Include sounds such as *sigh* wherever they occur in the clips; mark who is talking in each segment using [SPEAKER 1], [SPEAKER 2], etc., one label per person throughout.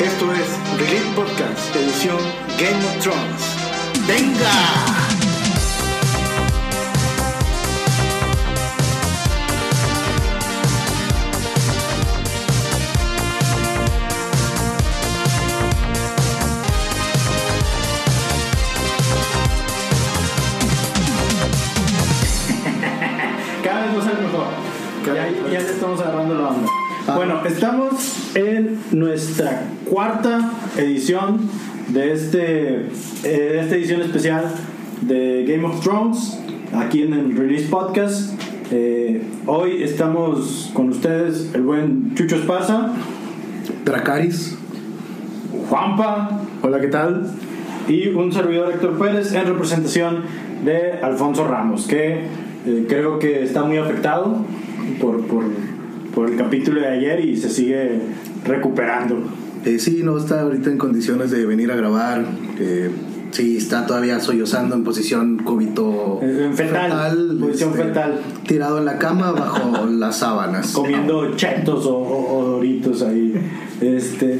[SPEAKER 1] Esto es Relate Podcast, edición Game of Thrones.
[SPEAKER 2] ¡Venga!
[SPEAKER 3] Cada vez nos sale mejor.
[SPEAKER 1] Cada
[SPEAKER 3] Ya,
[SPEAKER 1] vez.
[SPEAKER 3] ya le estamos agarrando la onda.
[SPEAKER 1] Ah.
[SPEAKER 3] Bueno, estamos en nuestra cuarta edición de este eh, de esta edición especial de Game of Thrones aquí en el Release Podcast. Eh, hoy estamos con ustedes el buen Chucho Espasa,
[SPEAKER 2] Dracaris.
[SPEAKER 3] Juanpa,
[SPEAKER 2] Hola, ¿qué tal?
[SPEAKER 3] y un servidor Héctor Pérez en representación de Alfonso Ramos, que eh, creo que está muy afectado por, por, por el capítulo de ayer y se sigue recuperando.
[SPEAKER 2] Eh, sí, no está ahorita en condiciones de venir a grabar. Eh, sí, está todavía sollozando en posición cubito
[SPEAKER 3] Eh, en fetal, posición fetal.
[SPEAKER 2] Tirado en la cama
[SPEAKER 3] *laughs*
[SPEAKER 2] bajo las sábanas.
[SPEAKER 3] comiendo chetos o, o- o doritos ahí. Este,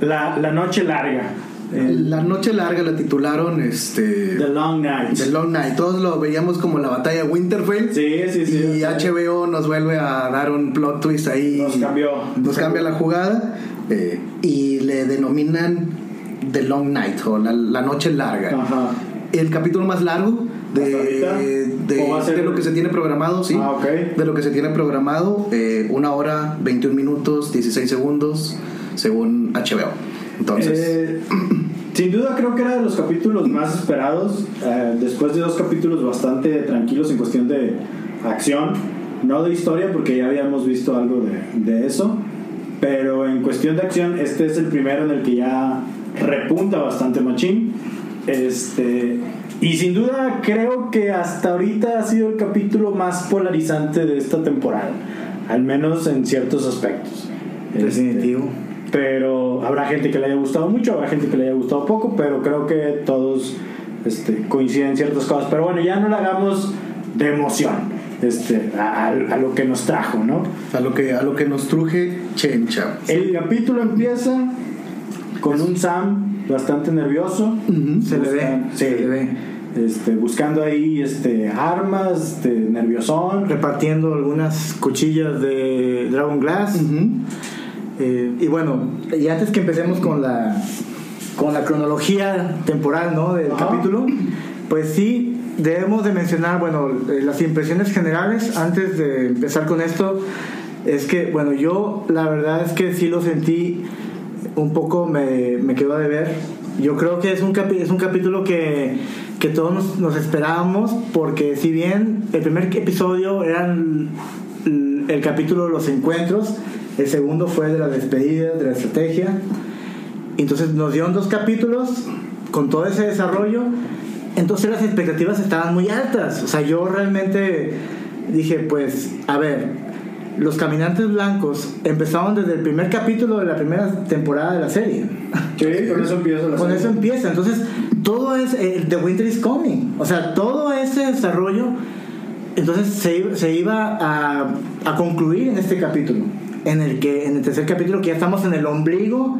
[SPEAKER 3] la, la noche larga, el-
[SPEAKER 2] La noche larga la titularon este,
[SPEAKER 3] The Long Night.
[SPEAKER 2] The Long Night. Todos lo veíamos como la batalla de Winterfell.
[SPEAKER 3] Sí, sí, sí.
[SPEAKER 2] Y HBO nos vuelve a dar un plot twist ahí.
[SPEAKER 3] Nos cambió.
[SPEAKER 2] Nos cambia la jugada. eh, y le denominan The Long Night o la, la noche larga.
[SPEAKER 3] Ajá.
[SPEAKER 2] El capítulo más largo
[SPEAKER 3] ¿Hasta ahorita?
[SPEAKER 2] de,
[SPEAKER 3] ¿O va a
[SPEAKER 2] de,
[SPEAKER 3] ser?
[SPEAKER 2] de lo que se tiene programado, sí.
[SPEAKER 3] Ah, ok.
[SPEAKER 2] De lo que se tiene programado, eh, una hora, 21 minutos, 16 segundos, según HBO. Entonces,
[SPEAKER 3] Eh, *clears throat* sin duda creo que era de los capítulos más esperados, eh, después de dos capítulos bastante tranquilos en cuestión de acción, no de historia porque ya habíamos visto algo de, de eso, pero en cuestión de acción este es el primero en el que ya repunta bastante Machín. Este, y sin duda creo que hasta ahorita ha sido el capítulo más polarizante de esta temporada, al menos en ciertos aspectos. Este, pero habrá gente que le haya gustado mucho, habrá gente que le haya gustado poco, pero creo que todos este, coinciden en ciertas cosas. Pero bueno, ya no le hagamos de emoción este, a, a- a lo que nos trajo, ¿no?
[SPEAKER 2] a, lo que, a lo que nos truje Chencha.
[SPEAKER 3] El capítulo empieza con un Sam bastante nervioso.
[SPEAKER 2] Ujú, se le ve,
[SPEAKER 3] Busca-
[SPEAKER 4] se
[SPEAKER 3] sí,
[SPEAKER 4] le ve.
[SPEAKER 3] Este, buscando ahí este, armas, este, nerviosón.
[SPEAKER 4] repartiendo algunas cuchillas de Eh, Dragon Glass.
[SPEAKER 2] Ujú.
[SPEAKER 4] Eh, y bueno, y antes que empecemos con la con la cronología temporal ¿no? del
[SPEAKER 3] Ajá.
[SPEAKER 4] capítulo, pues sí, debemos de mencionar, bueno, eh, las impresiones generales antes de empezar con esto, es que, bueno, yo la verdad es que sí lo sentí un poco, me, me quedó a deber. Yo creo que es un, capi- es un capítulo que, que todos nos, nos esperábamos, porque si bien el primer episodio era el, el capítulo de los encuentros, el segundo fue de las despedidas, de la estrategia, entonces nos dieron dos capítulos con todo ese desarrollo. Entonces las expectativas estaban muy altas. O sea, yo realmente dije, pues, a ver, los caminantes blancos empezaron desde el primer capítulo de la primera temporada de la serie.
[SPEAKER 3] Sí, con eso empieza la
[SPEAKER 4] Con
[SPEAKER 3] serie.
[SPEAKER 4] eso empieza. Entonces, todo es eh, The Winter is Coming. O sea, todo ese desarrollo, entonces se, iba- se iba a, a concluir en este capítulo. En el que, en el tercer capítulo, que ya estamos en el ombligo,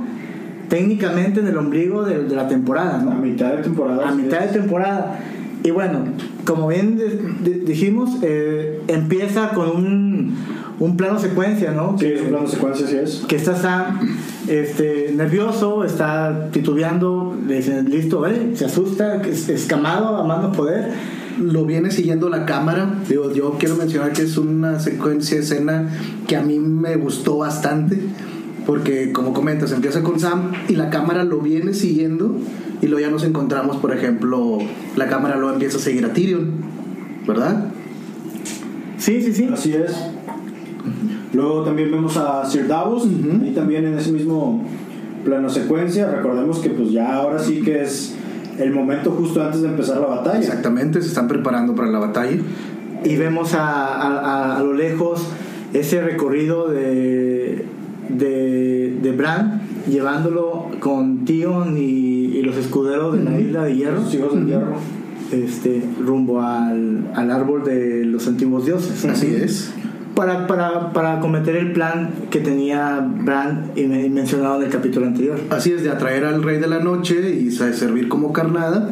[SPEAKER 4] técnicamente en el ombligo de, de la temporada,
[SPEAKER 3] A
[SPEAKER 4] ¿no?
[SPEAKER 3] mitad de temporada.
[SPEAKER 4] A
[SPEAKER 3] sí.
[SPEAKER 4] mitad de temporada. Y bueno, como bien de- de- dijimos, eh, empieza con un, un plano secuencia, ¿no?
[SPEAKER 3] Sí,
[SPEAKER 4] Que-
[SPEAKER 3] es un plano secuencia, sí es.
[SPEAKER 4] que está Sam este, nervioso, está titubeando, le dicen, listo, eh, se asusta, que es escamado, a más no poder.
[SPEAKER 2] lo viene siguiendo la cámara. Digo, yo quiero mencionar que es una secuencia de escena que a mí me gustó bastante. Porque, como comentas, empieza con Sam y la cámara lo viene siguiendo. Y luego ya nos encontramos, por ejemplo, la cámara lo empieza a seguir a Tyrion. ¿Verdad?
[SPEAKER 4] Sí, sí, sí.
[SPEAKER 3] Así es. Luego también vemos a Sir Davos,
[SPEAKER 2] Ujú.
[SPEAKER 3] ahí también en ese mismo plano secuencia. Recordemos que pues ya ahora sí que es el momento justo antes de empezar la batalla.
[SPEAKER 2] Exactamente, se están preparando para la batalla.
[SPEAKER 4] Y vemos a, a- a- a lo lejos ese recorrido de, de, de Bran llevándolo con Tion y, y los escuderos de la isla de hierro.
[SPEAKER 3] Los hijos del hierro.
[SPEAKER 4] Este, rumbo al, al árbol de los antiguos dioses.
[SPEAKER 2] Así es.
[SPEAKER 4] Pa- para, para, para cometer el plan que tenía Bran y me- mencionado en el capítulo anterior.
[SPEAKER 2] Así es, de atraer al rey de la noche y sa- servir como carnada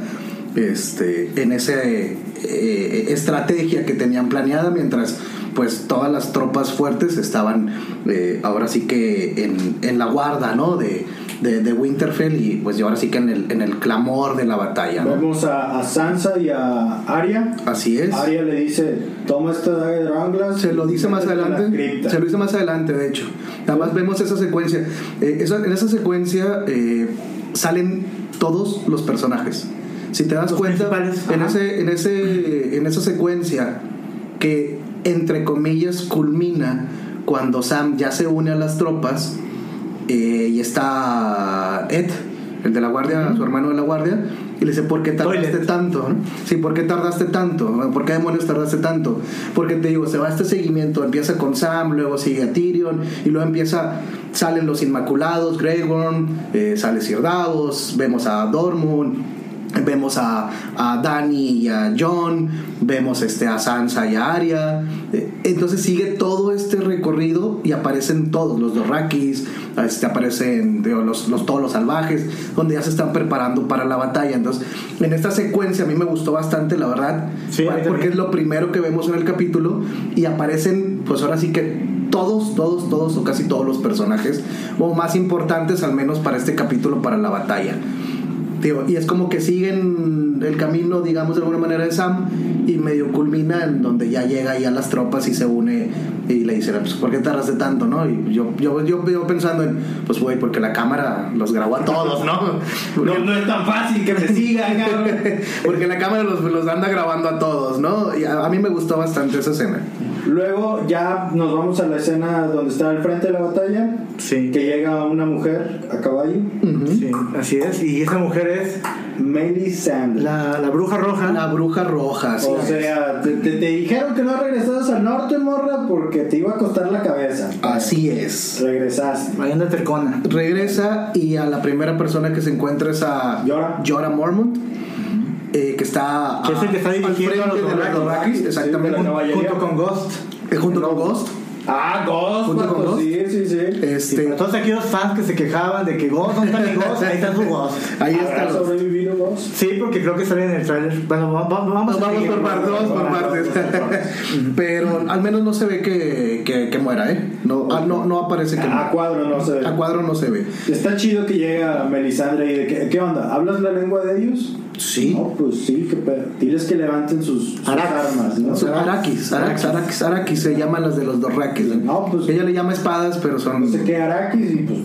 [SPEAKER 2] este, en esa eh, eh, estrategia que tenían planeada mientras pues todas las tropas fuertes estaban eh, ahora sí que en, en la guarda ¿no? de, de, de Winterfell y pues y ahora sí que en el, en el clamor de la batalla. ¿no?
[SPEAKER 3] Vemos a, a Sansa y a Arya.
[SPEAKER 2] Así es.
[SPEAKER 3] Aria le dice, toma esta daga de Dranglas.
[SPEAKER 2] Se lo dice más
[SPEAKER 3] métete a la
[SPEAKER 2] adelante.
[SPEAKER 3] cripta".
[SPEAKER 2] Se lo dice más adelante, de hecho. Nada más vemos esa secuencia. Eh, esa- en esa secuencia eh, salen todos los personajes. Si te das
[SPEAKER 4] Los
[SPEAKER 2] cuenta,
[SPEAKER 4] principales,
[SPEAKER 2] en,
[SPEAKER 4] ajá.
[SPEAKER 2] ese, en, ese, en esa secuencia que, entre comillas, culmina cuando Sam ya se une a las tropas eh, y está Ed, el de la guardia, su hermano de la guardia, y le dice, ¿por qué tardaste
[SPEAKER 4] Toilet.
[SPEAKER 2] tanto? ¿no? Sí, ¿por qué tardaste tanto? ¿Por qué demonios tardaste tanto? Porque te digo, se va este seguimiento, empieza con Sam, luego sigue a Tyrion, y luego empieza, salen los Inmaculados, Grey Worm, eh, sale Sir Davos, vemos a Dormund. Vemos a, a Dani y a John, vemos este, a Sansa y a Arya. Eh, Entonces sigue todo este recorrido y aparecen todos, los Dorrakis, este, aparecen digo, los, los, todos los salvajes, donde ya se están preparando para la batalla. Entonces, en esta secuencia a mí me gustó bastante, la verdad,
[SPEAKER 4] Sí, a mí
[SPEAKER 2] porque
[SPEAKER 4] también.
[SPEAKER 2] es lo primero que vemos en el capítulo y aparecen, pues ahora sí que todos, todos, todos o casi todos los personajes, o más importantes al menos para este capítulo, para la batalla. Digo, y es como que siguen el camino, digamos, de alguna manera de Sam y medio culmina en donde ya llega ahí a las tropas y se une y le dice, pues, ¿por qué tardaste tanto, no? Y yo, yo, yo, yo pensando en, pues, güey, porque la cámara los grabó a todos, ¿no?
[SPEAKER 3] No, no es tan
[SPEAKER 2] *laughs*
[SPEAKER 3] fácil que me sigan, cabrón.
[SPEAKER 2] porque la cámara los, los anda grabando a todos, ¿no? Y a, a mí me gustó bastante esa escena.
[SPEAKER 3] Luego ya nos vamos a la escena donde está el frente de la batalla.
[SPEAKER 4] Sí.
[SPEAKER 3] Que llega una mujer a caballo.
[SPEAKER 4] Sí, así es. Y esa mujer es
[SPEAKER 3] Melisandre
[SPEAKER 4] la, la bruja roja.
[SPEAKER 2] La bruja roja, sí.
[SPEAKER 3] O sea, te, te- te dijeron que no regresabas al norte, morra, porque te iba a costar la cabeza.
[SPEAKER 2] Así es.
[SPEAKER 3] Regresaste.
[SPEAKER 4] Mariana Tercona.
[SPEAKER 2] Regresa y a la primera persona que se encuentra es a
[SPEAKER 3] Jorah.
[SPEAKER 2] Jorah Mormont. eh, que está
[SPEAKER 4] Que es el que está
[SPEAKER 2] al
[SPEAKER 4] dirigiendo a los
[SPEAKER 2] frente de
[SPEAKER 4] Dorrakis.
[SPEAKER 2] Dorrakis,
[SPEAKER 3] Sí,
[SPEAKER 2] exactamente
[SPEAKER 3] de la caballería.
[SPEAKER 4] Junto con Ghost.
[SPEAKER 2] Eh, junto con Ghost
[SPEAKER 3] Ah, Ghost,
[SPEAKER 2] ¿Junto con
[SPEAKER 3] vato,
[SPEAKER 2] Ghost?
[SPEAKER 3] Sí, sí, sí.
[SPEAKER 4] Sí,
[SPEAKER 2] este
[SPEAKER 4] para todos aquellos fans que se quejaban de que Ghost, ¿dónde está mi Ghost? Ahí está su Ghost.
[SPEAKER 2] ahí
[SPEAKER 3] ¿Habrá
[SPEAKER 2] está los-
[SPEAKER 3] sobrevivido Ghost?
[SPEAKER 4] Sí, porque creo que sale en el tráiler. Bueno, va- va- vamos,
[SPEAKER 2] Nos
[SPEAKER 4] a
[SPEAKER 2] vamos
[SPEAKER 4] seguir.
[SPEAKER 2] por partes, vamos por partes. *laughs* Pero al menos no se ve que, que, que muera, ¿eh? No, ah, no, no aparece que
[SPEAKER 3] A
[SPEAKER 2] muera.
[SPEAKER 3] cuadro no se ve.
[SPEAKER 2] A cuadro no se ve.
[SPEAKER 3] Está chido que llega Melisandre y de que, ¿qué onda? ¿Hablas la lengua de ellos?
[SPEAKER 2] Sí.
[SPEAKER 3] No, pues sí, que pedo. Diles que levanten sus, sus
[SPEAKER 4] Arax.
[SPEAKER 3] armas, ¿no?
[SPEAKER 4] pues,
[SPEAKER 2] Son Arakis, Arakis, Arakis, Arakis se llaman las de los dorraques.
[SPEAKER 3] No, pues-
[SPEAKER 2] Ella le llama espadas, pero
[SPEAKER 3] No
[SPEAKER 2] son.
[SPEAKER 3] sé qué Araquis y pues,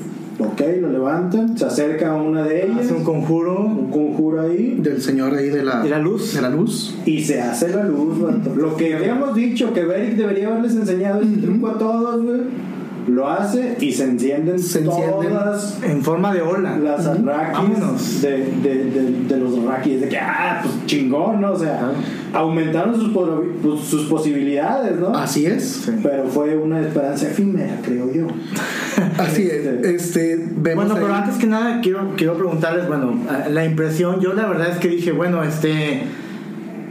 [SPEAKER 3] ok, lo levantan, se acerca a una
[SPEAKER 2] Ah,
[SPEAKER 3] de ellas,
[SPEAKER 4] Hace un conjuro
[SPEAKER 3] un conjuro ahí
[SPEAKER 2] Del señor ahí de la.
[SPEAKER 4] de la luz.
[SPEAKER 2] De la luz.
[SPEAKER 3] y se hace la luz, vato. Lo que habíamos dicho que Beric debería haberles enseñado ese truco a todos, güey, lo hace y se encienden
[SPEAKER 2] Se encienden.
[SPEAKER 3] todas
[SPEAKER 4] En forma de ola.
[SPEAKER 3] las
[SPEAKER 4] Vámonos.
[SPEAKER 3] Arrakis de, de, de, de los Arrakis, de que, ah, pues chingón, ¿no? O sea, aumentaron sus, podro- pues, sus posibilidades, ¿no?
[SPEAKER 2] Así es.
[SPEAKER 4] Sí.
[SPEAKER 3] Pero fue una esperanza efímera, creo yo.
[SPEAKER 2] Así
[SPEAKER 4] *laughs*
[SPEAKER 2] es. Este, vemos
[SPEAKER 4] Bueno,
[SPEAKER 2] ahí-
[SPEAKER 4] pero antes que nada quiero, quiero preguntarles, bueno, a- la impresión, yo la verdad es que dije, bueno, este,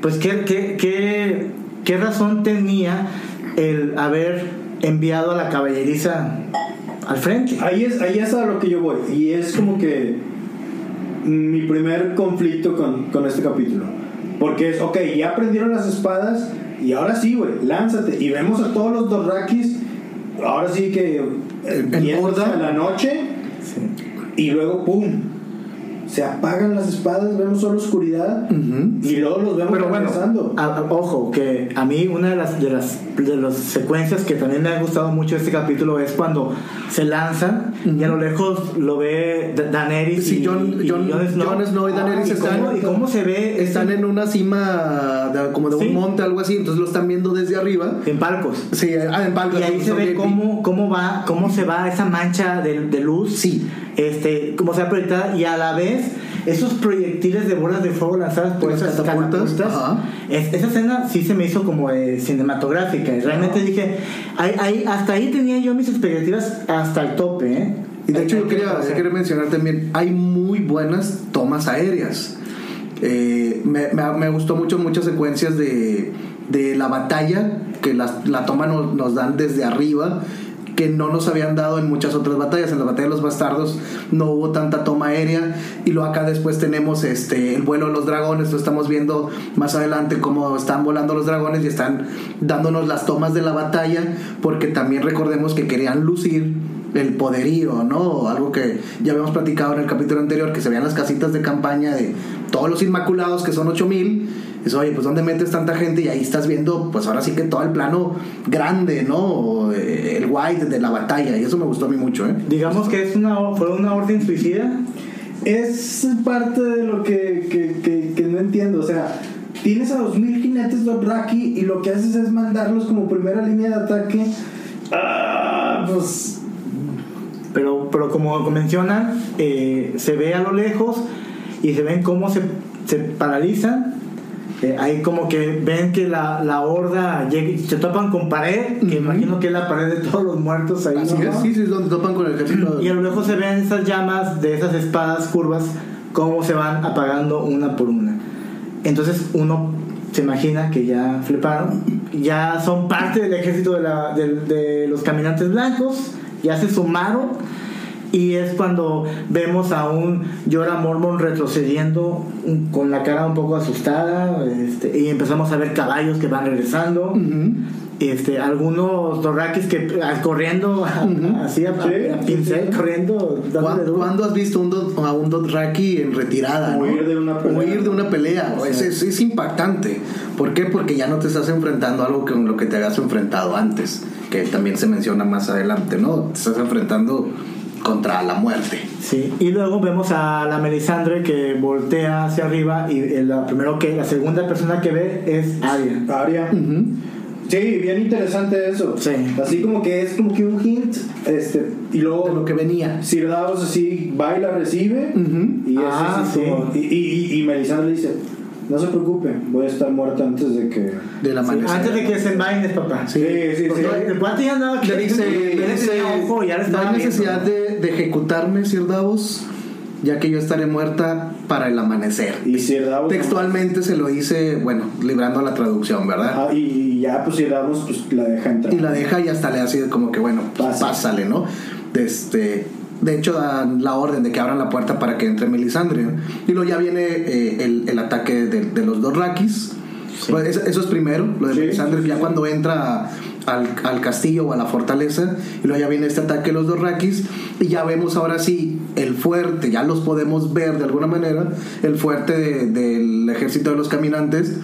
[SPEAKER 4] pues qué, qué, qué, qué razón tenía el haber enviado a la caballeriza al frente.
[SPEAKER 3] Ahí es, ahí es a lo que yo voy. Y es como que mi primer conflicto con, con este capítulo. Porque es, ok, ya aprendieron las espadas y ahora sí, güey, lánzate. Y vemos a todos los Dorrakis, ahora sí que
[SPEAKER 2] En- en
[SPEAKER 3] yéndose
[SPEAKER 2] horda.
[SPEAKER 3] a la noche
[SPEAKER 4] Sí.
[SPEAKER 3] y luego, ¡pum! Se apagan las espadas, vemos solo oscuridad
[SPEAKER 2] Ujú.
[SPEAKER 3] y luego los vemos
[SPEAKER 4] Pero bueno,
[SPEAKER 3] regresando.
[SPEAKER 4] a- a- ojo, que a mí una de las, de las de las secuencias que también me ha gustado mucho de este capítulo es cuando se lanzan y a lo lejos lo ve Da- Daenerys
[SPEAKER 2] Sí,
[SPEAKER 4] y,
[SPEAKER 2] John-
[SPEAKER 4] y
[SPEAKER 2] John- Jon Snow y Daenerys
[SPEAKER 4] Ah,
[SPEAKER 2] están-
[SPEAKER 4] cómo- ¿Y cómo se ve? este
[SPEAKER 2] Están en una cima de- como de
[SPEAKER 4] Sí.
[SPEAKER 2] un monte, algo así, entonces lo están viendo desde arriba.
[SPEAKER 4] en palcos.
[SPEAKER 2] Sí, ah, en palco,
[SPEAKER 4] Y ahí se
[SPEAKER 2] son
[SPEAKER 4] ve
[SPEAKER 2] VIP.
[SPEAKER 4] cómo, cómo va, cómo se va esa mancha de, de luz.
[SPEAKER 2] Sí.
[SPEAKER 4] Este, cómo se ha proyectada y a la vez esos proyectiles de bolas de fuego lanzadas por
[SPEAKER 2] Esas
[SPEAKER 4] esas
[SPEAKER 2] catapultas,
[SPEAKER 4] catapultas.
[SPEAKER 2] ajá.
[SPEAKER 4] Es- esa escena sí se me hizo como eh, cinematográfica. y Realmente dije, ahí- ahí- hasta ahí tenía yo mis expectativas hasta el tope. ¿eh?
[SPEAKER 2] Y de hecho yo
[SPEAKER 4] Ahí-
[SPEAKER 2] quería,
[SPEAKER 4] o sea,
[SPEAKER 2] quería mencionar también, hay muy buenas tomas aéreas. Eh, me, me- me gustó mucho muchas secuencias de, de la batalla que las- la toma no- nos dan desde arriba que no nos habían dado en muchas otras batallas. En la batalla de los bastardos no hubo tanta toma aérea y luego acá después tenemos este el vuelo de los dragones. Lo estamos viendo más adelante cómo están volando los dragones y están dándonos las tomas de la batalla porque también recordemos que querían lucir el poderío, ¿no? Algo que ya habíamos platicado en el capítulo anterior, que se vean las casitas de campaña de todos los inmaculados, que son 8000. Es, oye, pues ¿dónde metes tanta gente? Y ahí estás viendo, pues ahora sí que todo el plano grande, ¿no? O, eh, El white de la batalla. Y eso me gustó a mí mucho, ¿eh?
[SPEAKER 4] Digamos que es una, fue una orden suicida.
[SPEAKER 3] Es parte de lo que, que- que- que no entiendo. O sea, tienes a 2000 jinetes Dothraki y lo que haces es mandarlos como primera línea de ataque. Ah, pues.
[SPEAKER 4] Pero, pero como mencionan, eh, se ve a lo lejos y se ven cómo se, se paralizan. Eh, ahí como que ven que la, la horda llega- se topan con pared, que
[SPEAKER 2] Ujú.
[SPEAKER 4] imagino que es la pared de todos los muertos ahí.
[SPEAKER 2] Así
[SPEAKER 4] ¿no?
[SPEAKER 2] que sí, sí, es donde topan con el ejército.
[SPEAKER 4] Y a lo lejos se ven esas llamas de esas espadas curvas, cómo se van apagando una por una. Entonces uno se imagina que ya fliparon, ya son parte del ejército de, la- del- de los caminantes blancos, ya se sumaron. Y es cuando vemos a un Jorah Mormon retrocediendo un- con la cara un poco asustada este, y empezamos a ver caballos que van regresando
[SPEAKER 2] Ujú.
[SPEAKER 4] este, algunos dorraquis que ah, corriendo *laughs* a-
[SPEAKER 2] Ujú.
[SPEAKER 4] así a, a-
[SPEAKER 3] Sí,
[SPEAKER 4] a pincel,
[SPEAKER 3] sí, sí.
[SPEAKER 4] corriendo, dándole
[SPEAKER 2] ¿Cuándo,
[SPEAKER 4] duro.
[SPEAKER 2] cuándo has visto un Dot- a un Dothraki en retirada?
[SPEAKER 3] Huir
[SPEAKER 2] no?
[SPEAKER 3] de una pelea.
[SPEAKER 2] Huir de una pelea.
[SPEAKER 3] O sea.
[SPEAKER 2] Es, es- es impactante. ¿Por qué? Porque ya no te estás enfrentando a algo con lo que te habías enfrentado antes, que también se menciona más adelante, ¿no? Te estás enfrentando contra la muerte.
[SPEAKER 4] Sí, y luego vemos a la Melisandre que voltea hacia arriba y eh, la primero que la segunda persona que ve es Arya.
[SPEAKER 3] Aria. Sí, bien interesante eso.
[SPEAKER 4] Sí.
[SPEAKER 3] Así como que es como que un hint. Este, y luego.
[SPEAKER 2] De lo que venía.
[SPEAKER 3] Sir Davos así baila, recibe.
[SPEAKER 2] Ujú.
[SPEAKER 3] Y, es
[SPEAKER 4] Ah,
[SPEAKER 3] así
[SPEAKER 4] sí.
[SPEAKER 3] como- y, y, y- y Melisandre le dice: No se preocupe, voy a estar muerta antes de que.
[SPEAKER 2] De la
[SPEAKER 4] Sí,
[SPEAKER 2] amanecer.
[SPEAKER 4] antes de que se envaines, papá.
[SPEAKER 3] Sí, sí, sí.
[SPEAKER 4] Porque El cuate ya andaba
[SPEAKER 2] Le dice,
[SPEAKER 4] ya le
[SPEAKER 2] dice,
[SPEAKER 4] tenía ojo, ya le
[SPEAKER 2] no
[SPEAKER 4] estaba
[SPEAKER 2] hay
[SPEAKER 4] viendo".
[SPEAKER 2] necesidad de, de ejecutarme, Sir Davos, ya que yo estaré muerta para el amanecer.
[SPEAKER 3] Y Sir Davos.
[SPEAKER 2] Textualmente se lo hice, bueno, librando la traducción, ¿verdad?
[SPEAKER 3] Ah, y ya, pues Sir Davos pues, la deja entrar.
[SPEAKER 2] y la deja y hasta le hace como que bueno pues,
[SPEAKER 3] Pásale.
[SPEAKER 2] pásale no este de hecho dan la orden de que abran la puerta para que entre Melisandre y luego ya viene eh, el, el ataque de, de los dos rakis Pues eso, eso es primero lo de
[SPEAKER 3] Sí,
[SPEAKER 2] Melisandre
[SPEAKER 3] sí,
[SPEAKER 2] ya
[SPEAKER 3] sí.
[SPEAKER 2] cuando entra al, al castillo o a la fortaleza y luego ya viene este ataque de los dos rakis y ya vemos ahora sí el fuerte ya los podemos ver de alguna manera el fuerte de- del ejército de los caminantes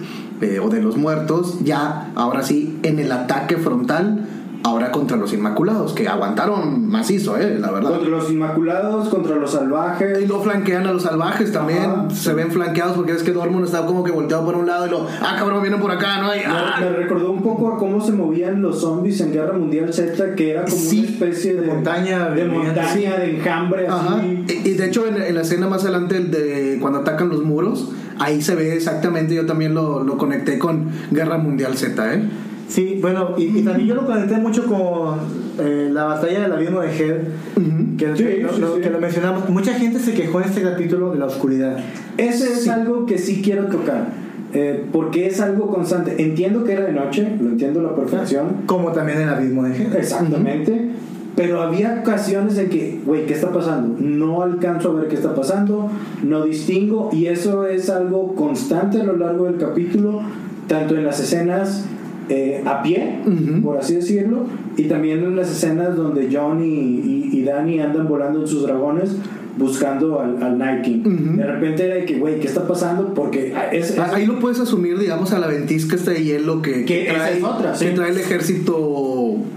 [SPEAKER 2] eh, o de los muertos, ya ahora sí en el ataque frontal, ahora contra los Inmaculados, que aguantaron macizo, eh, la verdad.
[SPEAKER 3] Contra los Inmaculados, contra los
[SPEAKER 2] Y
[SPEAKER 3] Salvajes.
[SPEAKER 2] lo flanquean a los salvajes también,
[SPEAKER 3] Ajá.
[SPEAKER 2] se ven flanqueados porque es que Dormund está como que volteado por un lado y lo, ah cabrón, vienen por acá, ¿no? Y,
[SPEAKER 3] Me-
[SPEAKER 2] "Ah".
[SPEAKER 3] Me recordó un poco a cómo se movían los zombies en Guerra Mundial Z, que era como
[SPEAKER 2] Sí,
[SPEAKER 3] una especie de,
[SPEAKER 4] de montaña,
[SPEAKER 3] de,
[SPEAKER 4] viviente,
[SPEAKER 3] montaña, de enjambre,
[SPEAKER 2] Ajá.
[SPEAKER 3] así.
[SPEAKER 2] Y, y de hecho en, en la escena más adelante el de cuando atacan los muros, ahí se ve exactamente, yo también lo, lo conecté con Guerra Mundial Z, ¿eh?
[SPEAKER 4] Sí, bueno, y, y también yo lo conecté mucho con eh, la batalla del abismo de Hel,
[SPEAKER 2] Ujú.
[SPEAKER 4] que,
[SPEAKER 3] Sí,
[SPEAKER 4] lo-
[SPEAKER 3] sí,
[SPEAKER 4] lo-
[SPEAKER 3] sí.
[SPEAKER 4] que lo mencionamos. Mucha gente se quejó en este capítulo de la oscuridad.
[SPEAKER 3] Ese es
[SPEAKER 2] Sí.
[SPEAKER 3] algo que sí quiero tocar, eh, porque es algo constante. Entiendo que era de noche, lo entiendo a la perfección,
[SPEAKER 4] Como también el abismo de Hel.
[SPEAKER 3] exactamente, pero había ocasiones en que, güey, ¿qué está pasando? No alcanzo a ver qué está pasando, no distingo, y eso es algo constante a lo largo del capítulo, tanto en las escenas eh, a pie,
[SPEAKER 2] Ujú.
[SPEAKER 3] por así decirlo, y también en las escenas donde John y, y- y Danny andan volando en sus dragones buscando al, al Night King.
[SPEAKER 2] Ujú.
[SPEAKER 3] De repente era de que, güey, ¿qué está pasando? Porque ah, es, es-
[SPEAKER 2] Ah, Ahí lo puedes asumir, digamos, a la ventisca esta de hielo que,
[SPEAKER 3] Que esa es otra,
[SPEAKER 2] que
[SPEAKER 3] sí.
[SPEAKER 2] trae el ejército,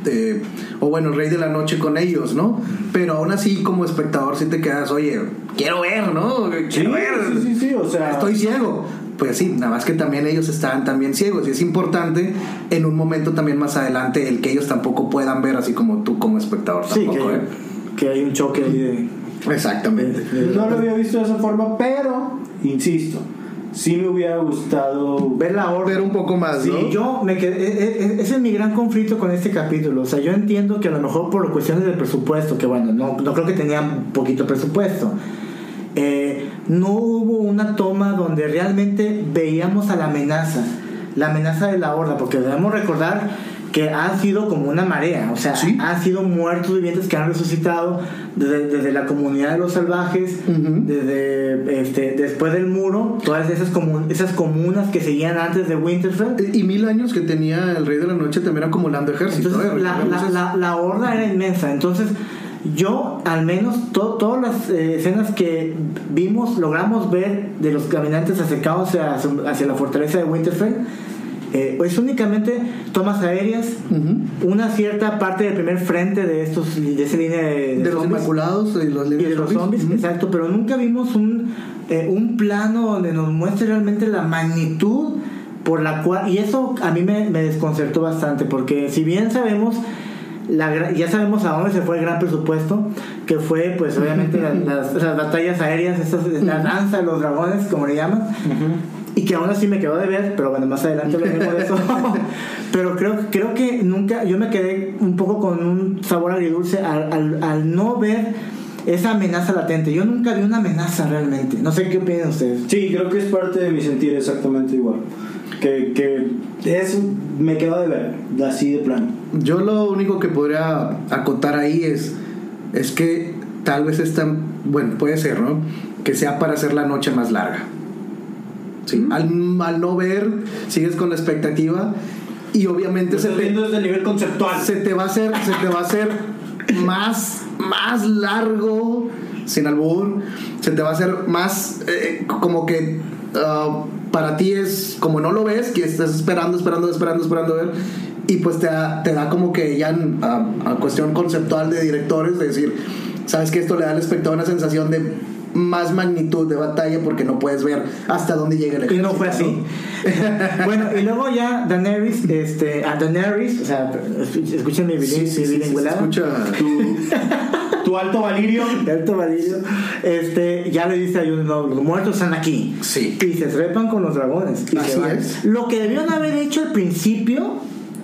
[SPEAKER 2] eh, o bueno, el rey de la noche con ellos, ¿no? Pero aún así, como espectador, si te quedas, oye, quiero ver, ¿no? Quiero
[SPEAKER 3] Sí,
[SPEAKER 2] ver.
[SPEAKER 3] sí, sí, sí, o sea,
[SPEAKER 2] Estoy ciego. Pues sí, nada más que también ellos están también ciegos y es importante en un momento también más adelante el que ellos tampoco puedan ver así como tú como espectador.
[SPEAKER 4] Sí,
[SPEAKER 2] tampoco,
[SPEAKER 4] que,
[SPEAKER 2] ¿eh?
[SPEAKER 4] que hay un choque ahí de...
[SPEAKER 2] Exactamente.
[SPEAKER 3] no lo había visto de esa forma, pero, insisto, sí me hubiera gustado
[SPEAKER 4] ver la
[SPEAKER 2] Ver
[SPEAKER 4] orden.
[SPEAKER 2] un poco más,
[SPEAKER 4] Sí,
[SPEAKER 2] ¿no?
[SPEAKER 4] yo me quedé, e- e- e- ese es mi gran conflicto con este capítulo. O sea, yo entiendo que a lo mejor por cuestiones de presupuesto, que bueno, no, no creo que tenían poquito presupuesto. eh, no hubo una toma donde realmente veíamos a la amenaza, la amenaza de la horda, porque debemos recordar que ha sido como una marea, o sea,
[SPEAKER 2] Sí.
[SPEAKER 4] ha sido muertos vivientes que han resucitado desde, desde la comunidad de los salvajes,
[SPEAKER 2] Ujú.
[SPEAKER 4] desde este, después del muro, todas esas, comun- esas comunas que seguían antes de Winterfell.
[SPEAKER 2] Y y mil años que tenía el Rey de la Noche también acumulando ejército.
[SPEAKER 4] Entonces,
[SPEAKER 2] ¿eh?
[SPEAKER 4] la, la,
[SPEAKER 2] Recordemos eso.
[SPEAKER 4] la- la horda era inmensa. Entonces, yo, al menos, to- todas las eh, escenas que vimos, logramos ver de los caminantes acercados hacia, hacia la fortaleza de Winterfell, eh, es únicamente tomas aéreas,
[SPEAKER 2] Ujú.
[SPEAKER 4] una cierta parte del primer frente de, estos, de esa línea de, de
[SPEAKER 2] De los
[SPEAKER 4] zombies
[SPEAKER 2] Inmaculados y los
[SPEAKER 4] y
[SPEAKER 2] líderes
[SPEAKER 4] de los zombies, exacto, pero nunca vimos un, eh, un plano donde nos muestre realmente la magnitud por la cual, y eso a mí me, me desconcertó bastante, porque si bien sabemos, la, gra- ya sabemos a dónde se fue el gran presupuesto, que fue pues obviamente la- las, las batallas aéreas, esas, la danza de los dragones, como le llaman, y que aún así me quedó de ver, pero bueno, más adelante hablaremos de
[SPEAKER 2] *laughs*
[SPEAKER 4] eso. pero creo, creo que nunca, yo me quedé un poco con un sabor agridulce al, al, al no ver esa amenaza latente. Yo nunca vi una amenaza realmente. No sé qué opinan ustedes.
[SPEAKER 5] Sí, creo que es parte de mi sentir exactamente igual. Que, que eso me quedó de ver, así de plano.
[SPEAKER 2] Yo lo único que podría acotar ahí es, es que tal vez es tan, bueno, puede ser, ¿no? Que sea para hacer la noche más larga. Sí. Al, al no ver, sigues con la expectativa y obviamente se
[SPEAKER 5] Estás
[SPEAKER 2] te,
[SPEAKER 5] viendo desde el nivel conceptual.
[SPEAKER 2] se te va a hacer, se te va a hacer más, más largo, sin albur, se te va a hacer más eh, como que ah, para ti es como no lo ves, que estás esperando, esperando, esperando, esperando ver. Y pues te da, te da como que ya ah, a cuestión conceptual de directores, de decir, sabes que esto le da al espectador una sensación de más magnitud de batalla porque no puedes ver hasta dónde llega el
[SPEAKER 4] Y no
[SPEAKER 2] ejército,
[SPEAKER 4] fue así. bueno, y luego ya Daenerys, este, a Daenerys, o sea, escuchen mi bilingüe.
[SPEAKER 2] Sí, sí, sí, sí, se escucha.
[SPEAKER 5] Tu, tu alto valirio.
[SPEAKER 4] de alto varillo, este, ya le dice a Jon Snow, los muertos están aquí.
[SPEAKER 2] Sí.
[SPEAKER 4] Y se trepan con los dragones. Y
[SPEAKER 2] Así
[SPEAKER 4] se van.
[SPEAKER 2] es.
[SPEAKER 4] Lo que debieron haber hecho al principio,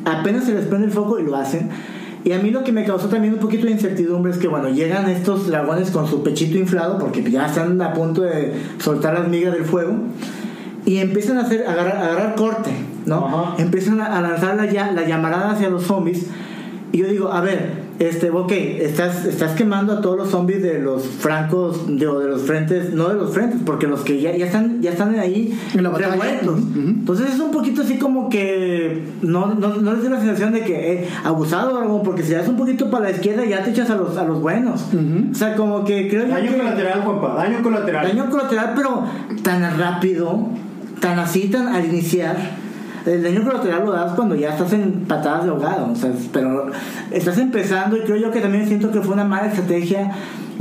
[SPEAKER 4] apenas se les prende el foco y lo hacen. Y a mí lo que me causó también un poquito de incertidumbre es que, bueno, llegan estos dragones con su pechito inflado porque ya están a punto de soltar las migas del fuego y empiezan a hacer a agarrar, a agarrar corte, ¿no?
[SPEAKER 5] Ajá.
[SPEAKER 4] Empiezan a, a lanzar la, ya- la llamarada hacia los zombies y yo digo, a ver, este, ok, estás, estás quemando a todos los zombies de los francos, de, o de los frentes, no de los frentes, porque los que ya, ya están ya están ahí
[SPEAKER 2] En la batalla.
[SPEAKER 4] revueltos.
[SPEAKER 2] Ujú.
[SPEAKER 4] Entonces es un poquito así como que no, no, no les dio la sensación de que eh, abusado o algo, porque si das un poquito para la izquierda ya te echas a los, a los buenos.
[SPEAKER 2] Ujú.
[SPEAKER 4] O sea, como que creo yo
[SPEAKER 5] Daño
[SPEAKER 4] que-
[SPEAKER 5] colateral, Juanpa. Daño colateral.
[SPEAKER 4] Daño colateral, pero tan rápido, tan así, tan al iniciar. El daño colateral lo das cuando ya estás en patadas de ahogado, o sea, pero estás empezando y creo yo que también siento que fue una mala estrategia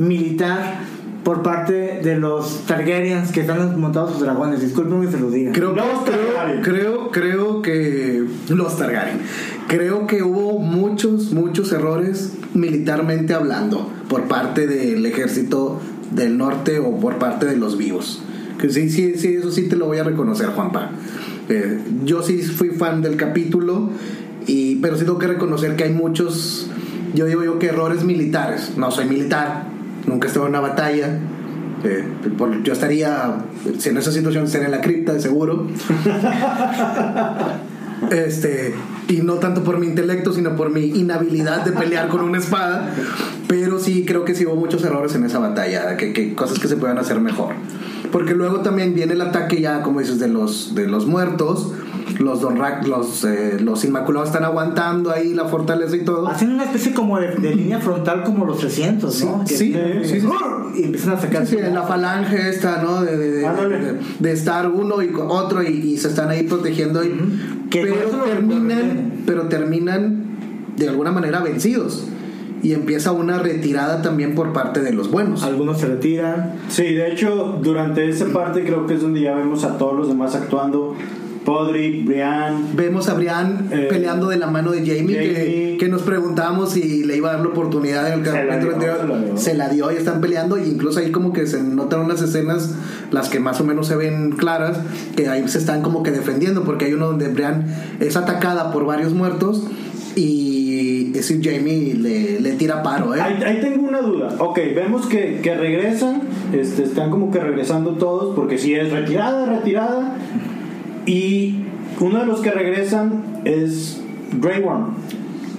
[SPEAKER 4] militar por parte de los Targaryens que están montados sus dragones. Disculpen que se los diga.
[SPEAKER 2] Creo,
[SPEAKER 5] Los
[SPEAKER 2] creo,
[SPEAKER 5] Targaryen.
[SPEAKER 2] creo, creo que los Targaryen. Creo que hubo muchos, muchos errores militarmente hablando por parte del ejército del norte o por parte de los vivos. Que sí, sí, sí, eso sí te lo voy a reconocer, Juanpa. Eh, yo sí fui fan del capítulo, y, pero sí tengo que reconocer que hay muchos, yo digo yo que errores militares. No soy militar, nunca estuve en una batalla. eh, por- yo estaría, si en esa situación, estaría en la cripta, de seguro. Este, y no tanto por mi intelecto, sino por mi inhabilidad de pelear con una espada. Pero sí, creo que sí hubo muchos errores en esa batalla, que, que cosas que se puedan hacer mejor. Porque luego también viene el ataque ya, como dices, de los, de los muertos. Los Don Rack, los, eh, los Inmaculados están aguantando ahí la fortaleza y todo.
[SPEAKER 4] Hacen una especie como de, de línea frontal como los 300, ¿no?
[SPEAKER 2] Sí,
[SPEAKER 4] Que este,
[SPEAKER 2] sí,
[SPEAKER 4] tienen-
[SPEAKER 2] sí, sí, sí.
[SPEAKER 4] Y empiezan a sacar
[SPEAKER 2] Sí, sí, la falange esta, ¿no? De, de, de-
[SPEAKER 5] Ándale.
[SPEAKER 2] de- de estar uno y con otro y, y se están ahí protegiendo. y-
[SPEAKER 4] Que
[SPEAKER 2] pero,
[SPEAKER 4] eso lo-
[SPEAKER 2] terminan, pero terminan de alguna manera vencidos. Y empieza una retirada también por parte de los buenos.
[SPEAKER 4] Algunos se retiran.
[SPEAKER 5] Sí, de hecho, durante esa parte creo que es donde ya vemos a todos los demás actuando. Podrick, Brian.
[SPEAKER 2] Vemos a Brian
[SPEAKER 5] Eh,
[SPEAKER 2] peleando de la mano de Jamie, Que,
[SPEAKER 5] Jaime.
[SPEAKER 2] que nos preguntábamos si le iba a dar la oportunidad en el
[SPEAKER 5] Se la
[SPEAKER 2] capítulo
[SPEAKER 5] dio, se la
[SPEAKER 2] anterior.
[SPEAKER 5] dio.
[SPEAKER 2] Se la dio y están peleando. Y incluso ahí como que se notan unas escenas, las que más o menos se ven claras, que ahí se están como que defendiendo, porque hay uno donde Brian es atacada por varios muertos y es decir, Jamie le, le tira paro, ¿eh?
[SPEAKER 5] Ahí, ahí tengo una duda. Ok, vemos que, que regresan. Este, están como que regresando todos. Porque si es retirada, retirada. Y uno de los que regresan es
[SPEAKER 3] Ray One.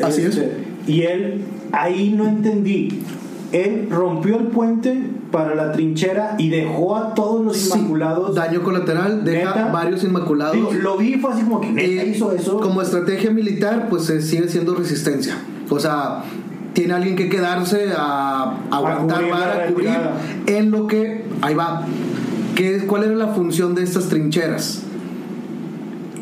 [SPEAKER 2] Así es.
[SPEAKER 3] Este, Y él, ahí no entendí. Él rompió el puente para la trinchera y dejó a todos los
[SPEAKER 2] Sí,
[SPEAKER 3] inmaculados.
[SPEAKER 2] daño colateral, deja
[SPEAKER 3] Neta.
[SPEAKER 2] varios inmaculados.
[SPEAKER 3] Digo, lo vi y fue así como que neta
[SPEAKER 2] Eh,
[SPEAKER 3] hizo eso.
[SPEAKER 2] Como estrategia militar, pues eh, sigue siendo resistencia. O sea, tiene alguien que quedarse a, aguantar
[SPEAKER 3] cubrir la
[SPEAKER 2] vara, a cubrir.
[SPEAKER 3] retirada.
[SPEAKER 2] En lo que. Ahí va. ¿Qué, ¿Cuál era la función de estas trincheras?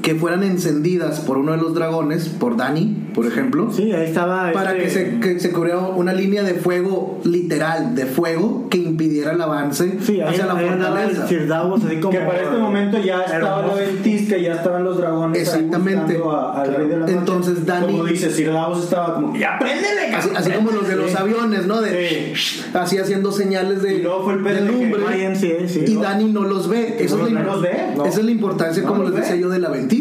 [SPEAKER 2] Que fueran encendidas por uno de los dragones, por Dani, por ejemplo.
[SPEAKER 4] Sí, ahí estaba.
[SPEAKER 2] Para
[SPEAKER 4] este-
[SPEAKER 2] que se, que se cubriera una línea de fuego literal, de fuego, que impidiera el avance
[SPEAKER 4] Sí, ahí,
[SPEAKER 2] hacia la
[SPEAKER 4] ahí andaba el
[SPEAKER 2] fortaleza.
[SPEAKER 4] Sir Davos, así como.
[SPEAKER 3] que para este momento ya estaba
[SPEAKER 4] hermoso.
[SPEAKER 3] la ventisca, ya estaban los dragones. ahí
[SPEAKER 2] Exactamente.
[SPEAKER 3] buscando a- al rey de la noche.
[SPEAKER 2] Entonces, Dani-
[SPEAKER 3] Como dice, Sir Davos estaba como que ya préndele,
[SPEAKER 2] Así, así como los de los aviones, ¿no? De, Así haciendo señales de,
[SPEAKER 3] Y luego fue el pedo
[SPEAKER 2] de
[SPEAKER 3] de que
[SPEAKER 2] lumbre.
[SPEAKER 3] no
[SPEAKER 4] YMCA, sí.
[SPEAKER 2] y Dani no los ve. Eso
[SPEAKER 3] no
[SPEAKER 2] es la,
[SPEAKER 3] los- no los ve, no.
[SPEAKER 2] Esa es la importancia,
[SPEAKER 3] No
[SPEAKER 2] como
[SPEAKER 3] los
[SPEAKER 2] les
[SPEAKER 3] ve.
[SPEAKER 2] decía yo, de la ventisca.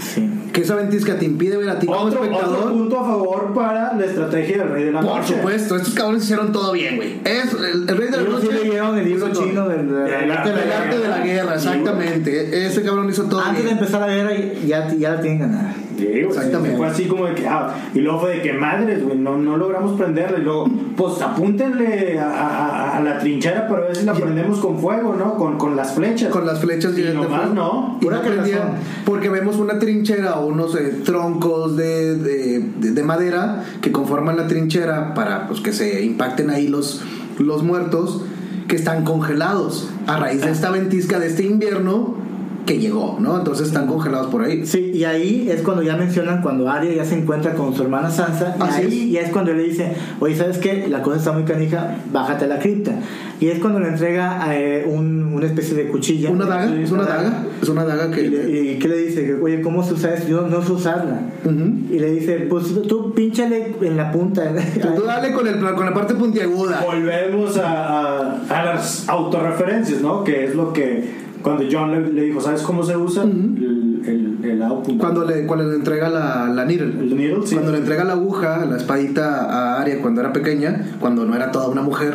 [SPEAKER 4] Sí.
[SPEAKER 2] Que esa ventisca te impide ver a ti como
[SPEAKER 3] Otro,
[SPEAKER 2] espectador.
[SPEAKER 3] otro punto a favor para la estrategia del rey de la
[SPEAKER 2] Por
[SPEAKER 3] noche.
[SPEAKER 2] supuesto, estos cabrones hicieron todo bien, güey. Es el, el rey de la
[SPEAKER 4] Ellos sí
[SPEAKER 2] noche.
[SPEAKER 4] leyeron el libro
[SPEAKER 2] hizo todo.
[SPEAKER 4] chino del.
[SPEAKER 3] Y ahí la-
[SPEAKER 2] Del arte de la guerra, exactamente. E-, Ese cabrón hizo todo
[SPEAKER 4] Antes de
[SPEAKER 2] bien.
[SPEAKER 4] empezar la guerra, ya, ya la tienen ganada.
[SPEAKER 3] Sí, güey,
[SPEAKER 2] Exactamente.
[SPEAKER 3] Fue así como de que, ah, y luego fue de que madres, güey, no, no logramos prenderla. Y luego, pues apúntenle a, a- a- a la trinchera para ver si la prendemos con fuego, ¿no? Con, con las flechas.
[SPEAKER 2] Con las flechas
[SPEAKER 3] Y
[SPEAKER 2] llenas de
[SPEAKER 3] nomás
[SPEAKER 2] fuego.
[SPEAKER 3] no.
[SPEAKER 2] Y
[SPEAKER 4] Pura
[SPEAKER 2] no prendían,
[SPEAKER 4] cagazón.
[SPEAKER 2] porque vemos una trinchera o unos eh, troncos de, de- de- de madera que conforman la trinchera para pues, que se impacten ahí los, los muertos que están congelados a raíz de esta ventisca de este invierno que llegó, ¿no? Entonces están congelados por ahí.
[SPEAKER 4] Sí, y ahí es cuando ya mencionan cuando Arya ya se encuentra con su hermana Sansa. Y
[SPEAKER 2] Así
[SPEAKER 4] ahí ya es cuando le dice, oye, ¿sabes qué? La cosa está muy canija, bájate a la cripta. Y es cuando le entrega eh, un- una especie de cuchilla.
[SPEAKER 2] Una daga,
[SPEAKER 4] Sí,
[SPEAKER 2] es una daga, es una daga
[SPEAKER 4] Y, le-
[SPEAKER 2] que...
[SPEAKER 4] y ¿qué le dice? Que, Oye, ¿cómo se usa esto? Yo no sé usarla.
[SPEAKER 2] Ujú.
[SPEAKER 4] Y le dice, pues tú pinchale en la punta.
[SPEAKER 2] Tú dale con, el, con la parte puntiaguda.
[SPEAKER 3] Volvemos a, a- a las autorreferencias, ¿no? Que es lo que cuando John le, le dijo, ¿sabes cómo se usa el, el, el output?
[SPEAKER 2] Cuando le, cuando le entrega la, la needle.
[SPEAKER 3] El needle, sí.
[SPEAKER 2] Cuando le entrega la aguja, la espadita a Aria cuando era pequeña, cuando no era toda una mujer,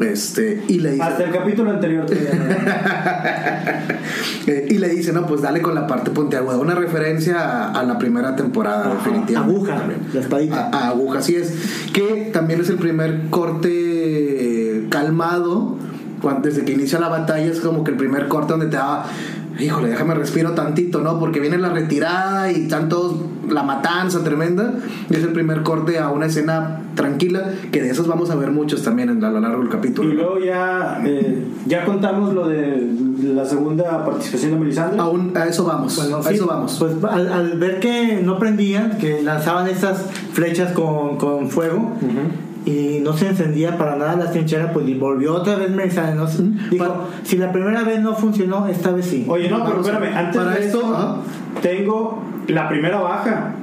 [SPEAKER 2] este, y le
[SPEAKER 3] Hasta
[SPEAKER 2] dice,
[SPEAKER 3] el capítulo anterior. todavía,
[SPEAKER 2] eh, y le dice, no, pues dale con la parte puntiaguda, una referencia a, a la primera temporada, definitivamente.
[SPEAKER 4] Aguja, la espadita.
[SPEAKER 2] A, a aguja, así es. Que también es el primer corte calmado, cuan- desde que inicia la batalla, es como que el primer corte donde te da, híjole, déjame respiro tantito, ¿no? Porque viene la retirada y están todos, la matanza tremenda, y es el primer corte a una escena tranquila, que de esos vamos a ver muchos también en- a lo largo del *laughs*
[SPEAKER 3] ¿no? Y
[SPEAKER 2] capítulo.
[SPEAKER 3] luego ya, eh, ya contamos lo de la segunda participación de Melisandre.
[SPEAKER 2] Aún a eso vamos, a
[SPEAKER 4] sí,
[SPEAKER 2] eso vamos.
[SPEAKER 4] Pues al, al ver que no prendían, que lanzaban esas flechas con, con fuego y no se encendía para nada la trinchera, pues y volvió otra vez Melisandre. No, sé. Dijo,
[SPEAKER 2] Para-
[SPEAKER 4] si la primera vez no funcionó, esta vez sí.
[SPEAKER 3] Oye, no, pero
[SPEAKER 2] Vamos a-
[SPEAKER 3] espérame, antes
[SPEAKER 2] para
[SPEAKER 3] de
[SPEAKER 2] esto,
[SPEAKER 3] esto,
[SPEAKER 2] ajá.
[SPEAKER 3] tengo la primera baja.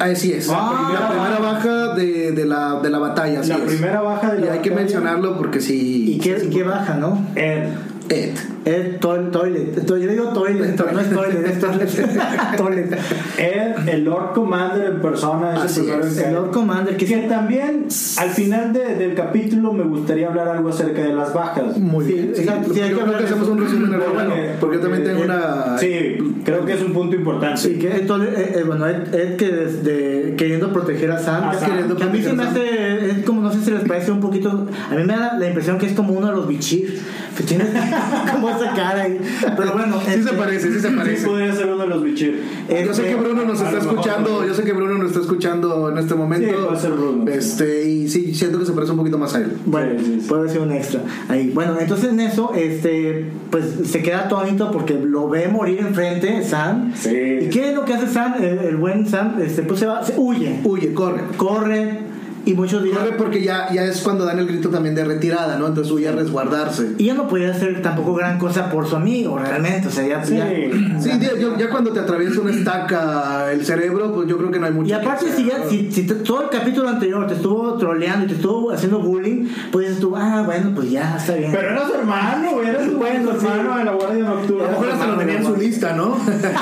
[SPEAKER 2] Así es.
[SPEAKER 3] Ah,
[SPEAKER 2] la primera baja de, de la, de la batalla. así
[SPEAKER 3] la
[SPEAKER 2] es.
[SPEAKER 3] primera baja de
[SPEAKER 2] Y
[SPEAKER 3] la
[SPEAKER 2] hay que
[SPEAKER 3] batalla.
[SPEAKER 2] mencionarlo porque si...
[SPEAKER 4] ¿Y qué, y qué baja, no?
[SPEAKER 3] Ed.
[SPEAKER 2] Ed.
[SPEAKER 4] Es toil- toilet. To- Yo digo toilet, pero no es toilet, es
[SPEAKER 2] *laughs*
[SPEAKER 4] toilet. toilet.
[SPEAKER 3] Ed, el Lord Commander en persona, es
[SPEAKER 2] Así
[SPEAKER 3] el primero
[SPEAKER 2] es,
[SPEAKER 3] en
[SPEAKER 4] El
[SPEAKER 3] caer.
[SPEAKER 4] Lord Commander, que
[SPEAKER 3] Que
[SPEAKER 4] es
[SPEAKER 3] también, al final de- del capítulo, me gustaría hablar algo acerca de las bajas.
[SPEAKER 2] Muy
[SPEAKER 4] Sí,
[SPEAKER 2] bien. Sí,
[SPEAKER 4] exacto. Sí, hay
[SPEAKER 2] yo
[SPEAKER 4] que
[SPEAKER 2] creo
[SPEAKER 4] hablar
[SPEAKER 2] que
[SPEAKER 4] de
[SPEAKER 2] hacemos
[SPEAKER 4] eso.
[SPEAKER 2] un resumen
[SPEAKER 3] Porque-
[SPEAKER 2] Mm, pero bueno, porque yo también tengo
[SPEAKER 3] porque-
[SPEAKER 2] una.
[SPEAKER 3] Eh, Sí, creo que es un punto importante.
[SPEAKER 4] Sí, que entonces, eh, eh, bueno, Ed, Ed que desde- queriendo proteger a Sam,
[SPEAKER 3] A Sam.
[SPEAKER 4] queriendo que a mí se me hace, es como, no sé si les parece un poquito, a mí me da la impresión que es como uno de los bichir, que tiene *laughs* como esa cara ahí, pero bueno,
[SPEAKER 2] Sí se
[SPEAKER 4] este,
[SPEAKER 2] parece, sí se
[SPEAKER 3] Sí,
[SPEAKER 2] parece.
[SPEAKER 3] podría ser uno de los bichir.
[SPEAKER 2] yo sé
[SPEAKER 4] este,
[SPEAKER 2] que Bruno nos
[SPEAKER 3] a
[SPEAKER 2] está
[SPEAKER 3] lo mejor,
[SPEAKER 2] escuchando,
[SPEAKER 3] ¿no?
[SPEAKER 2] yo sé que Bruno nos está escuchando en este momento.
[SPEAKER 3] Sí, puede ser Bruno,
[SPEAKER 2] Este, y sí, siento que se parece un poquito más a él.
[SPEAKER 4] Bueno,
[SPEAKER 3] Sí, sí, sí.
[SPEAKER 4] puede haber sido un extra ahí. Bueno, entonces en eso, este, pues se queda atónito porque lo ve morir enfrente Sam.
[SPEAKER 3] Sí.
[SPEAKER 4] ¿Y qué es lo que hace Sam? El, el buen Sam, este, pues se va, se huye,
[SPEAKER 2] Huye, corre.
[SPEAKER 4] corre y muchos dirán,
[SPEAKER 2] Corre porque ya, ya es cuando dan el grito también de retirada, ¿no? Entonces huye a resguardarse.
[SPEAKER 4] Y ya no podía hacer tampoco gran cosa por su amigo, realmente. O sea, ya.
[SPEAKER 3] Sí.
[SPEAKER 4] ya-
[SPEAKER 2] Sí, ya, yo- ya cuando te atraviesa una estaca el cerebro, pues yo creo que no hay mucho.
[SPEAKER 4] y
[SPEAKER 2] que
[SPEAKER 4] aparte,
[SPEAKER 2] hacer,
[SPEAKER 4] si, ya,
[SPEAKER 2] ¿no?
[SPEAKER 4] si, si te- todo el capítulo anterior te estuvo troleando y te estuvo haciendo bullying, pues dices tú, ah, bueno, pues ya está bien.
[SPEAKER 3] Pero era su hermano, güey, era su
[SPEAKER 4] Bueno, sí.
[SPEAKER 3] hermano de la Guardia
[SPEAKER 2] A
[SPEAKER 3] Nocturna.
[SPEAKER 2] lo mejor hasta lo tenía en su lista, ¿no?
[SPEAKER 4] *laughs*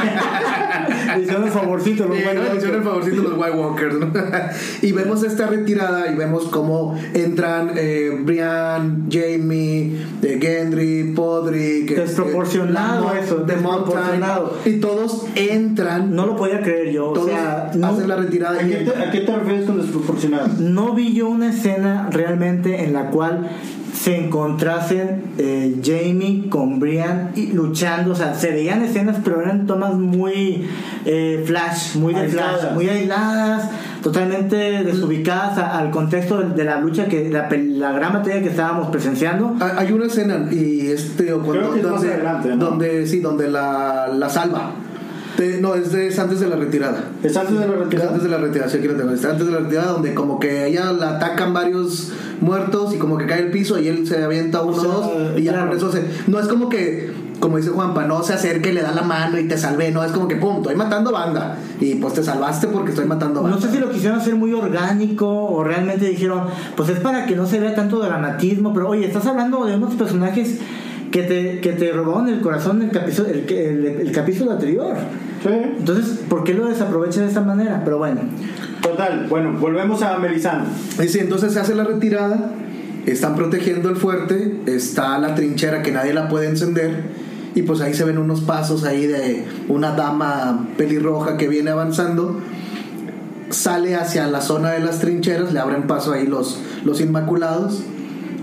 [SPEAKER 4] Le hicieron el favorcito, los
[SPEAKER 2] Eh,
[SPEAKER 4] White
[SPEAKER 2] no, le hicieron el
[SPEAKER 4] Walkers.
[SPEAKER 2] favorcito los White Walkers, ¿no? *laughs* y vemos esta retirada y vemos cómo entran eh, Brian, Jamie, eh, Gendry, Podrick, eh,
[SPEAKER 4] Desproporcionado
[SPEAKER 2] Lamont,
[SPEAKER 4] eso,
[SPEAKER 2] The Mountain,
[SPEAKER 4] desproporcionado.
[SPEAKER 2] y todos entran,
[SPEAKER 4] No lo podía creer yo. O
[SPEAKER 2] todos
[SPEAKER 4] sea, no,
[SPEAKER 2] hacen la retirada
[SPEAKER 3] ¿A
[SPEAKER 2] y
[SPEAKER 3] qué te, a qué te refieres con desproporcionado?
[SPEAKER 4] no vi yo una escena realmente en la cual se encontrasen eh, Jamie con Brian y luchando. O sea, se veían escenas, pero eran tomas muy eh, flash, muy de flash,
[SPEAKER 3] Aisladas.
[SPEAKER 4] muy aisladas, totalmente desubicadas a- al contexto de, de la lucha, que la, pel- la gran batalla que estábamos presenciando.
[SPEAKER 2] Ah, Hay una escena y este o cuando-
[SPEAKER 3] Creo que es más
[SPEAKER 2] donde,
[SPEAKER 3] adelante, ¿no?
[SPEAKER 2] donde sí, donde la, la salva. Te- no, es, de- es antes de la retirada.
[SPEAKER 3] ¿Es antes de la
[SPEAKER 2] Es
[SPEAKER 3] retirada?
[SPEAKER 2] antes de la retirada, sí, aquí la tengo. Es antes de la retirada donde como que ella la atacan varios muertos y como que cae el piso y él se avienta uno
[SPEAKER 3] O sea,
[SPEAKER 2] dos y ya
[SPEAKER 4] claro.
[SPEAKER 2] con eso se no es como que como dice Juanpa, no se acerque, le da la mano y te salvé, no es como que pum, estoy matando banda y pues te salvaste porque estoy matando banda.
[SPEAKER 4] No sé si lo quisieron hacer muy orgánico o realmente dijeron, pues es para que no se vea tanto dramatismo, pero oye, estás hablando de unos personajes que te, que te robaron el corazón el capítulo, el, el- el capítulo anterior.
[SPEAKER 3] Sí.
[SPEAKER 4] Entonces, ¿por qué lo desaprovechan de esa manera? Pero bueno,
[SPEAKER 3] Total, bueno, volvemos a Melisandre.
[SPEAKER 2] Y sí, entonces se hace la retirada, están protegiendo el fuerte, está la trinchera que nadie la puede encender, y pues ahí se ven unos pasos ahí de una dama pelirroja que viene avanzando, sale hacia la zona de las trincheras, le abren paso ahí los, los Inmaculados.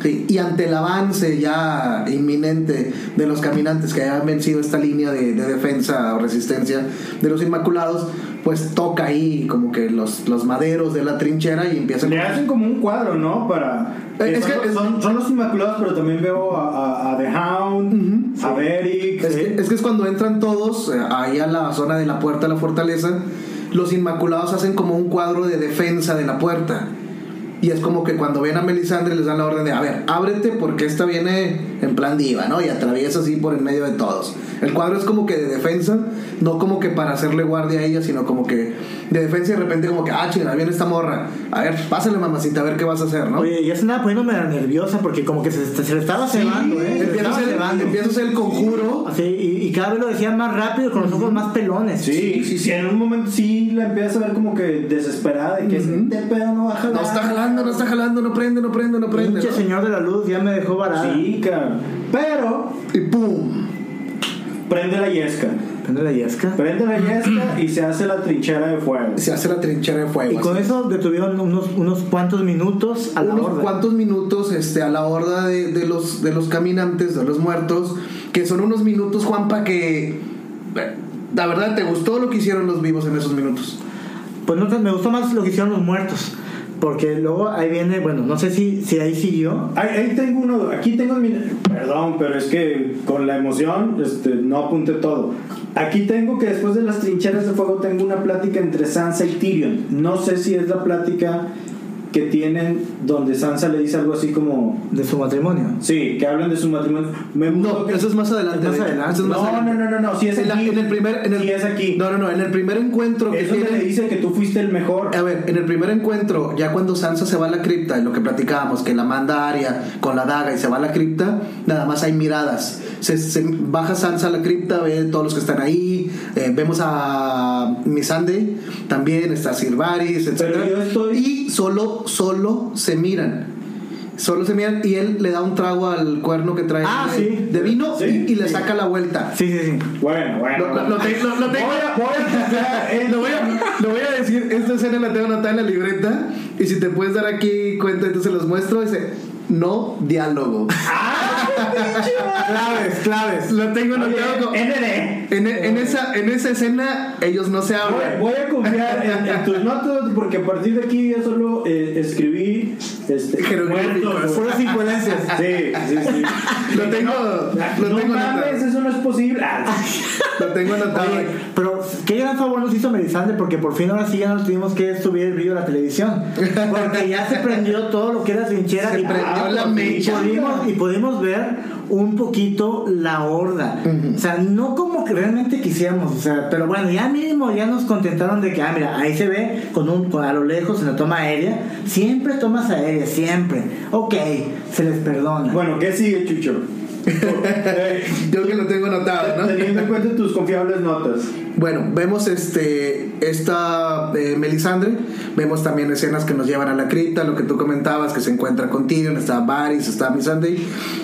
[SPEAKER 2] sí, y ante el avance ya inminente de los caminantes que hayan vencido esta línea de, de defensa o resistencia de los Inmaculados, pues toca ahí como que los, los maderos de la trinchera y empiezan
[SPEAKER 3] Le hacen como un cuadro, ¿no? Para.
[SPEAKER 2] Eh,
[SPEAKER 3] que
[SPEAKER 2] es
[SPEAKER 3] son,
[SPEAKER 2] que- es-
[SPEAKER 3] son, son los Inmaculados, pero también veo a, a- a The Hound, a Beric.
[SPEAKER 2] Es
[SPEAKER 3] sí.
[SPEAKER 2] que, es que es cuando entran todos eh, ahí a la zona de la puerta de la fortaleza, los Inmaculados hacen como un cuadro de defensa de la puerta. Y es como que cuando ven a Melisandre les dan la orden de, a ver, ábrete porque esta viene en plan diva, ¿no? Y atraviesa así por en medio de todos. El cuadro es como que de defensa, no como que para hacerle guardia a ella, sino como que de defensa y de repente como que, ah, chingada, viene esta morra. A ver, pásale mamacita, a ver qué vas a hacer, ¿no?
[SPEAKER 4] oye, ya se andaba poniéndome nerviosa porque como que se, se le estaba cebando, ¿eh? Se le
[SPEAKER 2] empieza, a
[SPEAKER 4] estaba
[SPEAKER 2] hacer,
[SPEAKER 4] cebando.
[SPEAKER 2] empieza a hacer el conjuro.
[SPEAKER 4] Así, y, y cada vez lo decía más rápido, con los ojos más pelones.
[SPEAKER 3] Sí, sí, sí. En un momento sí la empiezas a ver como que desesperada de que este pedo no baja
[SPEAKER 2] No está jalando, no está jalando, no prende, no prende, no prende.
[SPEAKER 4] Pinche
[SPEAKER 2] ¿no?
[SPEAKER 4] señor de la luz ya me dejó varada.
[SPEAKER 3] Sí, cabrón. Pero
[SPEAKER 2] Y pum.
[SPEAKER 3] prende la yesca.
[SPEAKER 4] Prende la yesca.
[SPEAKER 3] Prende la yesca y se hace la trinchera de fuego.
[SPEAKER 2] Se hace la trinchera de fuego.
[SPEAKER 4] Y con
[SPEAKER 2] así.
[SPEAKER 4] eso detuvieron unos, unos cuantos minutos a la
[SPEAKER 2] unos
[SPEAKER 4] horda.
[SPEAKER 2] cuantos minutos este, a la horda de, de los, de los caminantes, de los muertos, que son unos minutos, Juanpa, que eh, la verdad te gustó lo que hicieron los vivos en esos minutos.
[SPEAKER 4] Pues no, me gustó más lo que hicieron los muertos. Porque luego ahí viene, bueno, no sé si, si ahí siguió.
[SPEAKER 3] Ahí, ahí tengo uno, aquí tengo mi... Perdón, pero es que con la emoción este, no apunté todo. Aquí tengo que después de las trincheras de fuego tengo una plática entre Sansa y Tyrion. No sé si es la plática que tienen donde Sansa le dice algo así como...
[SPEAKER 4] De su matrimonio.
[SPEAKER 3] Sí, que hablan de su matrimonio. Me gustó
[SPEAKER 2] No,
[SPEAKER 3] que-
[SPEAKER 2] eso es más adelante.
[SPEAKER 4] Más
[SPEAKER 2] de hecho.
[SPEAKER 4] adelante.
[SPEAKER 2] Eso es más
[SPEAKER 3] no,
[SPEAKER 2] adelante.
[SPEAKER 3] no, no, no, no, sí es
[SPEAKER 2] En, la-
[SPEAKER 3] aquí.
[SPEAKER 2] en el primer. En el,
[SPEAKER 3] Sí es aquí.
[SPEAKER 2] No, no, no. En el primer encuentro que Ah.
[SPEAKER 3] es donde
[SPEAKER 2] tienen-
[SPEAKER 3] le dice que tú fuiste el mejor.
[SPEAKER 2] A ver, en el primer encuentro, ya cuando Sansa se va a la cripta, en lo que platicábamos, que la manda Arya con la daga y se va a la cripta, nada más hay miradas. Se, se baja Sansa a la cripta, ve todos los que están ahí, eh, vemos a Missandei, también está Sir Varys, etc.
[SPEAKER 3] Pero yo estoy-
[SPEAKER 2] Y solo, solo se miran. Solo se miran y él le da un trago al cuerno que trae
[SPEAKER 4] Ah,
[SPEAKER 2] de,
[SPEAKER 4] sí.
[SPEAKER 2] de vino
[SPEAKER 3] Sí,
[SPEAKER 2] y, y le
[SPEAKER 3] sí.
[SPEAKER 2] saca la vuelta.
[SPEAKER 4] Sí, sí, sí.
[SPEAKER 3] Bueno, bueno.
[SPEAKER 2] Lo, lo- lo te- lo- lo tengo-
[SPEAKER 3] Voy a- voy a empezar, eh,
[SPEAKER 2] *laughs* lo voy, a, lo voy a decir, esta escena la tengo anotada en la libreta y si te puedes dar aquí cuenta, entonces se los muestro, dice, no
[SPEAKER 3] *laughs*
[SPEAKER 2] diálogo.
[SPEAKER 4] Claves, claves.
[SPEAKER 2] Lo tengo anotado como-
[SPEAKER 3] Ah. Oye, ND.
[SPEAKER 2] en, e- en esa, en esa escena ellos no se
[SPEAKER 3] Voy,
[SPEAKER 2] hablan.
[SPEAKER 3] voy a confiar en, en tus notas porque a partir de aquí yo solo eh, escribí este,
[SPEAKER 2] Jeroglíficos.
[SPEAKER 3] muertos.
[SPEAKER 4] Puras incoherencias.
[SPEAKER 3] Sí, sí, sí.
[SPEAKER 2] *laughs* Lo tengo, lo
[SPEAKER 3] no
[SPEAKER 2] tengo
[SPEAKER 3] mames,
[SPEAKER 2] anotado.
[SPEAKER 3] eso no es posible. Ah,
[SPEAKER 2] *laughs* Lo tengo anotado.
[SPEAKER 4] Oye, pero qué gran favor nos hizo Melisandre porque por fin ahora sí ya nos tuvimos que subir el brillo a la televisión. Porque ya se prendió todo lo que era trinchera
[SPEAKER 2] Se
[SPEAKER 4] y
[SPEAKER 2] prendió la
[SPEAKER 4] y
[SPEAKER 2] mecha.
[SPEAKER 4] pudimos- y pudimos ver un poquito la horda. O sea, no como que realmente quisiéramos, o sea, pero bueno, ya mínimo ya nos contentaron de que, ah, mira, ahí se ve con un con- a lo lejos en la toma aérea, siempre tomas aérea, siempre. Ok, se les perdona.
[SPEAKER 2] *laughs*
[SPEAKER 3] Bueno, ¿qué sigue, Chucho? Eh,
[SPEAKER 2] Yo que lo tengo anotado, ¿no?
[SPEAKER 3] Teniendo en cuenta tus confiables notas.
[SPEAKER 2] Bueno, vemos este esta eh, Melisandre, vemos también escenas que nos llevan a la cripta, lo que tú comentabas, que se encuentra con Tyrion, está Varys, está Missandei,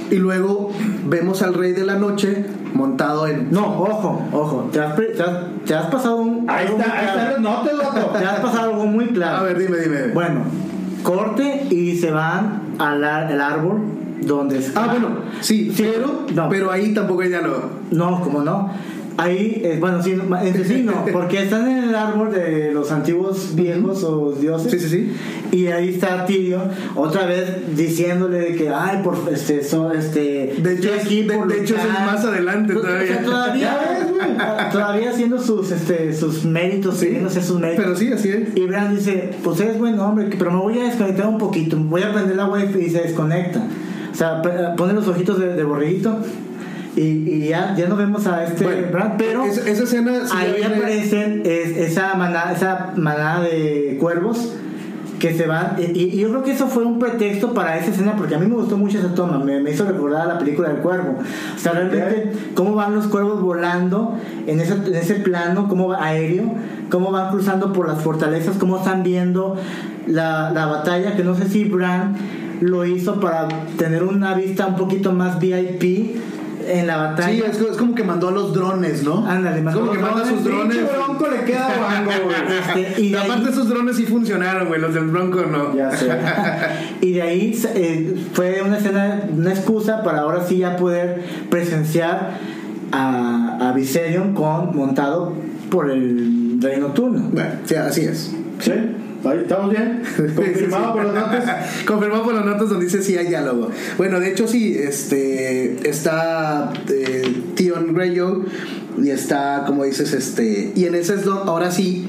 [SPEAKER 2] y luego vemos al Rey de la Noche montado en...
[SPEAKER 4] No, ojo, ojo. Te has, pre- te has- te has pasado un.
[SPEAKER 3] Ahí
[SPEAKER 4] algo muy
[SPEAKER 3] está, ahí están
[SPEAKER 4] claro.
[SPEAKER 3] las notas,
[SPEAKER 4] *laughs*
[SPEAKER 3] loco.
[SPEAKER 4] Te has pasado algo muy claro.
[SPEAKER 2] A ver, dime, dime.
[SPEAKER 4] Bueno, corte y se van al ar- el árbol donde está.
[SPEAKER 2] ah, bueno, sí,
[SPEAKER 4] Sí,
[SPEAKER 2] pero,
[SPEAKER 4] no.
[SPEAKER 2] pero ahí tampoco hay diálogo.
[SPEAKER 4] No, como no. Ahí, eh, bueno, sí, ma- entre sí
[SPEAKER 2] *laughs*
[SPEAKER 4] no, porque están en el árbol de los antiguos viejos o dioses.
[SPEAKER 2] Sí, sí, sí.
[SPEAKER 4] Y ahí está Tyrion otra vez diciéndole de que, ay, por este, so, este.
[SPEAKER 2] De hecho,
[SPEAKER 4] estoy
[SPEAKER 2] es- de-
[SPEAKER 4] por
[SPEAKER 2] de hecho, eso es
[SPEAKER 4] luchar".
[SPEAKER 2] más adelante
[SPEAKER 4] O sea,
[SPEAKER 2] todavía.
[SPEAKER 4] todavía,
[SPEAKER 2] *laughs*
[SPEAKER 4] todavía haciendo sus, este, sus méritos, teniéndose sus méritos.
[SPEAKER 2] Pero sí, así es.
[SPEAKER 4] Y Bran dice, pues eres buen hombre, pero me voy a desconectar un poquito, voy a prender la wifi y se desconecta. O sea, p- pone los ojitos de, de borreguito y, y ya, ya no vemos a este
[SPEAKER 2] Bueno,
[SPEAKER 4] Bran, pero
[SPEAKER 2] es- esa escena... sí
[SPEAKER 4] ahí
[SPEAKER 2] ya viene-
[SPEAKER 4] aparecen es- esa, manada, esa manada de cuervos que se van, y, y- y yo creo que eso fue un pretexto para esa escena, porque a mí me gustó mucho esa toma, me, me hizo recordar a la película del cuervo. O sea, realmente, cómo van los cuervos volando en, ese- en ese plano, cómo va aéreo, cómo van cruzando por las fortalezas, cómo están viendo la, la batalla, que no sé si Bran lo hizo para tener una vista un poquito más VIP en la batalla.
[SPEAKER 2] Sí, es, co- es como que mandó a los drones, ¿no?
[SPEAKER 4] Ándale,
[SPEAKER 2] es
[SPEAKER 4] mandó
[SPEAKER 2] como
[SPEAKER 4] a
[SPEAKER 2] que
[SPEAKER 4] los
[SPEAKER 2] manda sus drones.
[SPEAKER 3] Pinche bronco le queda guango, güey.
[SPEAKER 4] Este, y
[SPEAKER 2] Y
[SPEAKER 4] de ahí-
[SPEAKER 2] *laughs* aparte esos drones sí funcionaron, güey, los del Bronco no.
[SPEAKER 3] Ya sé.
[SPEAKER 4] Y de ahí eh, fue una escena, una excusa para ahora sí ya poder presenciar a, a Viserion con, montado por el Rey Nocturno.
[SPEAKER 2] Bueno, sí, así es. *laughs*
[SPEAKER 3] ¿Sí? Ahí, ¿Estamos bien?
[SPEAKER 2] Sí,
[SPEAKER 3] Confirmado
[SPEAKER 2] sí.
[SPEAKER 3] por las notas.
[SPEAKER 2] Confirmado por las notas donde dice sí hay diálogo. Bueno, de hecho sí, este está eh, Tion Greyjoy y está, como dices, este. Y en ese es donde, ahora sí,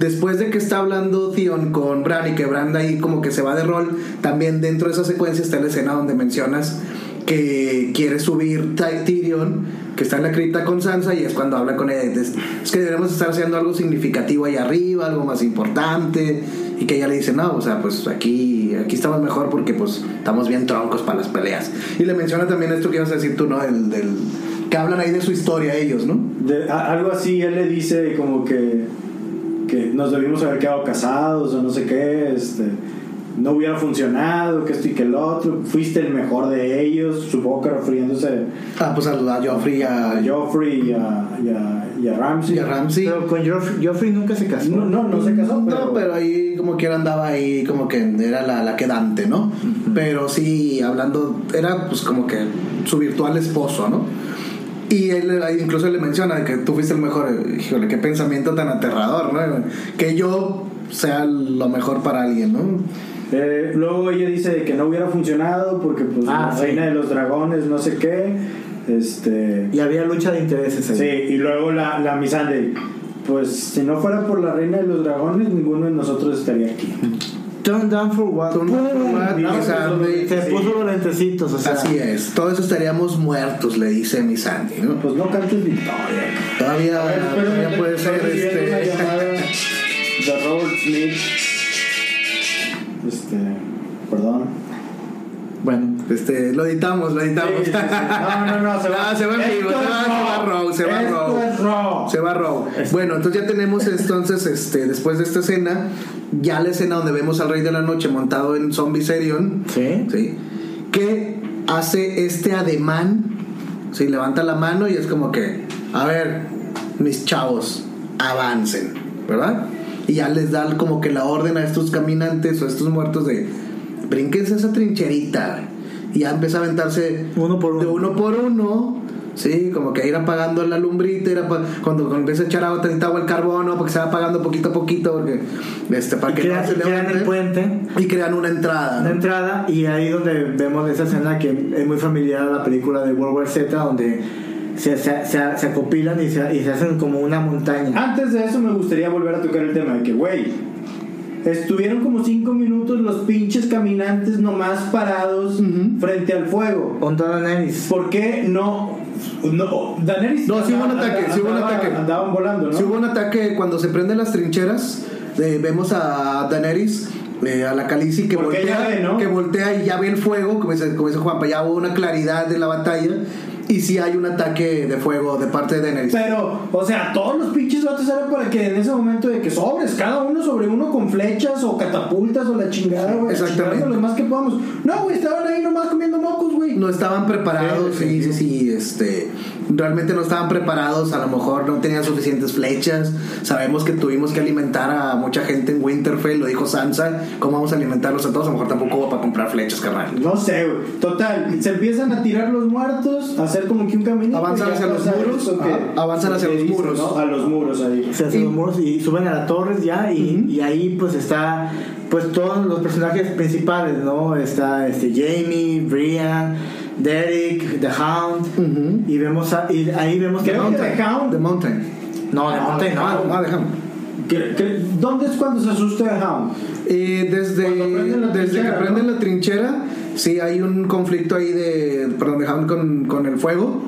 [SPEAKER 2] después de que está hablando Tion con Bran y que Bran ahí como que se va de rol, también dentro de esa secuencia está la escena donde mencionas que quiere subir Ty- Tyrion, que está en la cripta con Sansa, y es cuando habla con ella. y dices, es que deberíamos estar haciendo algo significativo ahí arriba, algo más importante. Y que ella le dice, no, o sea, pues aquí, aquí estamos mejor porque pues estamos bien troncos para las peleas. Y le menciona también esto que ibas a decir tú, ¿no? El, del, que hablan ahí de su historia ellos, ¿no?
[SPEAKER 3] De- a- algo así, él le dice como que, que nos debimos haber quedado casados o no sé qué, este, no hubiera funcionado, que esto y que el otro, fuiste el mejor de ellos, supongo que refiriéndose
[SPEAKER 2] Ah, pues a, a Joffrey, a,
[SPEAKER 3] a Joffrey y a, y a, y a Ramsey.
[SPEAKER 2] y a Ramsey.
[SPEAKER 4] Pero con Joff- Joffrey nunca se casó.
[SPEAKER 3] No, no, no se casó, pero...
[SPEAKER 2] No, pero ahí como que andaba ahí, como que era la, la quedante, ¿no? Pero sí, hablando, era pues como que su virtual esposo, ¿no? Y él ahí incluso le menciona que tú fuiste el mejor, híjole, qué pensamiento tan aterrador, ¿no? Que yo sea lo mejor para alguien, ¿no?
[SPEAKER 3] Eh, luego ella dice que no hubiera funcionado porque pues
[SPEAKER 4] Ah,
[SPEAKER 3] la
[SPEAKER 4] sí.
[SPEAKER 3] reina de los dragones, no sé qué, este...
[SPEAKER 4] Y había lucha de intereses ahí.
[SPEAKER 3] Sí, y luego la, la Missandei. Pues si no fuera por la reina de los dragones, ninguno de nosotros estaría aquí.
[SPEAKER 4] Turn down for what?
[SPEAKER 2] Turn down for
[SPEAKER 4] ¡Pum!
[SPEAKER 2] what?
[SPEAKER 4] Y
[SPEAKER 2] Ah,
[SPEAKER 4] se
[SPEAKER 2] Sandy,
[SPEAKER 4] se
[SPEAKER 3] sí.
[SPEAKER 4] puso los lentecitos, o sea.
[SPEAKER 2] Así es, todos estaríamos muertos, le dice mi Sandy, ¿no?
[SPEAKER 3] Pues no cantes victoria.
[SPEAKER 2] Todavía, todavía Ah, puede ser
[SPEAKER 3] Una llamada
[SPEAKER 2] este...
[SPEAKER 3] de Robert Smith. Este, perdón.
[SPEAKER 4] Bueno.
[SPEAKER 2] Este, lo editamos, lo editamos.
[SPEAKER 3] Sí, sí, sí. No, no, no, se va.
[SPEAKER 2] *laughs* Ah, se va en vivo,
[SPEAKER 3] Esto
[SPEAKER 2] se va,
[SPEAKER 3] es
[SPEAKER 2] se va
[SPEAKER 3] raw.
[SPEAKER 2] raw, se va
[SPEAKER 3] Esto
[SPEAKER 2] raw.
[SPEAKER 3] es raw.
[SPEAKER 2] Se va Rob. Bueno, entonces ya tenemos entonces, este, después de esta escena, ya la escena donde vemos al Rey de la Noche montado en Zombie Serion,
[SPEAKER 4] ¿Sí?
[SPEAKER 2] ¿sí? Que hace este ademán, ¿sí? Levanta la mano y es como que, a ver, mis chavos, avancen, ¿verdad? Y ya les da como que la orden a estos caminantes o a estos muertos de, brínquense esa trincherita. Y ya empieza a aventarse
[SPEAKER 4] Uno por uno.
[SPEAKER 2] de uno por uno, sí, como que ir apagando la lumbrita, ir apa- cuando, cuando empieza a echar agua, tantita agua el carbono, porque se va apagando poquito a poquito, porque este, para
[SPEAKER 4] Y
[SPEAKER 2] que
[SPEAKER 4] crean,
[SPEAKER 2] no se
[SPEAKER 4] y crean el
[SPEAKER 2] levante.
[SPEAKER 4] puente.
[SPEAKER 2] Y crean una entrada.
[SPEAKER 4] la
[SPEAKER 2] ¿no?
[SPEAKER 4] entrada y ahí donde vemos esa escena que es muy familiar a la película de World War Z donde se, se, se- se acopilan y se, y se hacen como una montaña.
[SPEAKER 3] Antes de eso me gustaría volver a tocar el tema de que, güey, estuvieron como cinco minutos los pinches caminantes nomás parados frente al fuego.
[SPEAKER 4] On Daenerys.
[SPEAKER 3] ¿Por qué no? No, Daenerys-
[SPEAKER 2] No, sí hubo un
[SPEAKER 3] andaba-
[SPEAKER 2] ataque, sí hubo un
[SPEAKER 3] andaba-
[SPEAKER 2] ataque.
[SPEAKER 3] Andaban volando, ¿no?
[SPEAKER 2] Si hubo un ataque cuando se prenden las trincheras, eh, vemos a Daenerys eh, a la Calici que
[SPEAKER 5] Porque
[SPEAKER 2] voltea,
[SPEAKER 5] ella ve, ¿no?
[SPEAKER 2] que voltea y ya ve el fuego, como dice, como dice Juanpa, ya hubo una claridad de la batalla y si hay un ataque de fuego de parte de Daenerys.
[SPEAKER 5] Pero, o sea, todos los pinches vatos eran para que en ese momento de que sobres, cada uno sobre uno con flechas o catapultas o la chingada, güey.
[SPEAKER 2] Exactamente.
[SPEAKER 5] chingando Lo más que podamos. No, güey, estaban ahí nomás comiendo mocos, güey.
[SPEAKER 2] No estaban preparados,
[SPEAKER 5] Sí,
[SPEAKER 2] sí, sí, sí, este, realmente no estaban preparados, a lo mejor no tenían suficientes flechas, sabemos que tuvimos que alimentar a mucha gente en Winterfell, lo dijo Sansa, ¿cómo vamos a alimentarlos a todos? A lo mejor tampoco hubo para comprar flechas, carnal.
[SPEAKER 5] No sé, güey. Total, se empiezan a tirar los muertos, a hacer como que un camino.
[SPEAKER 2] Avanzan hacia los muros, ajá, avanzan hacia los muros.
[SPEAKER 5] A los muros ahí.
[SPEAKER 4] se hacen
[SPEAKER 2] Y-
[SPEAKER 4] los muros y suben a las torres ya y, y ahí pues está pues todos los personajes principales no está este Jamie Brian Derek The Hound y vemos a- y ahí vemos que
[SPEAKER 5] Creo que The Hound.
[SPEAKER 2] The Mountain.
[SPEAKER 4] no The Mountain
[SPEAKER 2] Ah,
[SPEAKER 4] no
[SPEAKER 2] ah, The Hound.
[SPEAKER 5] ¿Qué- qué- ¿Dónde es cuando se asusta The Hound?
[SPEAKER 2] Eh, desde
[SPEAKER 5] Cuando prenden la
[SPEAKER 2] desde que
[SPEAKER 5] trinchera,
[SPEAKER 2] prenden
[SPEAKER 5] ¿no?
[SPEAKER 2] la trinchera, sí hay un conflicto ahí de, perdón, de Hound con, con el fuego.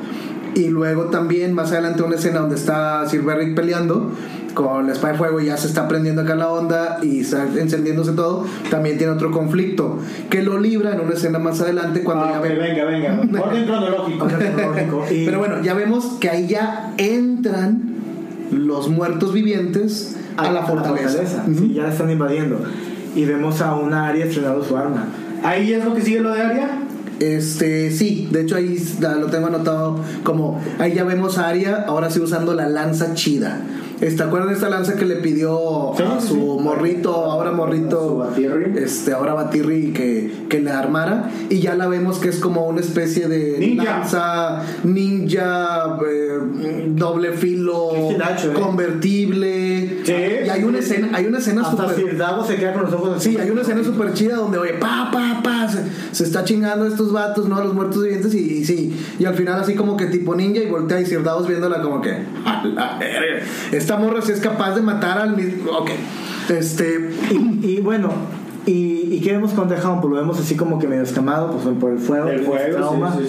[SPEAKER 2] Y luego también más adelante una escena donde está Sir Beric peleando con la espada de fuego y ya se está prendiendo acá la onda y está encendiéndose todo. También tiene otro conflicto que lo libra en una escena más adelante cuando
[SPEAKER 5] Ah,
[SPEAKER 2] ya
[SPEAKER 5] ok,
[SPEAKER 2] ve-
[SPEAKER 5] venga, venga. Orden cronológico. *laughs*
[SPEAKER 4] cronológico. Y-
[SPEAKER 2] Pero bueno, ya vemos que ahí ya entran los muertos vivientes a, la fortaleza. Ujú.
[SPEAKER 4] sí, ya la están invadiendo y vemos a una Arya estrenando su arma
[SPEAKER 5] Ahí es lo que sigue lo de Aria.
[SPEAKER 2] Este, sí, de hecho ahí da- lo tengo anotado como ahí ya vemos a Arya ahora sí usando la lanza chida. ¿Te acuerdan de esta lanza que le pidió
[SPEAKER 5] Sí,
[SPEAKER 2] a
[SPEAKER 5] sí,
[SPEAKER 2] su
[SPEAKER 5] sí.
[SPEAKER 2] morrito, ahora
[SPEAKER 5] A su
[SPEAKER 2] morrito,
[SPEAKER 5] Batirri.
[SPEAKER 2] este, ahora Batirri que, que le armara? Y ya la vemos que es como una especie de
[SPEAKER 5] Ninja.
[SPEAKER 2] lanza ninja, eh, doble filo,
[SPEAKER 4] Estilacho, eh.
[SPEAKER 2] convertible.
[SPEAKER 5] Sí.
[SPEAKER 2] Y hay una escena, hay una escena
[SPEAKER 4] hasta
[SPEAKER 2] súper-
[SPEAKER 4] Sir Davos se queda con los ojos así
[SPEAKER 2] Sí, hay una escena súper chida donde, oye, pa, pa, pa, se, se está chingando a estos vatos, ¿no? A los muertos vivientes, y, y sí. Y al final, así como que tipo ninja, y voltea y Sir Davos viéndola como que, a la verga. Esta morra sí es capaz de matar al mismo. Ok. Este.
[SPEAKER 4] y, y bueno y, y qué vemos con The Hound pues lo vemos así como que medio escamado pues, por el fuego
[SPEAKER 5] Del
[SPEAKER 4] por
[SPEAKER 5] fuego, sí,
[SPEAKER 4] trauma.
[SPEAKER 5] sí,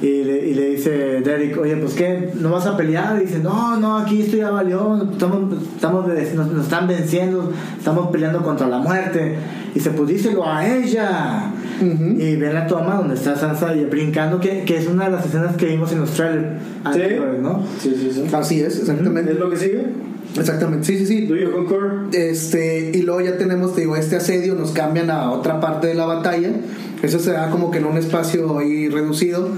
[SPEAKER 5] sí.
[SPEAKER 4] Y le, y le dice Derek, oye, pues qué, ¿no vas a pelear? Y dice, no, no, aquí esto ya valió, estamos, estamos, nos, nos están venciendo, estamos peleando contra la muerte. Y dice, pues díselo a ella. Y ve la toma donde está Sansa y brincando, que, que es una de las escenas que vimos en los trailers anteriores, ¿no?
[SPEAKER 5] Sí, sí, sí.
[SPEAKER 2] Así es, exactamente.
[SPEAKER 5] ¿Es lo que sigue?
[SPEAKER 2] Exactamente. Sí, sí, sí.
[SPEAKER 5] ¿Do you concur?
[SPEAKER 2] Este, y luego ya tenemos, te digo, este asedio, nos cambian a otra parte de la batalla. Eso se da como que en un espacio ahí reducido,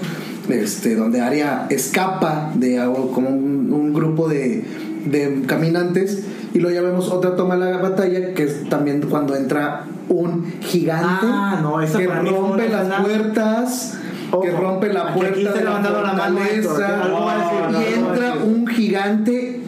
[SPEAKER 2] este, donde Arya escapa de algo- como un, un grupo de, de caminantes. Y luego ya vemos otra toma de la batalla, que es también cuando entra un gigante
[SPEAKER 4] Ah, no, esa
[SPEAKER 2] que
[SPEAKER 4] para mí fue
[SPEAKER 2] rompe
[SPEAKER 4] una
[SPEAKER 2] las
[SPEAKER 4] escena-
[SPEAKER 2] puertas. Que
[SPEAKER 4] Ojo,
[SPEAKER 2] rompe la
[SPEAKER 4] aquí
[SPEAKER 2] puerta
[SPEAKER 4] se
[SPEAKER 2] de
[SPEAKER 4] le
[SPEAKER 2] la
[SPEAKER 4] van dando la mano a Héctor,
[SPEAKER 2] fortaleza.
[SPEAKER 4] que algo va a decir,
[SPEAKER 5] No, no,
[SPEAKER 2] y
[SPEAKER 5] no, no,
[SPEAKER 2] entra
[SPEAKER 5] no.
[SPEAKER 2] un gigante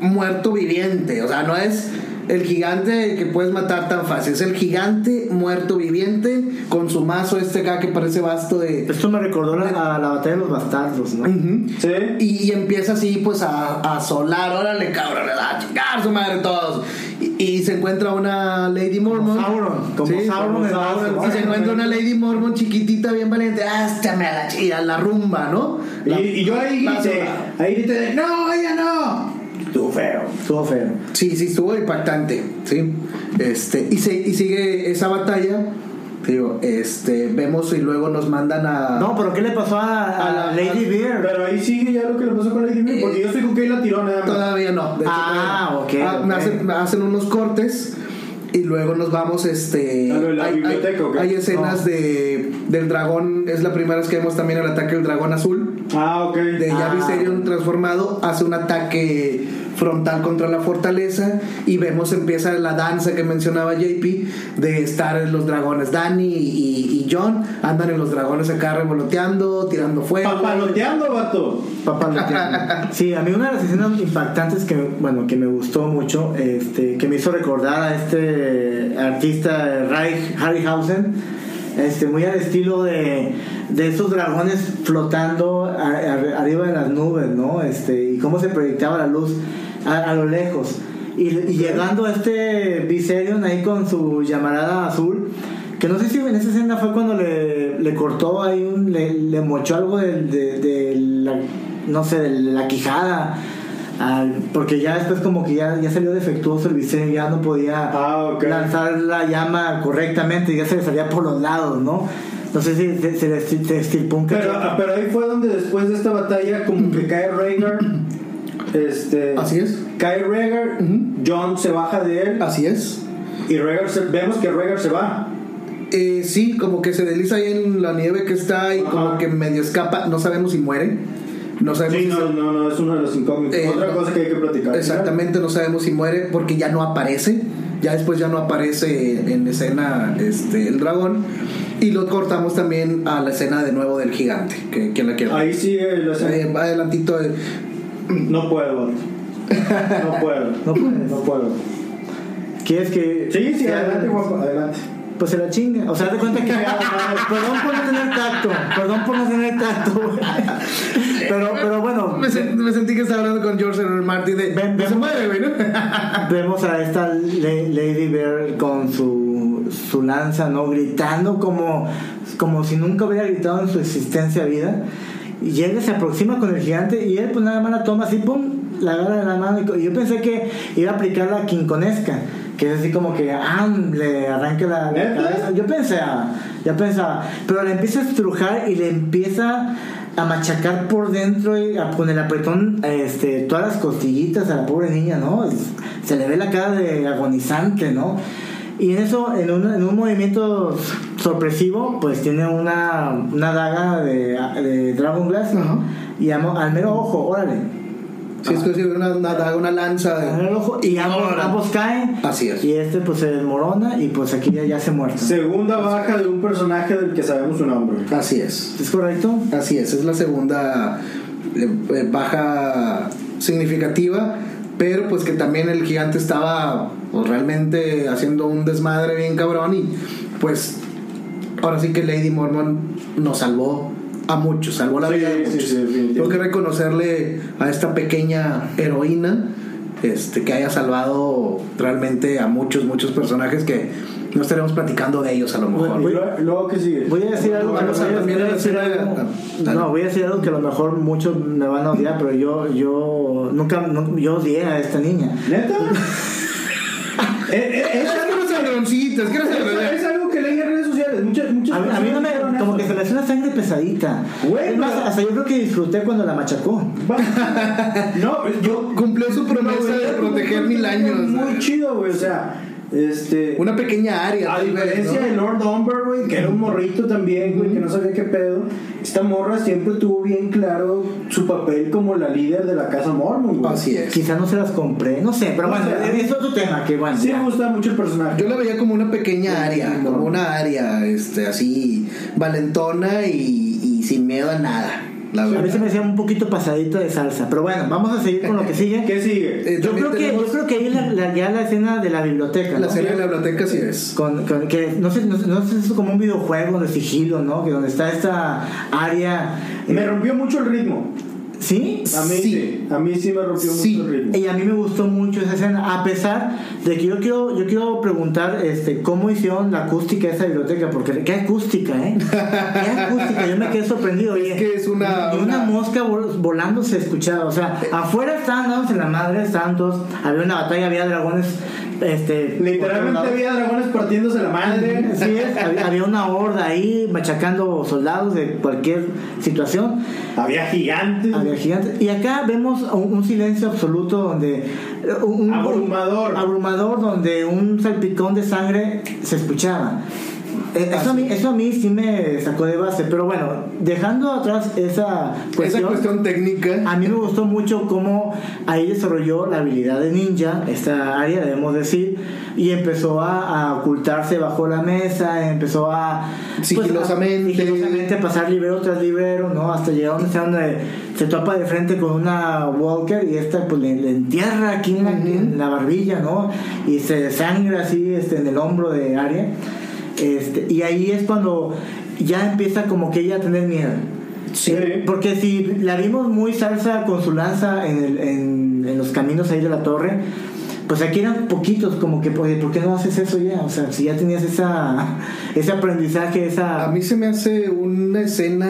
[SPEAKER 2] muerto viviente. O sea, no es el gigante que puedes matar tan fácil. Es el gigante muerto viviente con su mazo este acá que parece basto de...
[SPEAKER 4] Esto me recordó la, a la batalla de los bastardos, ¿no?
[SPEAKER 2] Ujú.
[SPEAKER 5] Sí.
[SPEAKER 2] Y, y empieza así pues a, a solar, órale cabrón, a chingar su madre todos. Y, y se encuentra una Lady Mormon.
[SPEAKER 4] Sauron, como
[SPEAKER 2] Sí,
[SPEAKER 4] Sauron
[SPEAKER 2] como
[SPEAKER 4] en Sauron.
[SPEAKER 2] Y se encuentra una Lady Mormon chiquitita, bien valiente. Hástame a la chida, la rumba, ¿no? La-
[SPEAKER 5] y, y yo ahí
[SPEAKER 2] la-
[SPEAKER 5] grité, ahí grité, de, no, ella no. Tú feo.
[SPEAKER 4] Estuvo feo.
[SPEAKER 2] Sí, sí, estuvo impactante, ¿sí? Este, y, se- y sigue esa batalla, digo, este, vemos y luego nos mandan a...
[SPEAKER 4] No, pero ¿qué le pasó a, a
[SPEAKER 2] A la-
[SPEAKER 4] la Lady Bear?
[SPEAKER 5] Pero ahí sigue ya lo que le pasó con Lady Miller,
[SPEAKER 2] Eh,
[SPEAKER 5] porque yo estoy con que la tiró nada más.
[SPEAKER 2] Todavía no. de hecho, todavía
[SPEAKER 4] Ah,
[SPEAKER 2] no.
[SPEAKER 4] ok,
[SPEAKER 2] Ah, me
[SPEAKER 4] ok.
[SPEAKER 2] hacen, me hacen unos cortes y luego nos vamos, este...
[SPEAKER 5] ¿A Ah, lo de la
[SPEAKER 2] hay, hay-
[SPEAKER 5] biblioteca o qué?
[SPEAKER 2] hay escenas de, del dragón, es la primera vez que vemos también el ataque del dragón azul.
[SPEAKER 5] Ah, ok.
[SPEAKER 2] De ya
[SPEAKER 4] Ah.
[SPEAKER 2] Viserion transformado hace un ataque frontal contra la fortaleza y vemos empieza la danza que mencionaba JP de estar en los dragones. Dani y, y John andan en los dragones acá revoloteando, tirando fuego.
[SPEAKER 3] Ah,
[SPEAKER 5] Papaloteando, vato.
[SPEAKER 4] Papá lo entiende.
[SPEAKER 2] *laughs*
[SPEAKER 4] Sí, a mí una de las escenas impactantes que, bueno, que me gustó mucho, este, que me hizo recordar a este artista Reich Harryhausen, este, muy al estilo de, de esos dragones flotando a- a- arriba de las nubes, ¿no? Este, y cómo se proyectaba la luz a, a lo lejos. Y, y llegando este Viserion ahí con su llamarada azul, que no sé si en esa escena fue cuando le, le cortó ahí un. le, le mochó algo de, de- de la. no sé, de la quijada al- porque ya después como que ya, ya salió defectuoso el visero, ya no podía
[SPEAKER 3] Ah, ok.
[SPEAKER 4] lanzar la llama correctamente, ya se le salía por los lados, ¿no? Entonces sí, se, se le estil- se estilpó un
[SPEAKER 3] Pero, ah,
[SPEAKER 4] cachete.
[SPEAKER 3] pero ahí fue donde después de esta batalla como que cae Rhaegar. Este,
[SPEAKER 2] Así es.
[SPEAKER 3] Cae Rhaegar, John se baja de él
[SPEAKER 2] Así es.
[SPEAKER 3] y Rhaegar se- vemos que Rhaegar se va.
[SPEAKER 2] Eh, sí, como que se desliza ahí en la nieve que está y
[SPEAKER 3] Ajá.
[SPEAKER 2] como que medio escapa. No sabemos si muere. No sabemos
[SPEAKER 3] Sí,
[SPEAKER 2] si
[SPEAKER 3] no, no, no, es uno de los incógnitos.
[SPEAKER 2] Eh,
[SPEAKER 3] Otra
[SPEAKER 2] no.
[SPEAKER 3] cosa que hay que platicar.
[SPEAKER 2] Exactamente, no sabemos si muere porque ya no aparece. Ya después ya no aparece en escena este, el dragón. Y lo cortamos también a la escena de nuevo del gigante. Que, ¿Quién la quiere?
[SPEAKER 3] Ahí sigue la escena.
[SPEAKER 2] Eh, va adelantito. eh,
[SPEAKER 3] No puedo, vato.
[SPEAKER 2] *laughs*
[SPEAKER 3] No puedo.
[SPEAKER 4] No puedes.
[SPEAKER 3] No puedo.
[SPEAKER 4] ¿Quieres que.?
[SPEAKER 3] Sí, sí,
[SPEAKER 4] que-
[SPEAKER 3] adelante, guapo, adelante.
[SPEAKER 4] Pues se la chinga. O sea, haz de cuenta que. ah, perdón por no tener tacto. Perdón por no tener tacto, güey. Pero, pero bueno.
[SPEAKER 2] Me, sen- me sentí que estaba hablando con George R. R. Martin de.
[SPEAKER 4] Ven,
[SPEAKER 2] "No se
[SPEAKER 4] ven".
[SPEAKER 2] muere, güey, ¿no?
[SPEAKER 4] Vemos a esta le- Lady Bear con su, su lanza, ¿no? Gritando como, como si nunca hubiera gritado en su existencia vida. Y él se aproxima con el gigante y él pues nada más la toma así, pum, la agarra de la mano. y co- Y yo pensé que iba a aplicar la quinconesca, que es así como que, ah, le arranca la, la
[SPEAKER 3] ¿Neta?
[SPEAKER 4] cabeza. Yo pensé, ah, ya pensaba, pero le empieza a estrujar y le empieza a machacar por dentro y a- con el apretón este, todas las costillitas a la pobre niña, ¿no? Es- Se le ve la cara de agonizante, ¿no? Y en eso, en un, en un movimiento sorpresivo, pues tiene una, una daga de, de Dragon Glass
[SPEAKER 2] Ajá.
[SPEAKER 4] y a mo- al mero ojo, órale.
[SPEAKER 2] Si es que *laughs* sí, una, una, daga, una lanza.
[SPEAKER 4] Al
[SPEAKER 2] de-
[SPEAKER 4] mero ojo y ambos,
[SPEAKER 2] Ahora.
[SPEAKER 4] ambos caen.
[SPEAKER 2] Así es.
[SPEAKER 4] Y este pues se desmorona y pues aquí ya, ya se muerto.
[SPEAKER 3] Segunda baja de un personaje del que sabemos su nombre.
[SPEAKER 2] Así es.
[SPEAKER 4] ¿Es correcto?
[SPEAKER 2] Así es. Es la segunda eh, eh, baja significativa. Pero pues que también el gigante estaba pues, realmente haciendo un desmadre bien cabrón. Y pues ahora sí que Lady Mormon nos salvó a muchos. Salvó la
[SPEAKER 3] Sí,
[SPEAKER 2] vida de
[SPEAKER 3] sí,
[SPEAKER 2] muchos.
[SPEAKER 3] sí, definitivamente.
[SPEAKER 2] Tengo que reconocerle a esta pequeña heroína este, que haya salvado realmente a muchos, muchos personajes que no estaremos platicando de ellos a lo mejor.
[SPEAKER 3] Y luego, luego que sigue.
[SPEAKER 4] Voy a decir algo.
[SPEAKER 2] Vamos a
[SPEAKER 4] voy a-
[SPEAKER 2] también
[SPEAKER 4] voy a
[SPEAKER 2] a la
[SPEAKER 4] decir
[SPEAKER 2] escena de-
[SPEAKER 4] algo-
[SPEAKER 2] ah, dale.
[SPEAKER 4] No, voy a decir algo que a lo mejor muchos me van a odiar, pero yo, yo nunca, no- yo odié a esta niña.
[SPEAKER 3] *laughs*
[SPEAKER 4] *laughs*
[SPEAKER 3] ¿Neta? Eh, eh,
[SPEAKER 2] Es
[SPEAKER 3] es,
[SPEAKER 2] que no se ladroncito, es que no se
[SPEAKER 3] es- es algo que leí en redes sociales. Muchas, muchas
[SPEAKER 4] A, mí- a mí no
[SPEAKER 3] personas dijeron
[SPEAKER 4] me, como
[SPEAKER 3] eso.
[SPEAKER 4] que se le hace una sangre pesadita.
[SPEAKER 3] Güey,
[SPEAKER 4] Es más,
[SPEAKER 3] pero-
[SPEAKER 4] hasta yo creo que disfruté cuando la machacó. *laughs*
[SPEAKER 3] No, pues, yo
[SPEAKER 2] Cumplió su promesa de proteger mil años.
[SPEAKER 3] Muy chido, güey. O sea, este.
[SPEAKER 2] Una pequeña área.
[SPEAKER 3] A
[SPEAKER 2] tal vez,
[SPEAKER 3] diferencia
[SPEAKER 2] ¿no?
[SPEAKER 3] de Lord Umber, güey, que era un morrito también, güey, que no sabía qué pedo, esta morra siempre tuvo bien claro su papel como la líder de la casa Mormon, güey.
[SPEAKER 2] Así es.
[SPEAKER 4] Quizá no se las compré, no sé, pero
[SPEAKER 3] No
[SPEAKER 4] bueno,
[SPEAKER 3] sé.
[SPEAKER 4] es otro tema que bueno.
[SPEAKER 3] Sí
[SPEAKER 4] ya.
[SPEAKER 3] me gusta mucho el personaje.
[SPEAKER 2] Yo la veía como una pequeña área, como una área este, así valentona y, y sin miedo a nada. La
[SPEAKER 4] A mí se
[SPEAKER 2] verdad.
[SPEAKER 4] me hacía un poquito pasadita de salsa, pero bueno, vamos a seguir con lo que sigue.
[SPEAKER 3] ¿Qué sigue?
[SPEAKER 2] Eh,
[SPEAKER 4] Yo
[SPEAKER 2] también
[SPEAKER 4] creo, que, yo
[SPEAKER 2] tenemos
[SPEAKER 4] creo que ahí la, la- ya la escena de la biblioteca.
[SPEAKER 2] la
[SPEAKER 4] ¿no?
[SPEAKER 2] escena de la biblioteca, sí es.
[SPEAKER 4] Con, con- que no sé, no, sé- no sé, es como un videojuego de sigilo, ¿no? Que donde está esta área. eh,
[SPEAKER 3] Me rompió mucho el ritmo.
[SPEAKER 4] ¿Sí?
[SPEAKER 3] A mí
[SPEAKER 2] Sí.
[SPEAKER 3] sí. A mí sí me rompió
[SPEAKER 2] Sí.
[SPEAKER 3] mucho el ritmo.
[SPEAKER 4] Y a mí me gustó mucho esa escena, a pesar de que yo quiero, yo quiero preguntar este, cómo hicieron la acústica de esa biblioteca, porque qué acústica, ¿eh? Qué acústica, yo me quedé sorprendido. oye.
[SPEAKER 2] Es que es una-
[SPEAKER 4] Ni una,
[SPEAKER 2] una- Eh.
[SPEAKER 4] mosca vol- volando se escuchaba, o sea, afuera estaban dándose la madre, estaban todos, había una batalla, había dragones. Este,
[SPEAKER 3] Literalmente había
[SPEAKER 4] había
[SPEAKER 3] dragones partiéndose la madre.
[SPEAKER 4] Así es, había había una horda ahí machacando soldados de cualquier situación.
[SPEAKER 3] Había gigantes.
[SPEAKER 4] Había gigantes. Y acá vemos un, un silencio absoluto donde. eh, Un, un-
[SPEAKER 3] Abrumador.
[SPEAKER 4] abrumador, donde un salpicón de sangre se escuchaba. Eh, Eso a, mí, eso a mí sí me sacó de base, pero bueno, dejando atrás esa
[SPEAKER 2] Pues, Esa cuestión técnica.
[SPEAKER 4] a mí me gustó mucho cómo ahí desarrolló la habilidad de ninja, esta área debemos decir, y empezó a, a ocultarse bajo la mesa, empezó a pues,
[SPEAKER 2] Sigilosamente.
[SPEAKER 4] a, sigilosamente pasar libero tras libero, ¿no? Hasta llegar donde, está donde se topa de frente con una Walker y esta pues le, le entierra aquí en la, en la barbilla, ¿no? Y se desangra así este, en el hombro de Arya. Este, y ahí es cuando ya empieza como que ella a tener miedo.
[SPEAKER 3] Sí.
[SPEAKER 4] Eh, Porque si la vimos muy salsa con su lanza en, el- en- en los caminos ahí de la torre, pues aquí eran poquitos, como que, oye, ¿por qué no haces eso ya? O sea, si ya tenías esa, ese aprendizaje, esa...
[SPEAKER 2] A mí se me hace una escena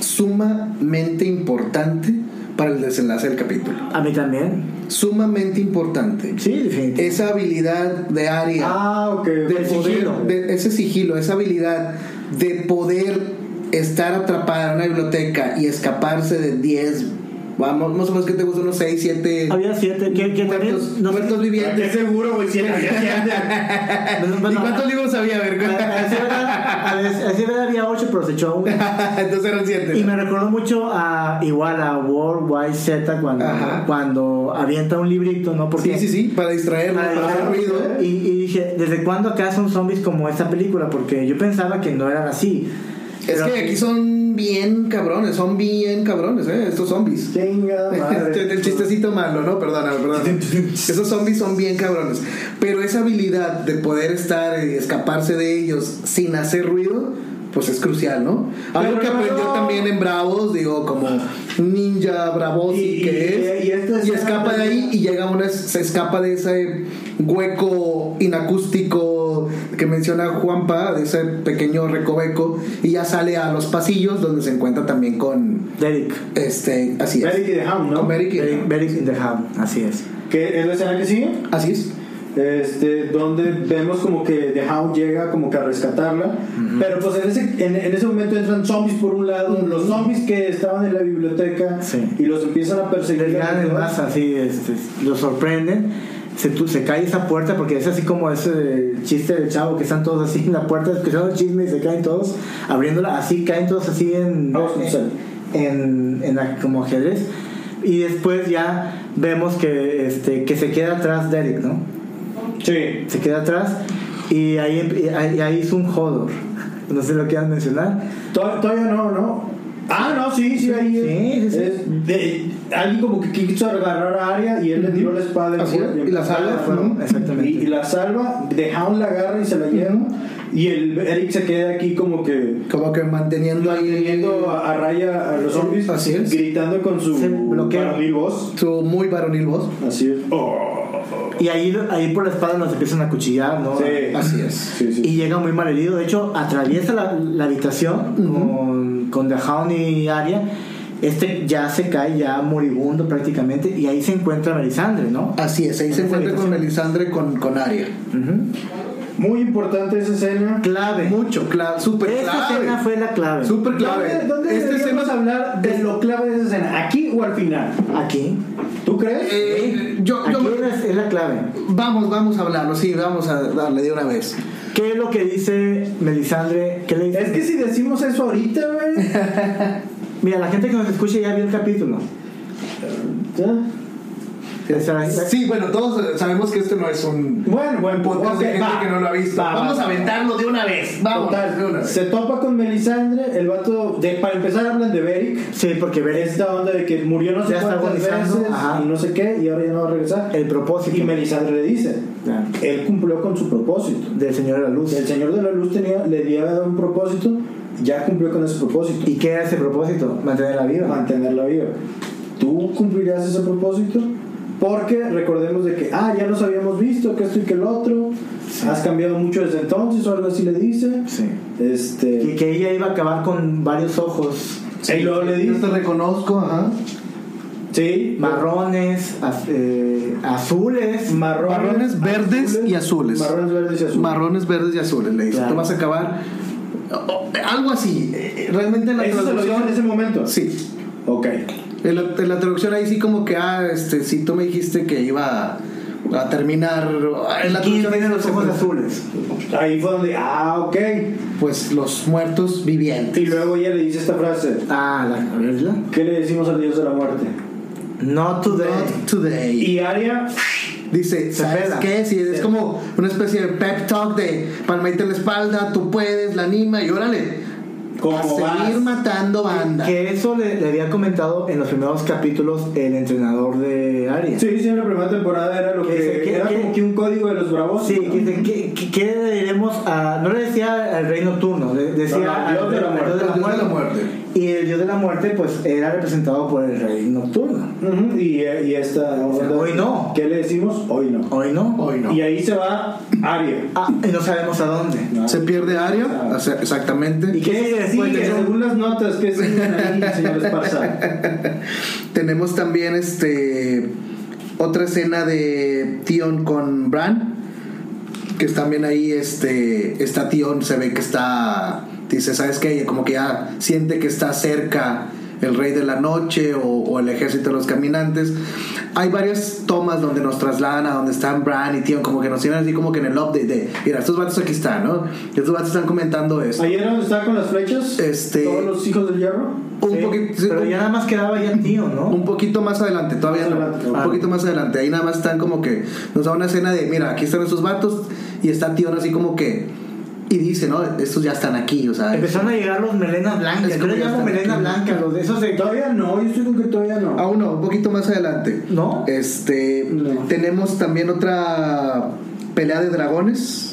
[SPEAKER 2] sumamente importante para el desenlace del capítulo.
[SPEAKER 4] A mí también.
[SPEAKER 2] Sumamente importante.
[SPEAKER 4] Sí, definitivamente.
[SPEAKER 2] Esa habilidad de Aria.
[SPEAKER 3] Ah, ok. Ah,
[SPEAKER 2] de poder,
[SPEAKER 4] El sigilo.
[SPEAKER 2] de- ese sigilo, esa habilidad de poder estar atrapada en una biblioteca y escaparse de 10, vamos, más o menos que te gustan unos 6, 7
[SPEAKER 4] Había siete que, que también.
[SPEAKER 2] muertos,
[SPEAKER 4] No,
[SPEAKER 2] muertos vivientes.
[SPEAKER 3] Estoy seguro, güey. Si era-
[SPEAKER 4] bueno,
[SPEAKER 2] ¿Y
[SPEAKER 4] bueno,
[SPEAKER 2] cuántos libros había? A ver,
[SPEAKER 4] a- a- a decir verdad- a des- a decir verdad, había ocho, pero se echó uno.
[SPEAKER 2] *laughs* entonces eran 7.
[SPEAKER 4] Ah, Y me recordó mucho a igual a World Wide Z cuando,
[SPEAKER 2] Ajá.
[SPEAKER 4] cuando avienta un librito, ¿no? Porque
[SPEAKER 2] Sí, sí, sí, para distraerlo,
[SPEAKER 4] para ¿eh?
[SPEAKER 2] para, hacer
[SPEAKER 4] dejar-
[SPEAKER 2] ruido.
[SPEAKER 4] Y, y dije, ¿desde cuándo acá son zombies como esta película? Porque yo pensaba que no eran así.
[SPEAKER 2] Es
[SPEAKER 4] Pero-
[SPEAKER 2] que aquí son bien cabrones, son bien cabrones, ¿eh? Estos zombies.
[SPEAKER 3] Chinga
[SPEAKER 2] Este,
[SPEAKER 3] madre.
[SPEAKER 2] El chistecito malo, ¿no? Perdóname,
[SPEAKER 3] *laughs*
[SPEAKER 2] perdóname. Esos zombies son bien cabrones. Pero esa habilidad de poder estar y escaparse de ellos sin hacer ruido, pues es crucial, ¿no? Algo
[SPEAKER 3] Pero
[SPEAKER 2] que
[SPEAKER 3] no.
[SPEAKER 2] aprendió también en Bravos, digo, como ninja bravosi
[SPEAKER 3] Y-
[SPEAKER 2] que es.
[SPEAKER 3] y- y esta
[SPEAKER 2] Y
[SPEAKER 3] escena-
[SPEAKER 2] escapa de ahí y llega una, se escapa de ese hueco inacústico que menciona Juanpa, de ese pequeño recoveco, y ya sale a los pasillos donde se encuentra también con
[SPEAKER 4] Derek.
[SPEAKER 2] este, así es.
[SPEAKER 3] Eric y The Hound,
[SPEAKER 2] Con
[SPEAKER 3] ¿no?
[SPEAKER 2] Mary Kay.
[SPEAKER 4] Derek, Derek in the Hound, así es.
[SPEAKER 3] Que es la escena que sigue.
[SPEAKER 2] Así es.
[SPEAKER 3] Este, donde vemos como que The Hound llega como que a rescatarla. Pero pues en ese, en, en ese momento entran zombies por un lado, los zombies que estaban en la biblioteca
[SPEAKER 4] Sí.
[SPEAKER 3] y los empiezan a perseguir.
[SPEAKER 4] Les ganan en
[SPEAKER 3] ¿no?
[SPEAKER 4] masa, así, este, los sorprenden. Se, tu- se cae esa puerta porque es así como ese chiste del chavo que están todos así en la puerta escuchando el chisme y se caen todos abriéndola, así caen todos así en,
[SPEAKER 3] Vamos con Sal.
[SPEAKER 4] en, en la- como ajedrez y después ya vemos que este que se queda atrás Derek no
[SPEAKER 3] Sí.
[SPEAKER 4] se queda atrás y ahí em- y ahí, y ahí hizo un jodor *laughs* no sé lo que quieran mencionar
[SPEAKER 3] To- Todavía no, ¿no? Ah, no, sí, sí, ahí
[SPEAKER 4] Sí, sí,
[SPEAKER 3] es.
[SPEAKER 4] sí.
[SPEAKER 3] es de- alguien como que quiso agarrar a Aria y él le tiró la espada. en
[SPEAKER 2] Así es,
[SPEAKER 3] fuego.
[SPEAKER 2] y la salva, ¿no?
[SPEAKER 4] Exactamente.
[SPEAKER 3] Y, y la salva, The Hound la agarra y se la lleva. Y el Eric se queda aquí como que
[SPEAKER 2] Como que manteniendo ahí
[SPEAKER 3] teniendo a, a raya a los zombies.
[SPEAKER 2] Así es.
[SPEAKER 3] Gritando con su
[SPEAKER 4] Se bloquea.
[SPEAKER 3] varonil voz.
[SPEAKER 2] su muy varonil voz.
[SPEAKER 3] Así es.
[SPEAKER 2] Oh,
[SPEAKER 4] y ahí ahí por la espada nos empiezan a cuchillar no
[SPEAKER 3] Oh, Sí.
[SPEAKER 2] Así es.
[SPEAKER 3] Sí, sí.
[SPEAKER 4] Y llega muy mal herido. De hecho, atraviesa la, la habitación con, con The Hound y Arya. Este ya se cae, ya moribundo prácticamente. Y ahí se encuentra Melisandre, ¿no?
[SPEAKER 2] Así es. Ahí se encuentra con Melisandre con, con Aria.
[SPEAKER 4] Ujú.
[SPEAKER 3] Muy importante esa escena.
[SPEAKER 4] Clave.
[SPEAKER 2] Mucho, clave, súper
[SPEAKER 4] Esa
[SPEAKER 2] clave.
[SPEAKER 4] escena fue la clave.
[SPEAKER 2] Súper clave.
[SPEAKER 3] ¿Dónde, dónde
[SPEAKER 2] Esta
[SPEAKER 3] deberíamos
[SPEAKER 2] escena-
[SPEAKER 3] hablar de lo clave de esa escena? ¿Aquí o al final?
[SPEAKER 4] Aquí.
[SPEAKER 3] ¿Tú crees?
[SPEAKER 2] Eh, yo, yo
[SPEAKER 4] Aquí
[SPEAKER 2] me-
[SPEAKER 4] es, es la clave.
[SPEAKER 2] Vamos, vamos a hablarlo, sí, vamos a darle de una vez.
[SPEAKER 4] ¿Qué es lo que dice Melisandre? ¿Qué le dice?
[SPEAKER 3] Es que si decimos eso ahorita,
[SPEAKER 2] *laughs*
[SPEAKER 3] güey.
[SPEAKER 4] Mira, la gente que nos escucha ya vio el capítulo.
[SPEAKER 3] ya.
[SPEAKER 4] O sea,
[SPEAKER 2] Sí, bueno, todos eh, sabemos que este no es un
[SPEAKER 3] Bueno, buen
[SPEAKER 2] podcast de
[SPEAKER 3] ok,
[SPEAKER 2] gente
[SPEAKER 3] va.
[SPEAKER 2] que no lo ha visto.
[SPEAKER 3] Va,
[SPEAKER 2] vamos
[SPEAKER 3] va.
[SPEAKER 2] a aventarlo de una vez. Vamos. de una
[SPEAKER 3] Total,
[SPEAKER 2] vez.
[SPEAKER 3] se topa con Melisandre, el vato, de, para empezar hablan de Beric,
[SPEAKER 4] sí, porque ver
[SPEAKER 3] esta onda de que murió no sé
[SPEAKER 4] Ya está
[SPEAKER 3] cuántas
[SPEAKER 4] agonizando,
[SPEAKER 3] veces
[SPEAKER 4] ajá.
[SPEAKER 3] y no sé qué, y ahora ya no va a regresar.
[SPEAKER 4] el propósito
[SPEAKER 3] Y Melisandre le dice,
[SPEAKER 4] Ya.
[SPEAKER 3] él cumplió con su propósito.
[SPEAKER 4] del Señor de la Luz.
[SPEAKER 3] El Señor de la Luz tenía, le había dado un propósito, ya cumplió con ese propósito,
[SPEAKER 4] ¿Y qué era ese propósito? Mantenerla viva.
[SPEAKER 3] mantenerla viva. Tú cumplirás ese propósito porque recordemos de que, ah, ya nos habíamos visto, que esto y que el otro, has cambiado mucho desde entonces, o algo así le dice.
[SPEAKER 4] Sí.
[SPEAKER 3] Este,
[SPEAKER 4] Que, que ella iba a acabar con varios ojos
[SPEAKER 3] Y luego le
[SPEAKER 2] Yo
[SPEAKER 3] dice,
[SPEAKER 2] te reconozco, ajá.
[SPEAKER 3] sí,
[SPEAKER 4] marrones, az- eh, azules.
[SPEAKER 3] marrones,
[SPEAKER 2] Marrones verdes y azules.
[SPEAKER 3] Marrones verdes y azules.
[SPEAKER 2] Marrones, verdes y azules, le dice.
[SPEAKER 4] Claro.
[SPEAKER 2] Tú vas a acabar. o- o- algo así. Eh, eh, Realmente en la
[SPEAKER 3] Eso se lo dijo en
[SPEAKER 2] traducción.
[SPEAKER 3] ese momento.
[SPEAKER 2] Sí.
[SPEAKER 3] Ok.
[SPEAKER 2] En la, en la traducción ahí sí, como que, ah, este, si tú me dijiste que iba a, a terminar. En la
[SPEAKER 4] Y
[SPEAKER 2] traducción ahí
[SPEAKER 4] tiene
[SPEAKER 2] sí
[SPEAKER 4] los
[SPEAKER 2] se
[SPEAKER 4] ojos
[SPEAKER 2] puede.
[SPEAKER 4] azules.
[SPEAKER 3] Ahí fue donde, ah, ok.
[SPEAKER 2] Pues los muertos vivientes.
[SPEAKER 3] Y luego ella le dice esta frase.
[SPEAKER 4] Ah, la verdad.
[SPEAKER 3] ¿Qué le decimos al dios de la muerte?
[SPEAKER 4] No today.
[SPEAKER 2] Not today.
[SPEAKER 3] Y Aria,
[SPEAKER 2] Dice,
[SPEAKER 4] Se
[SPEAKER 2] ¿sabes
[SPEAKER 4] pela.
[SPEAKER 2] qué? Sí, es
[SPEAKER 3] Se-
[SPEAKER 2] como una especie de pep talk de palmadita en la espalda, tú puedes, la anima y órale. a
[SPEAKER 3] como vas?
[SPEAKER 2] seguir matando banda.
[SPEAKER 4] Que eso le, le había comentado en los primeros capítulos el entrenador de Aria.
[SPEAKER 3] Sí, sí, en la primera temporada era lo
[SPEAKER 4] ¿Qué
[SPEAKER 3] que
[SPEAKER 4] dice? ¿Qué-
[SPEAKER 3] era
[SPEAKER 4] qué?
[SPEAKER 3] como que un código de los bravos.
[SPEAKER 4] Sí,
[SPEAKER 3] ¿no?
[SPEAKER 4] que dice, ¿qué, qué, qué le diremos a.? No le decía al rey nocturno, le decía
[SPEAKER 3] No, no, al
[SPEAKER 4] al
[SPEAKER 3] dios de la
[SPEAKER 4] al
[SPEAKER 3] muerte.
[SPEAKER 4] dios de la
[SPEAKER 2] Dios de la
[SPEAKER 4] muerte.
[SPEAKER 2] muerte.
[SPEAKER 4] Y el dios de la muerte, pues, era representado por el rey nocturno.
[SPEAKER 5] Ujú, y, eh, y esta.
[SPEAKER 4] hoy no.
[SPEAKER 5] ¿Qué le decimos? Hoy no.
[SPEAKER 4] Hoy no.
[SPEAKER 2] Hoy no.
[SPEAKER 5] Y ahí se va Aria.
[SPEAKER 4] Ah, y no sabemos a dónde.
[SPEAKER 2] Se pierde Aria, o sea, exactamente.
[SPEAKER 4] Ah. ¿Y qué
[SPEAKER 5] Sí,
[SPEAKER 4] sigue?
[SPEAKER 5] que según las notas que siguen ahí,
[SPEAKER 4] *laughs*
[SPEAKER 5] señor Esparza.
[SPEAKER 2] Tenemos también este otra escena de Tion con Bran, que es también ahí este está Tion se ve que está dice, ¿sabes qué? Como que ya siente que está cerca el rey de la noche o, o el ejército de los caminantes. Hay varias tomas donde nos trasladan a donde están Bran y Tion, como que nos tienen así como que en el update de, mira, estos vatos aquí están, ¿no? Y estos vatos están comentando esto.
[SPEAKER 5] Ahí era donde estaba con las flechas.
[SPEAKER 2] Este-
[SPEAKER 5] Todos los hijos del hierro.
[SPEAKER 2] Un
[SPEAKER 4] Sí,
[SPEAKER 2] poquito-
[SPEAKER 4] Pero ya nada más quedaba ya tío, ¿no?
[SPEAKER 2] Un poquito más adelante, todavía
[SPEAKER 5] Más
[SPEAKER 2] no.
[SPEAKER 5] adelante,
[SPEAKER 2] Un
[SPEAKER 4] ah.
[SPEAKER 2] poquito más adelante. Ahí nada más están como que. Nos da una escena de: mira, aquí están estos vatos. Y está Tion así como que. Y dice, ¿no? Estos ya están aquí, o sea.
[SPEAKER 4] Empezaron a llegar los melenas blancas.
[SPEAKER 2] Es
[SPEAKER 4] Yo
[SPEAKER 2] como
[SPEAKER 4] le
[SPEAKER 2] ya
[SPEAKER 4] llamo
[SPEAKER 2] están
[SPEAKER 4] melena
[SPEAKER 2] aquí.
[SPEAKER 4] blanca, los de esos de.
[SPEAKER 5] Todavía no, yo estoy con que todavía no.
[SPEAKER 4] Ah,
[SPEAKER 2] Aún no, Ah, un poquito más adelante.
[SPEAKER 4] ¿No?
[SPEAKER 2] Este.
[SPEAKER 5] No.
[SPEAKER 2] Tenemos también otra pelea de dragones.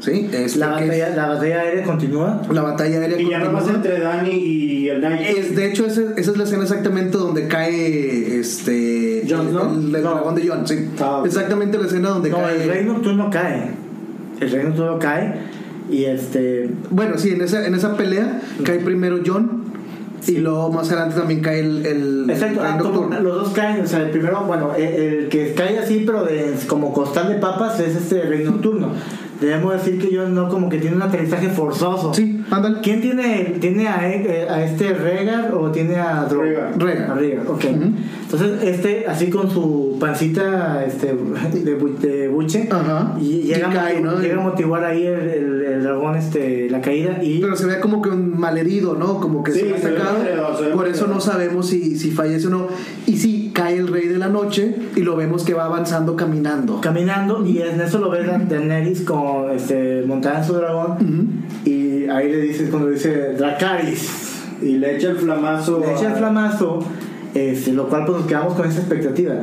[SPEAKER 2] ¿Sí? Es
[SPEAKER 4] La
[SPEAKER 2] porque
[SPEAKER 4] batalla, la batalla aérea continúa.
[SPEAKER 2] la batalla aérea.
[SPEAKER 5] Este, y ya nada más
[SPEAKER 2] continúa.
[SPEAKER 5] entre Dani y el Nike.
[SPEAKER 2] Es, de hecho, ese- esa es la escena exactamente donde cae este.
[SPEAKER 5] Jon Snow?
[SPEAKER 2] El, el
[SPEAKER 4] No.
[SPEAKER 2] dragón de Jon, sí.
[SPEAKER 5] Ah, ok.
[SPEAKER 2] Exactamente la escena donde
[SPEAKER 4] No,
[SPEAKER 2] cae.
[SPEAKER 4] el rey nocturno cae. El rey nocturno cae. Y este.
[SPEAKER 2] Bueno, sí, en esa, en esa pelea cae primero John y luego más adelante también cae el, el,
[SPEAKER 4] Exacto,
[SPEAKER 2] el
[SPEAKER 4] ah,
[SPEAKER 2] Rey
[SPEAKER 4] como
[SPEAKER 2] Nocturno.
[SPEAKER 4] los dos caen, o sea, el primero, bueno, el, el que cae así, pero de, como costal de papas, es este rey nocturno. Debemos decir que yo no, como que tiene un aterrizaje forzoso.
[SPEAKER 2] Sí, ándale.
[SPEAKER 4] ¿Quién tiene, tiene a, eh, a este Regar o tiene a Dro-
[SPEAKER 5] Rhaegar.
[SPEAKER 2] Rhaegar.
[SPEAKER 4] A ok.
[SPEAKER 2] Ujú.
[SPEAKER 4] Entonces, este, así con su pancita este, de, bu- de buche,
[SPEAKER 2] Ajá.
[SPEAKER 4] y llega,
[SPEAKER 2] Y cae,
[SPEAKER 4] a, motiv-
[SPEAKER 2] ¿no?
[SPEAKER 4] llega a motivar ahí el, el- el dragón, este, la caída, y
[SPEAKER 2] Pero se ve como que un malherido, ¿no? Como que
[SPEAKER 5] Sí,
[SPEAKER 2] se ha
[SPEAKER 5] se ve
[SPEAKER 2] sacado.
[SPEAKER 5] malherido, se ve
[SPEAKER 2] Por
[SPEAKER 5] malherido.
[SPEAKER 2] eso no sabemos si, si fallece o no. Y sí, cae el rey de la noche y lo vemos que va avanzando caminando.
[SPEAKER 4] caminando, y en eso lo ve Dan- Daenerys con, este, montada en su dragón,
[SPEAKER 2] Ujú.
[SPEAKER 4] Y ahí le dices cuando dice Dracaris,
[SPEAKER 5] Y le echa el flamazo.
[SPEAKER 4] le echa el
[SPEAKER 5] a-
[SPEAKER 4] flamazo, este, lo cual pues nos quedamos con esa expectativa.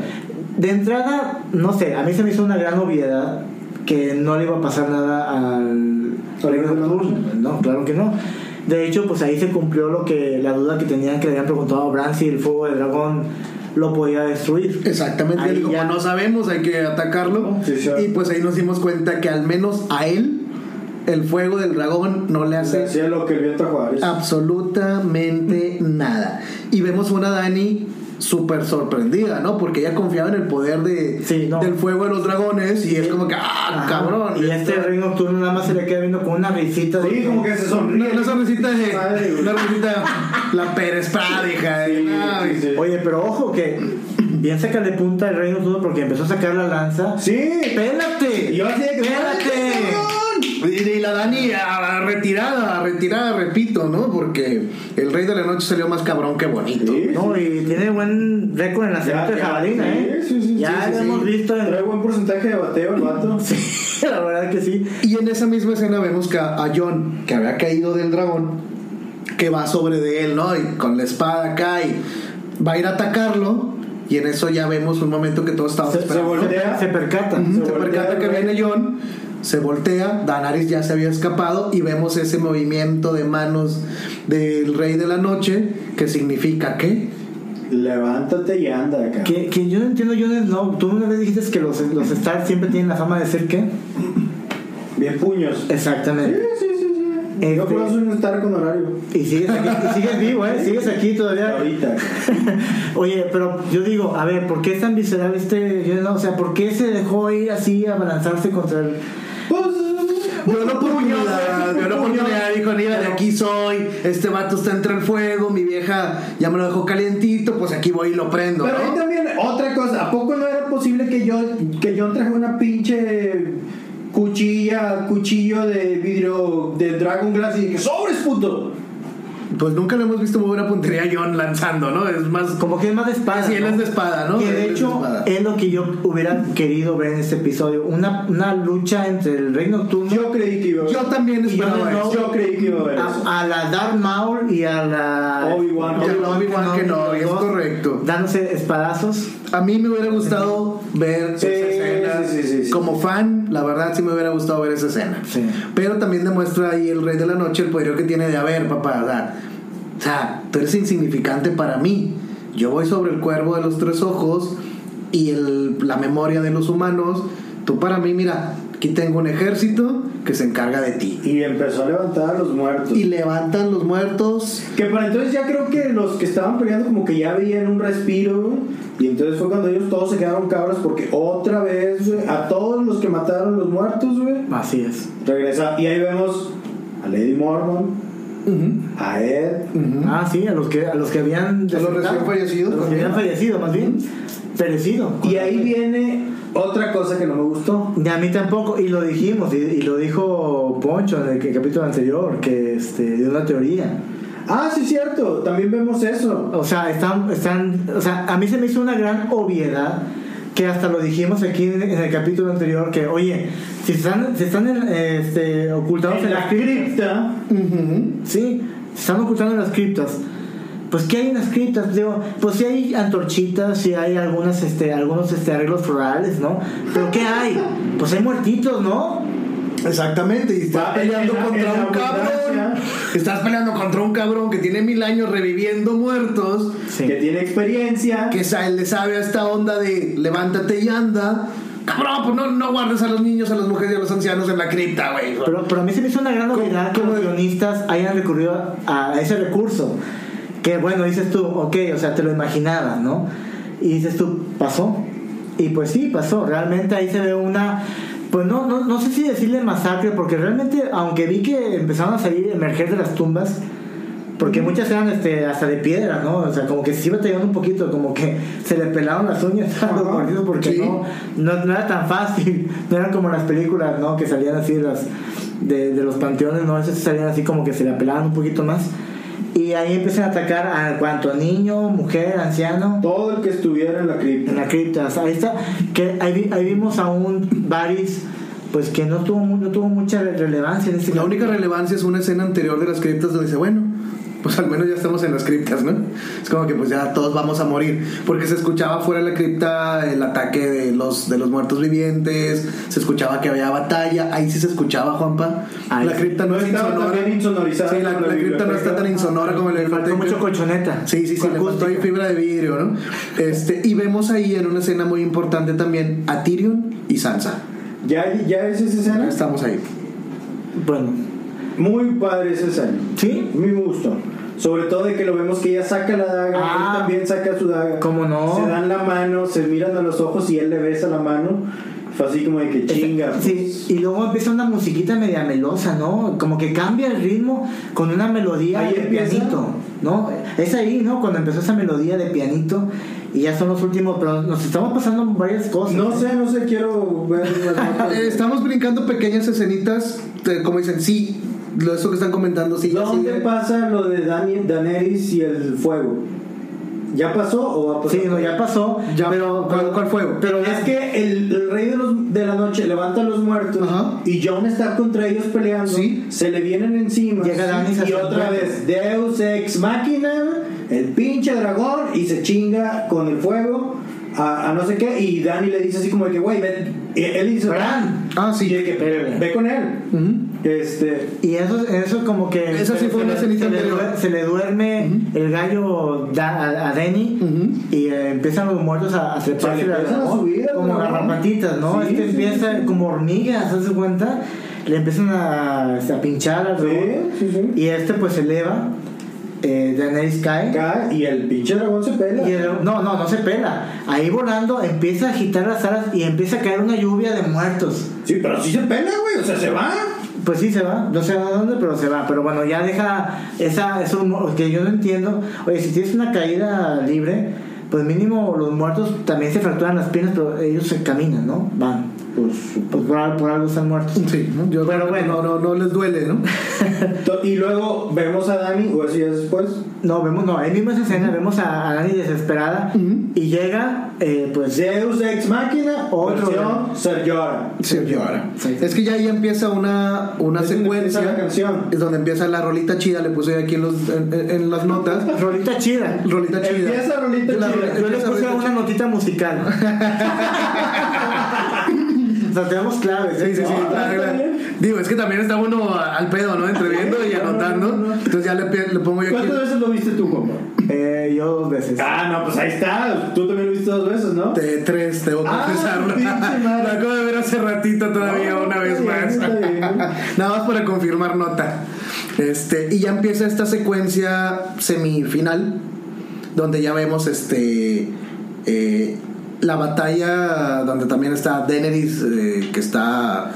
[SPEAKER 4] De entrada, no sé, a mí se me hizo una gran obviedad que no le iba a pasar nada al
[SPEAKER 5] ¿Al Rey
[SPEAKER 4] Reino Nocturno. No, claro que no. De hecho, pues ahí se cumplió lo que la duda que tenían que le habían preguntado a Bran si el fuego del dragón lo podía destruir.
[SPEAKER 2] Exactamente,
[SPEAKER 4] Ahí
[SPEAKER 2] él dijo,
[SPEAKER 4] ya-
[SPEAKER 2] "Pues no sabemos, hay que atacarlo.
[SPEAKER 5] Sí, sí.
[SPEAKER 2] Y pues ahí nos dimos cuenta que al menos a él el fuego del dragón no le hace
[SPEAKER 5] Le hacía lo que el viento a Juárez.
[SPEAKER 4] Ah,
[SPEAKER 2] absolutamente nada. Y vemos una Dani súper sorprendida, ¿no? Porque ella confiaba en el poder de,
[SPEAKER 4] Sí, no.
[SPEAKER 2] del fuego de los dragones y es
[SPEAKER 4] Sí.
[SPEAKER 2] como que, ¡ah,
[SPEAKER 4] Ajá.
[SPEAKER 2] cabrón!
[SPEAKER 4] Y este
[SPEAKER 2] Esto-
[SPEAKER 4] Rey Nocturno nada más se le queda viendo con una risita. de-
[SPEAKER 5] Sí, como que se
[SPEAKER 2] Una,
[SPEAKER 5] sonríe.
[SPEAKER 2] una sonrisita de.
[SPEAKER 5] Madre, güey.
[SPEAKER 2] Una sonrisita. la Pérez Prada, hija. de-
[SPEAKER 5] Sí,
[SPEAKER 2] ay.
[SPEAKER 5] sí, sí.
[SPEAKER 4] Oye, pero ojo que bien sácale punta el Reino Unido porque empezó a sacar la lanza.
[SPEAKER 5] Sí.
[SPEAKER 4] ¡Espérate!
[SPEAKER 5] Y yo así de que-
[SPEAKER 4] ¡Espérate!
[SPEAKER 2] Y y la Dani a- a retirada, a retirada, repito, ¿no? Porque el rey de la noche salió más cabrón que bonito.
[SPEAKER 5] Sí.
[SPEAKER 4] No, y tiene buen récord en la
[SPEAKER 5] Ya,
[SPEAKER 4] segunda de
[SPEAKER 5] ya,
[SPEAKER 4] jabalina,
[SPEAKER 5] sí,
[SPEAKER 4] ¿eh?
[SPEAKER 5] sí, sí,
[SPEAKER 4] ya
[SPEAKER 5] sí, sí,
[SPEAKER 4] lo
[SPEAKER 5] sí.
[SPEAKER 4] hemos visto en- *laughs* Mm,
[SPEAKER 5] Trae buen porcentaje de bateo el vato.
[SPEAKER 4] Sí, la verdad que sí.
[SPEAKER 2] Y en esa misma escena vemos que a a John, que había caído del dragón, que va sobre de él, ¿no? Y con la espada acá y va a ir a atacarlo. Y en eso ya vemos un momento que todos estamos
[SPEAKER 5] Se- se
[SPEAKER 2] esperando.
[SPEAKER 5] voltea.
[SPEAKER 4] Se percata.
[SPEAKER 2] Ujú,
[SPEAKER 5] se
[SPEAKER 2] se
[SPEAKER 5] voltea,
[SPEAKER 2] percata que
[SPEAKER 5] güey.
[SPEAKER 2] viene John, se voltea, Danaris ya se había escapado y vemos ese movimiento de manos del Rey de la Noche, que significa que
[SPEAKER 5] Levántate y anda acá.
[SPEAKER 4] Que, que yo no entiendo, yo no. Tú una vez dijiste que los, los Stark siempre tienen la fama de ser qué?
[SPEAKER 5] Bien puños. Sí,
[SPEAKER 4] Exactamente.
[SPEAKER 5] sí, sí, sí. Yo
[SPEAKER 4] Este-
[SPEAKER 5] por eso no estar con horario.
[SPEAKER 4] Y sigues aquí, y sigues vivo, ¿eh? Sigues aquí todavía.
[SPEAKER 5] Ahorita.
[SPEAKER 4] *laughs* Oye, pero yo digo, a ver, ¿por qué es tan visceral este? Yo no, o sea, ¿por qué se dejó ir así a balanzarse contra el?
[SPEAKER 2] Vio la oportunidad, vio la oportunidad, dijo, mira, de aquí soy, este vato está entre el fuego, mi vieja ya me lo dejó calientito, pues aquí voy y lo prendo,
[SPEAKER 5] Pero ahí
[SPEAKER 2] ¿no?
[SPEAKER 5] también, otra cosa, ¿a poco no era posible que yo que John traje una pinche cuchilla, cuchillo de vidrio de Dragon Glass y dije, sobres puto?
[SPEAKER 2] Pues nunca lo hemos visto mover a puntería a John lanzando, ¿no? Es más como...
[SPEAKER 4] Como que es más de espada.
[SPEAKER 2] Así él
[SPEAKER 4] ¿no?
[SPEAKER 2] es de espada, ¿no?
[SPEAKER 4] Que
[SPEAKER 2] Él es
[SPEAKER 4] de
[SPEAKER 2] de
[SPEAKER 4] hecho
[SPEAKER 2] espada.
[SPEAKER 4] es lo que yo hubiera querido ver en este episodio, una, una lucha entre el Rey Nocturno
[SPEAKER 5] Yo creí que iba a haber-
[SPEAKER 2] Yo también Ah,
[SPEAKER 4] Y yo
[SPEAKER 2] esperaba
[SPEAKER 4] no-
[SPEAKER 2] eso.
[SPEAKER 5] yo creí que iba a haber eso.
[SPEAKER 4] a, a la Darth Maul y a la
[SPEAKER 5] Obi-Wan.
[SPEAKER 2] Y a la Obi-Wan
[SPEAKER 4] Kenobi,
[SPEAKER 2] Kenobi,
[SPEAKER 4] los
[SPEAKER 2] es
[SPEAKER 4] dos
[SPEAKER 2] correcto.
[SPEAKER 4] Dándose espadazos.
[SPEAKER 2] A mí me hubiera gustado ver
[SPEAKER 5] Sí,
[SPEAKER 2] esa escena.
[SPEAKER 5] sí, sí, sí, sí.
[SPEAKER 2] Como fan, la verdad sí me hubiera gustado ver esa escena.
[SPEAKER 4] Sí.
[SPEAKER 2] Pero también demuestra ahí el Rey de la Noche el poderío que tiene de haber, papá. o sea, O sea, tú eres insignificante para mí. Yo voy sobre el cuervo de los tres ojos y el- la memoria de los humanos. Tú para mí, mira, aquí tengo un ejército que se encarga de ti.
[SPEAKER 3] Y empezó a levantar a los muertos.
[SPEAKER 2] Y levantan los muertos.
[SPEAKER 3] Que para entonces ya creo que los que estaban peleando como que ya veían un respiro güey. y entonces fue cuando ellos todos se quedaron cabros porque otra vez güey, a todos los que mataron los muertos, güey,
[SPEAKER 4] Así es.
[SPEAKER 3] regresa y ahí vemos a Lady Mormon, a Ed,
[SPEAKER 4] Ah, sí, a los que, a los que habían.
[SPEAKER 2] A los
[SPEAKER 4] desertado.
[SPEAKER 2] recién fallecidos,
[SPEAKER 4] A los que
[SPEAKER 2] también.
[SPEAKER 4] habían fallecido, más bien. Perecido.
[SPEAKER 3] y ahí viene otra cosa que no me gustó.
[SPEAKER 4] Ni a mí tampoco, y lo dijimos, y, y lo dijo Poncho en el, que- capítulo anterior, que este, de una teoría.
[SPEAKER 3] Ah, sí cierto, también vemos eso.
[SPEAKER 4] O sea, están, están, o sea, a mí se me hizo una gran obviedad que hasta lo dijimos aquí en, en el capítulo anterior, que oye, si están, si están en, este, ocultados en,
[SPEAKER 3] En
[SPEAKER 4] las
[SPEAKER 3] la
[SPEAKER 4] criptas,
[SPEAKER 3] cripta
[SPEAKER 4] sí, se están ocultando en las criptas. Pues que hay en las criptas, digo, pues si hay antorchitas, si hay algunas, este, algunos este, arreglos florales, ¿no? Pero ¿qué hay? Pues hay muertitos, ¿no?
[SPEAKER 2] Exactamente, y estás
[SPEAKER 3] Va,
[SPEAKER 2] peleando
[SPEAKER 3] en la-
[SPEAKER 2] contra
[SPEAKER 3] en la
[SPEAKER 2] un cabrón.
[SPEAKER 3] abundancia.
[SPEAKER 2] Estás peleando contra un cabrón que tiene mil años reviviendo muertos.
[SPEAKER 4] Sí.
[SPEAKER 3] que tiene experiencia.
[SPEAKER 2] Que sa- le sabe a esta onda de levántate y anda. Cabrón, pues no, no guardes a los niños, a las mujeres y a los ancianos en la cripta, güey.
[SPEAKER 4] Pero, pero a mí se me hizo una gran novedad que
[SPEAKER 2] cómo
[SPEAKER 4] los
[SPEAKER 2] es?
[SPEAKER 4] guionistas hayan recurrido a, a ese recurso. Que bueno, dices tú, ok, o sea, te lo imaginabas, ¿no? Y dices tú, pasó. Y pues sí, pasó. Realmente ahí se ve una. Pues no, no, no sé si decirle masacre, porque realmente, aunque vi que empezaron a salir, emerger de las tumbas, porque muchas eran este, hasta de piedra, ¿no? O sea, como que se iba tallando un poquito, como que se le pelaron las uñas *laughs* a los
[SPEAKER 3] Ajá.
[SPEAKER 4] mordidos porque
[SPEAKER 2] Sí.
[SPEAKER 4] no, no, no era tan fácil, *laughs* no eran como las películas, ¿no? Que salían así de, las, de, de los panteones, ¿no? Esas salían así como que se le pelaban un poquito más. Y ahí empiezan a atacar a cuanto niño, mujer, anciano.
[SPEAKER 3] Todo el que estuviera en la cripta.
[SPEAKER 4] En la cripta, o sea, ahí está, que ahí, vi- ahí vimos a un Varys, pues que no tuvo, mu- no tuvo mucha re- relevancia en este
[SPEAKER 2] La única relevancia es una escena anterior de las criptas donde dice, bueno, pues al menos ya estamos en las criptas, ¿no? Es como que pues ya todos vamos a morir. Porque se escuchaba fuera de la cripta el ataque de los, de los muertos vivientes, se escuchaba que había batalla, ahí sí se escuchaba, Juanpa.
[SPEAKER 4] Ahí
[SPEAKER 2] la
[SPEAKER 4] sí.
[SPEAKER 2] cripta no,
[SPEAKER 3] No
[SPEAKER 2] es
[SPEAKER 3] estaba
[SPEAKER 2] insonora.
[SPEAKER 3] también insonorizada
[SPEAKER 2] Sí, la,
[SPEAKER 3] como la
[SPEAKER 2] la cripta no está
[SPEAKER 3] biblioteca.
[SPEAKER 2] tan insonora como la
[SPEAKER 4] Faltó mucho colchoneta.
[SPEAKER 2] Sí, sí, sí, le faltó ahí fibra de vidrio, ¿no? Este, y vemos ahí en una escena muy importante también a Tyrion y Sansa.
[SPEAKER 3] ¿Ya, ya es esa escena?
[SPEAKER 2] Estamos ahí.
[SPEAKER 4] Bueno,
[SPEAKER 3] Muy padre esa escena.
[SPEAKER 4] ¿sí?
[SPEAKER 3] A mí me gustó. Sobre todo de que lo vemos que ella saca la daga,
[SPEAKER 4] Ah.
[SPEAKER 3] él también saca su daga.
[SPEAKER 4] ¿Cómo no?
[SPEAKER 3] Se dan la mano, se miran a los ojos y él le besa la mano. Fue así como de que chinga. pues.
[SPEAKER 4] Sí, y luego empieza una musiquita media melosa, ¿no? Como que cambia el ritmo con una melodía
[SPEAKER 3] Ahí
[SPEAKER 4] de
[SPEAKER 3] empieza.
[SPEAKER 4] pianito, ¿no? Es ahí, ¿no? Cuando empezó esa melodía de pianito y ya son los últimos, pero nos estamos pasando varias cosas.
[SPEAKER 3] No sé, no sé, quiero ver
[SPEAKER 2] *laughs*
[SPEAKER 3] las notas.
[SPEAKER 2] Eh, Estamos brincando pequeñas escenitas, te- como dicen, sí, lo eso que están comentando, sí. eh. ya
[SPEAKER 3] ¿Dónde
[SPEAKER 2] sigue.
[SPEAKER 3] pasa lo de Dani, Daenerys y el fuego? ¿Ya pasó o va a pasar?
[SPEAKER 4] Sí, no, ya pasó,
[SPEAKER 2] Ya,
[SPEAKER 4] pero...
[SPEAKER 2] ¿cuál- cuál fue?
[SPEAKER 4] Pero
[SPEAKER 3] Es que el, el rey de, los- de la noche levanta a los muertos
[SPEAKER 2] Ajá.
[SPEAKER 3] y John está contra ellos peleando.
[SPEAKER 2] Sí.
[SPEAKER 3] Se le vienen encima.
[SPEAKER 4] Llega Daenerys a
[SPEAKER 3] y
[SPEAKER 4] su
[SPEAKER 3] otra
[SPEAKER 4] encuentro.
[SPEAKER 3] vez, Deus ex machina, el pinche dragón, y se chinga con el fuego a, a no sé qué. Y Dani le dice así como de que, güey, ve. Y él dice,
[SPEAKER 4] Bran.
[SPEAKER 2] Ah,
[SPEAKER 3] Y
[SPEAKER 2] sí.
[SPEAKER 3] de que, "Ve- ve con él.
[SPEAKER 2] Ujú.
[SPEAKER 3] Este.
[SPEAKER 4] Y eso, eso como que...
[SPEAKER 2] Esa sí
[SPEAKER 4] se-
[SPEAKER 2] fue
[SPEAKER 4] se
[SPEAKER 2] una
[SPEAKER 4] le-
[SPEAKER 2] escenita
[SPEAKER 4] se le,
[SPEAKER 2] anterior.
[SPEAKER 4] duer- se le duerme el gallo da- a, a Denny
[SPEAKER 2] Ujú.
[SPEAKER 4] y eh, empiezan los muertos a, a treparse
[SPEAKER 3] Se le
[SPEAKER 4] la-
[SPEAKER 3] empiezan a subir al
[SPEAKER 4] como
[SPEAKER 3] dragón.
[SPEAKER 4] garrapatitas, ¿no?
[SPEAKER 3] Sí,
[SPEAKER 4] este
[SPEAKER 3] sí,
[SPEAKER 4] empieza
[SPEAKER 3] sí.
[SPEAKER 4] como hormigas, ¿se hace cuenta? Le empiezan a, este, a pinchar al
[SPEAKER 3] Sí,
[SPEAKER 4] dragón.
[SPEAKER 3] sí, sí.
[SPEAKER 4] y este pues se eleva, eh, Daenerys cae.
[SPEAKER 3] Cae y el pinche dragón se pela.
[SPEAKER 4] Y el- no, no, no se pela. Ahí volando empieza a agitar las alas y empieza a caer una lluvia de muertos.
[SPEAKER 3] Sí, pero sí se pela, güey. O sea, se va.
[SPEAKER 4] Pues sí, se va, no sé a dónde, pero se va. Pero bueno, ya deja esa, eso mo- que yo no entiendo. Oye, si tienes una caída libre, pues mínimo los muertos también se fracturan las piernas, pero ellos se caminan, ¿no? Van.
[SPEAKER 3] Pues
[SPEAKER 4] Pues por, al- por algo están muertos.
[SPEAKER 2] Sí, ¿no? Yo-
[SPEAKER 4] Pero bueno.
[SPEAKER 2] No, no, no les duele, ¿no?
[SPEAKER 3] To- Y luego vemos a Dani, o eso ya es después.
[SPEAKER 4] No, vemos, no, ahí mismo esa escena, vemos a, a Dani desesperada
[SPEAKER 2] Ujú.
[SPEAKER 4] y llega, eh, pues
[SPEAKER 3] Zeus Ex Máquina,
[SPEAKER 4] Otro.
[SPEAKER 3] versión Ser Jorah.
[SPEAKER 2] Sí, yo ahora.
[SPEAKER 4] Sí.
[SPEAKER 2] Es que ya ahí empieza una, una
[SPEAKER 3] Es donde
[SPEAKER 2] secuencia.
[SPEAKER 3] empieza la canción.
[SPEAKER 2] Es donde empieza la rolita chida, le puse aquí en, los, en, en- en las notas.
[SPEAKER 4] rolita chida.
[SPEAKER 2] Rolita chida.
[SPEAKER 3] Empieza rolita
[SPEAKER 2] La-
[SPEAKER 3] chida.
[SPEAKER 4] Yo le
[SPEAKER 2] empieza
[SPEAKER 4] puse
[SPEAKER 2] rolita
[SPEAKER 4] una notita musical. *laughs* o sea, ¿eh? tenemos claves.
[SPEAKER 2] Sí, sí, sí,
[SPEAKER 3] No,
[SPEAKER 2] la
[SPEAKER 3] está
[SPEAKER 2] regla.
[SPEAKER 3] bien.
[SPEAKER 2] Digo, es que también está uno a- al pedo, ¿no? Entre viendo
[SPEAKER 3] *laughs*
[SPEAKER 2] y anotando. Entonces ya le, pi- le pongo yo aquí.
[SPEAKER 3] ¿Cuántas veces lo viste tú, compa?
[SPEAKER 4] Eh, yo dos veces.
[SPEAKER 3] Ah, no, pues ahí está. Tú también lo viste dos veces, ¿no?
[SPEAKER 2] Te, tres, te voy a
[SPEAKER 3] Ah,
[SPEAKER 2] confesar una.
[SPEAKER 3] *laughs* pinche
[SPEAKER 2] *laughs*
[SPEAKER 3] madre.
[SPEAKER 2] La acabo de ver hace ratito todavía,
[SPEAKER 3] No,
[SPEAKER 2] una vez
[SPEAKER 3] está bien,
[SPEAKER 2] más.
[SPEAKER 3] está bien.
[SPEAKER 2] *laughs* Nada más para confirmar nota. Este, y ya empieza esta secuencia semifinal, donde ya vemos este eh, la batalla donde también está Daenerys, eh, que está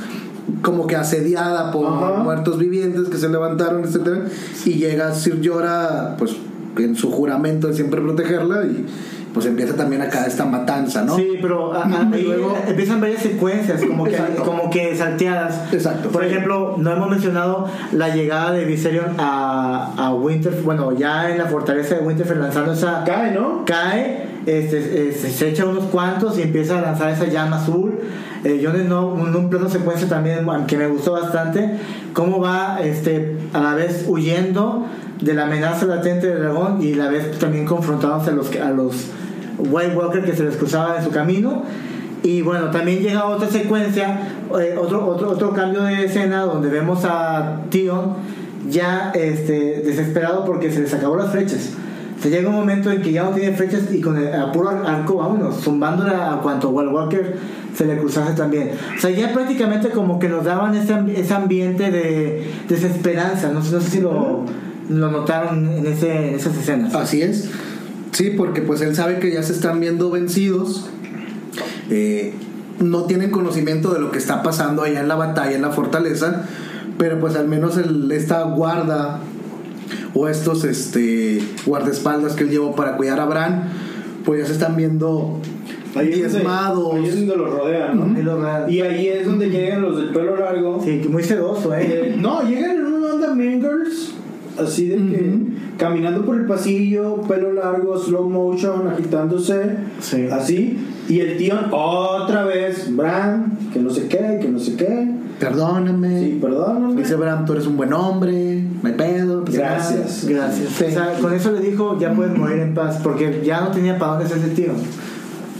[SPEAKER 2] como que asediada por
[SPEAKER 3] Ajá.
[SPEAKER 2] muertos vivientes que se levantaron, etcétera, y llega Sir Jorah, pues en su juramento de siempre protegerla y pues empieza también acá esta matanza, ¿no?
[SPEAKER 4] Sí, pero a- a- ahí
[SPEAKER 2] ah, Luego-
[SPEAKER 4] empiezan varias secuencias, como que,
[SPEAKER 2] Exacto.
[SPEAKER 4] como que salteadas.
[SPEAKER 2] Exacto.
[SPEAKER 4] Por ejemplo, no hemos mencionado la llegada de Viserion a, a Winterfell, bueno, ya en la fortaleza de Winterfell lanzando esa...
[SPEAKER 3] Cae, ¿no?
[SPEAKER 4] cae, este, este, se echa unos cuantos y empieza a lanzar esa llama azul. Eh, Jon Snow, en un plano secuencia también bueno, que me gustó bastante, cómo va este, a la vez huyendo de la amenaza latente del dragón y a la vez también confrontándose a los, que- a los White Walker que se les cruzaba en su camino. Y bueno, también llega otra secuencia, eh, otro, otro, otro cambio de escena donde vemos a Tion ya este, desesperado porque se les acabó las flechas. Se llega un momento en que ya no tiene flechas y con el a puro ar- arco, vámonos, zumbándola a cuanto Wall Walker se le cruzase también. O sea, ya prácticamente como que nos daban ese, ambi- ese ambiente de desesperanza. No, sé- no sé si lo, lo notaron en, ese, en esas escenas.
[SPEAKER 2] Así es. Sí, porque pues él sabe que ya se están viendo vencidos. Eh, no tienen conocimiento de lo que está pasando allá en la batalla, en la fortaleza. Pero pues al menos el- esta guarda o estos este, guardaespaldas que él llevó para cuidar a Bran, pues ya se están viendo
[SPEAKER 3] Ahí es, donde,
[SPEAKER 2] diezmados.
[SPEAKER 3] ahí es donde los rodean, ¿no?
[SPEAKER 4] Ahí lo ra-
[SPEAKER 3] Y ahí es donde llegan los del pelo largo.
[SPEAKER 4] Sí, que muy sedoso, ¿eh?
[SPEAKER 3] Eh, no, llegan en una onda Mean Girls, así de que caminando por el pasillo, pelo largo, slow motion, agitándose,
[SPEAKER 4] Sí.
[SPEAKER 3] así. Y el tío otra vez, Bran, que no sé qué, que no sé qué.
[SPEAKER 2] Perdóname.
[SPEAKER 3] Sí, perdóname.
[SPEAKER 2] Dice Bran, tú eres un buen hombre, me pedo. pues,
[SPEAKER 3] Gracias.
[SPEAKER 4] Gracias.
[SPEAKER 2] Sí.
[SPEAKER 4] O sea, con eso le dijo, ya puedes morir en paz, porque ya no tenía para dónde hacerse tiro.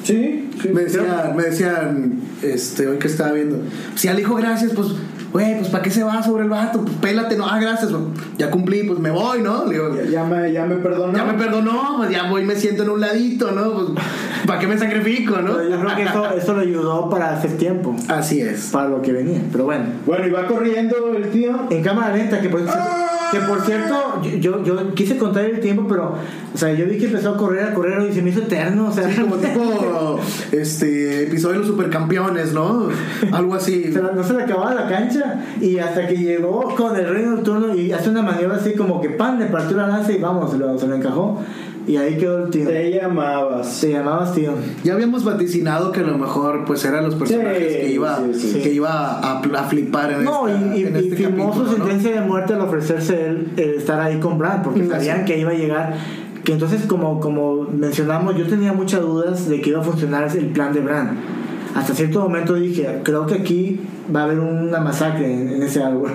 [SPEAKER 3] Sí, sí.
[SPEAKER 2] Me decían, me decían, este, hoy que estaba viendo, si al hijo gracias, pues, güey, pues, ¿para qué se va sobre el vato? Pues, pélate, no, ah, gracias, güey. ya cumplí, pues, me voy, ¿no? Le digo,
[SPEAKER 3] Ya, ya me, ya me perdonó.
[SPEAKER 2] ya me perdonó, pues, ya voy, me siento en un ladito, ¿no? Pues, ¿para qué me sacrifico, no?
[SPEAKER 4] Pero yo creo que eso, eso lo ayudó para hacer tiempo,
[SPEAKER 2] *laughs* Así es.
[SPEAKER 4] para lo que venía. Pero bueno,
[SPEAKER 3] Bueno, y va corriendo el tío.
[SPEAKER 4] en cámara lenta, que por cierto, que por cierto yo, yo, yo quise contar el tiempo, pero, o sea, yo vi que empezó a correr, a correr y se me hizo eterno, o sea,
[SPEAKER 2] Así
[SPEAKER 4] *laughs*
[SPEAKER 2] como tipo, este, episodio de los supercampeones, ¿no? Algo así.
[SPEAKER 4] se la- no se le acababa la cancha y hasta que llegó con el rey nocturno y hace una maniobra así como que pan, le partió la lanza y vamos, se lo, se lo encajó y ahí quedó el tío.
[SPEAKER 3] Te llamabas.
[SPEAKER 4] Se llamaba tío.
[SPEAKER 2] Ya habíamos vaticinado que a lo mejor, pues, eran los personajes
[SPEAKER 3] Sí,
[SPEAKER 2] que iba,
[SPEAKER 3] sí, sí.
[SPEAKER 2] que iba a, a flipar en
[SPEAKER 4] No,
[SPEAKER 2] esta-
[SPEAKER 4] y, y,
[SPEAKER 2] en
[SPEAKER 4] y
[SPEAKER 2] este
[SPEAKER 4] firmó
[SPEAKER 2] capítulo,
[SPEAKER 4] su
[SPEAKER 2] ¿no?
[SPEAKER 4] sentencia de muerte al ofrecerse él el estar ahí con Brad, porque
[SPEAKER 2] Mm,
[SPEAKER 4] sabían
[SPEAKER 2] así.
[SPEAKER 4] que iba a llegar. Que entonces, como, como mencionamos, yo tenía muchas dudas de que iba a funcionar el plan de Bran. Hasta cierto momento dije, creo que aquí va a haber una masacre en, en ese árbol.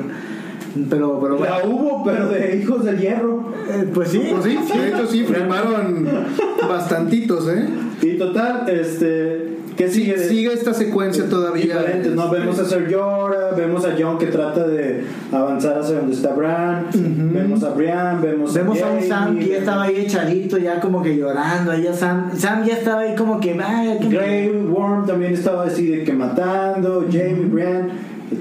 [SPEAKER 4] Pero, pero bueno,
[SPEAKER 3] La hubo, pero de hijos del hierro.
[SPEAKER 4] eh, pues sí.
[SPEAKER 2] Pues sí, de hecho sí,
[SPEAKER 4] *laughs*
[SPEAKER 2] firmaron bastantitos, ¿eh?
[SPEAKER 3] Y total, este. ¿Qué sigue? de-
[SPEAKER 2] Sigue esta secuencia todavía.
[SPEAKER 3] diferentes, ¿no? Vemos a Ser Jorah, vemos a John que trata de avanzar hacia donde está Bran, vemos a Brian, vemos,
[SPEAKER 4] Vemos a un
[SPEAKER 3] Jamie,
[SPEAKER 4] Sam que ya estaba ahí echadito, ya como que llorando. Ella Sam, Sam ya estaba ahí como que, "Ay, ¿qué me-?"
[SPEAKER 3] Grey Worm también estaba así de que matando, Jamie, Brian,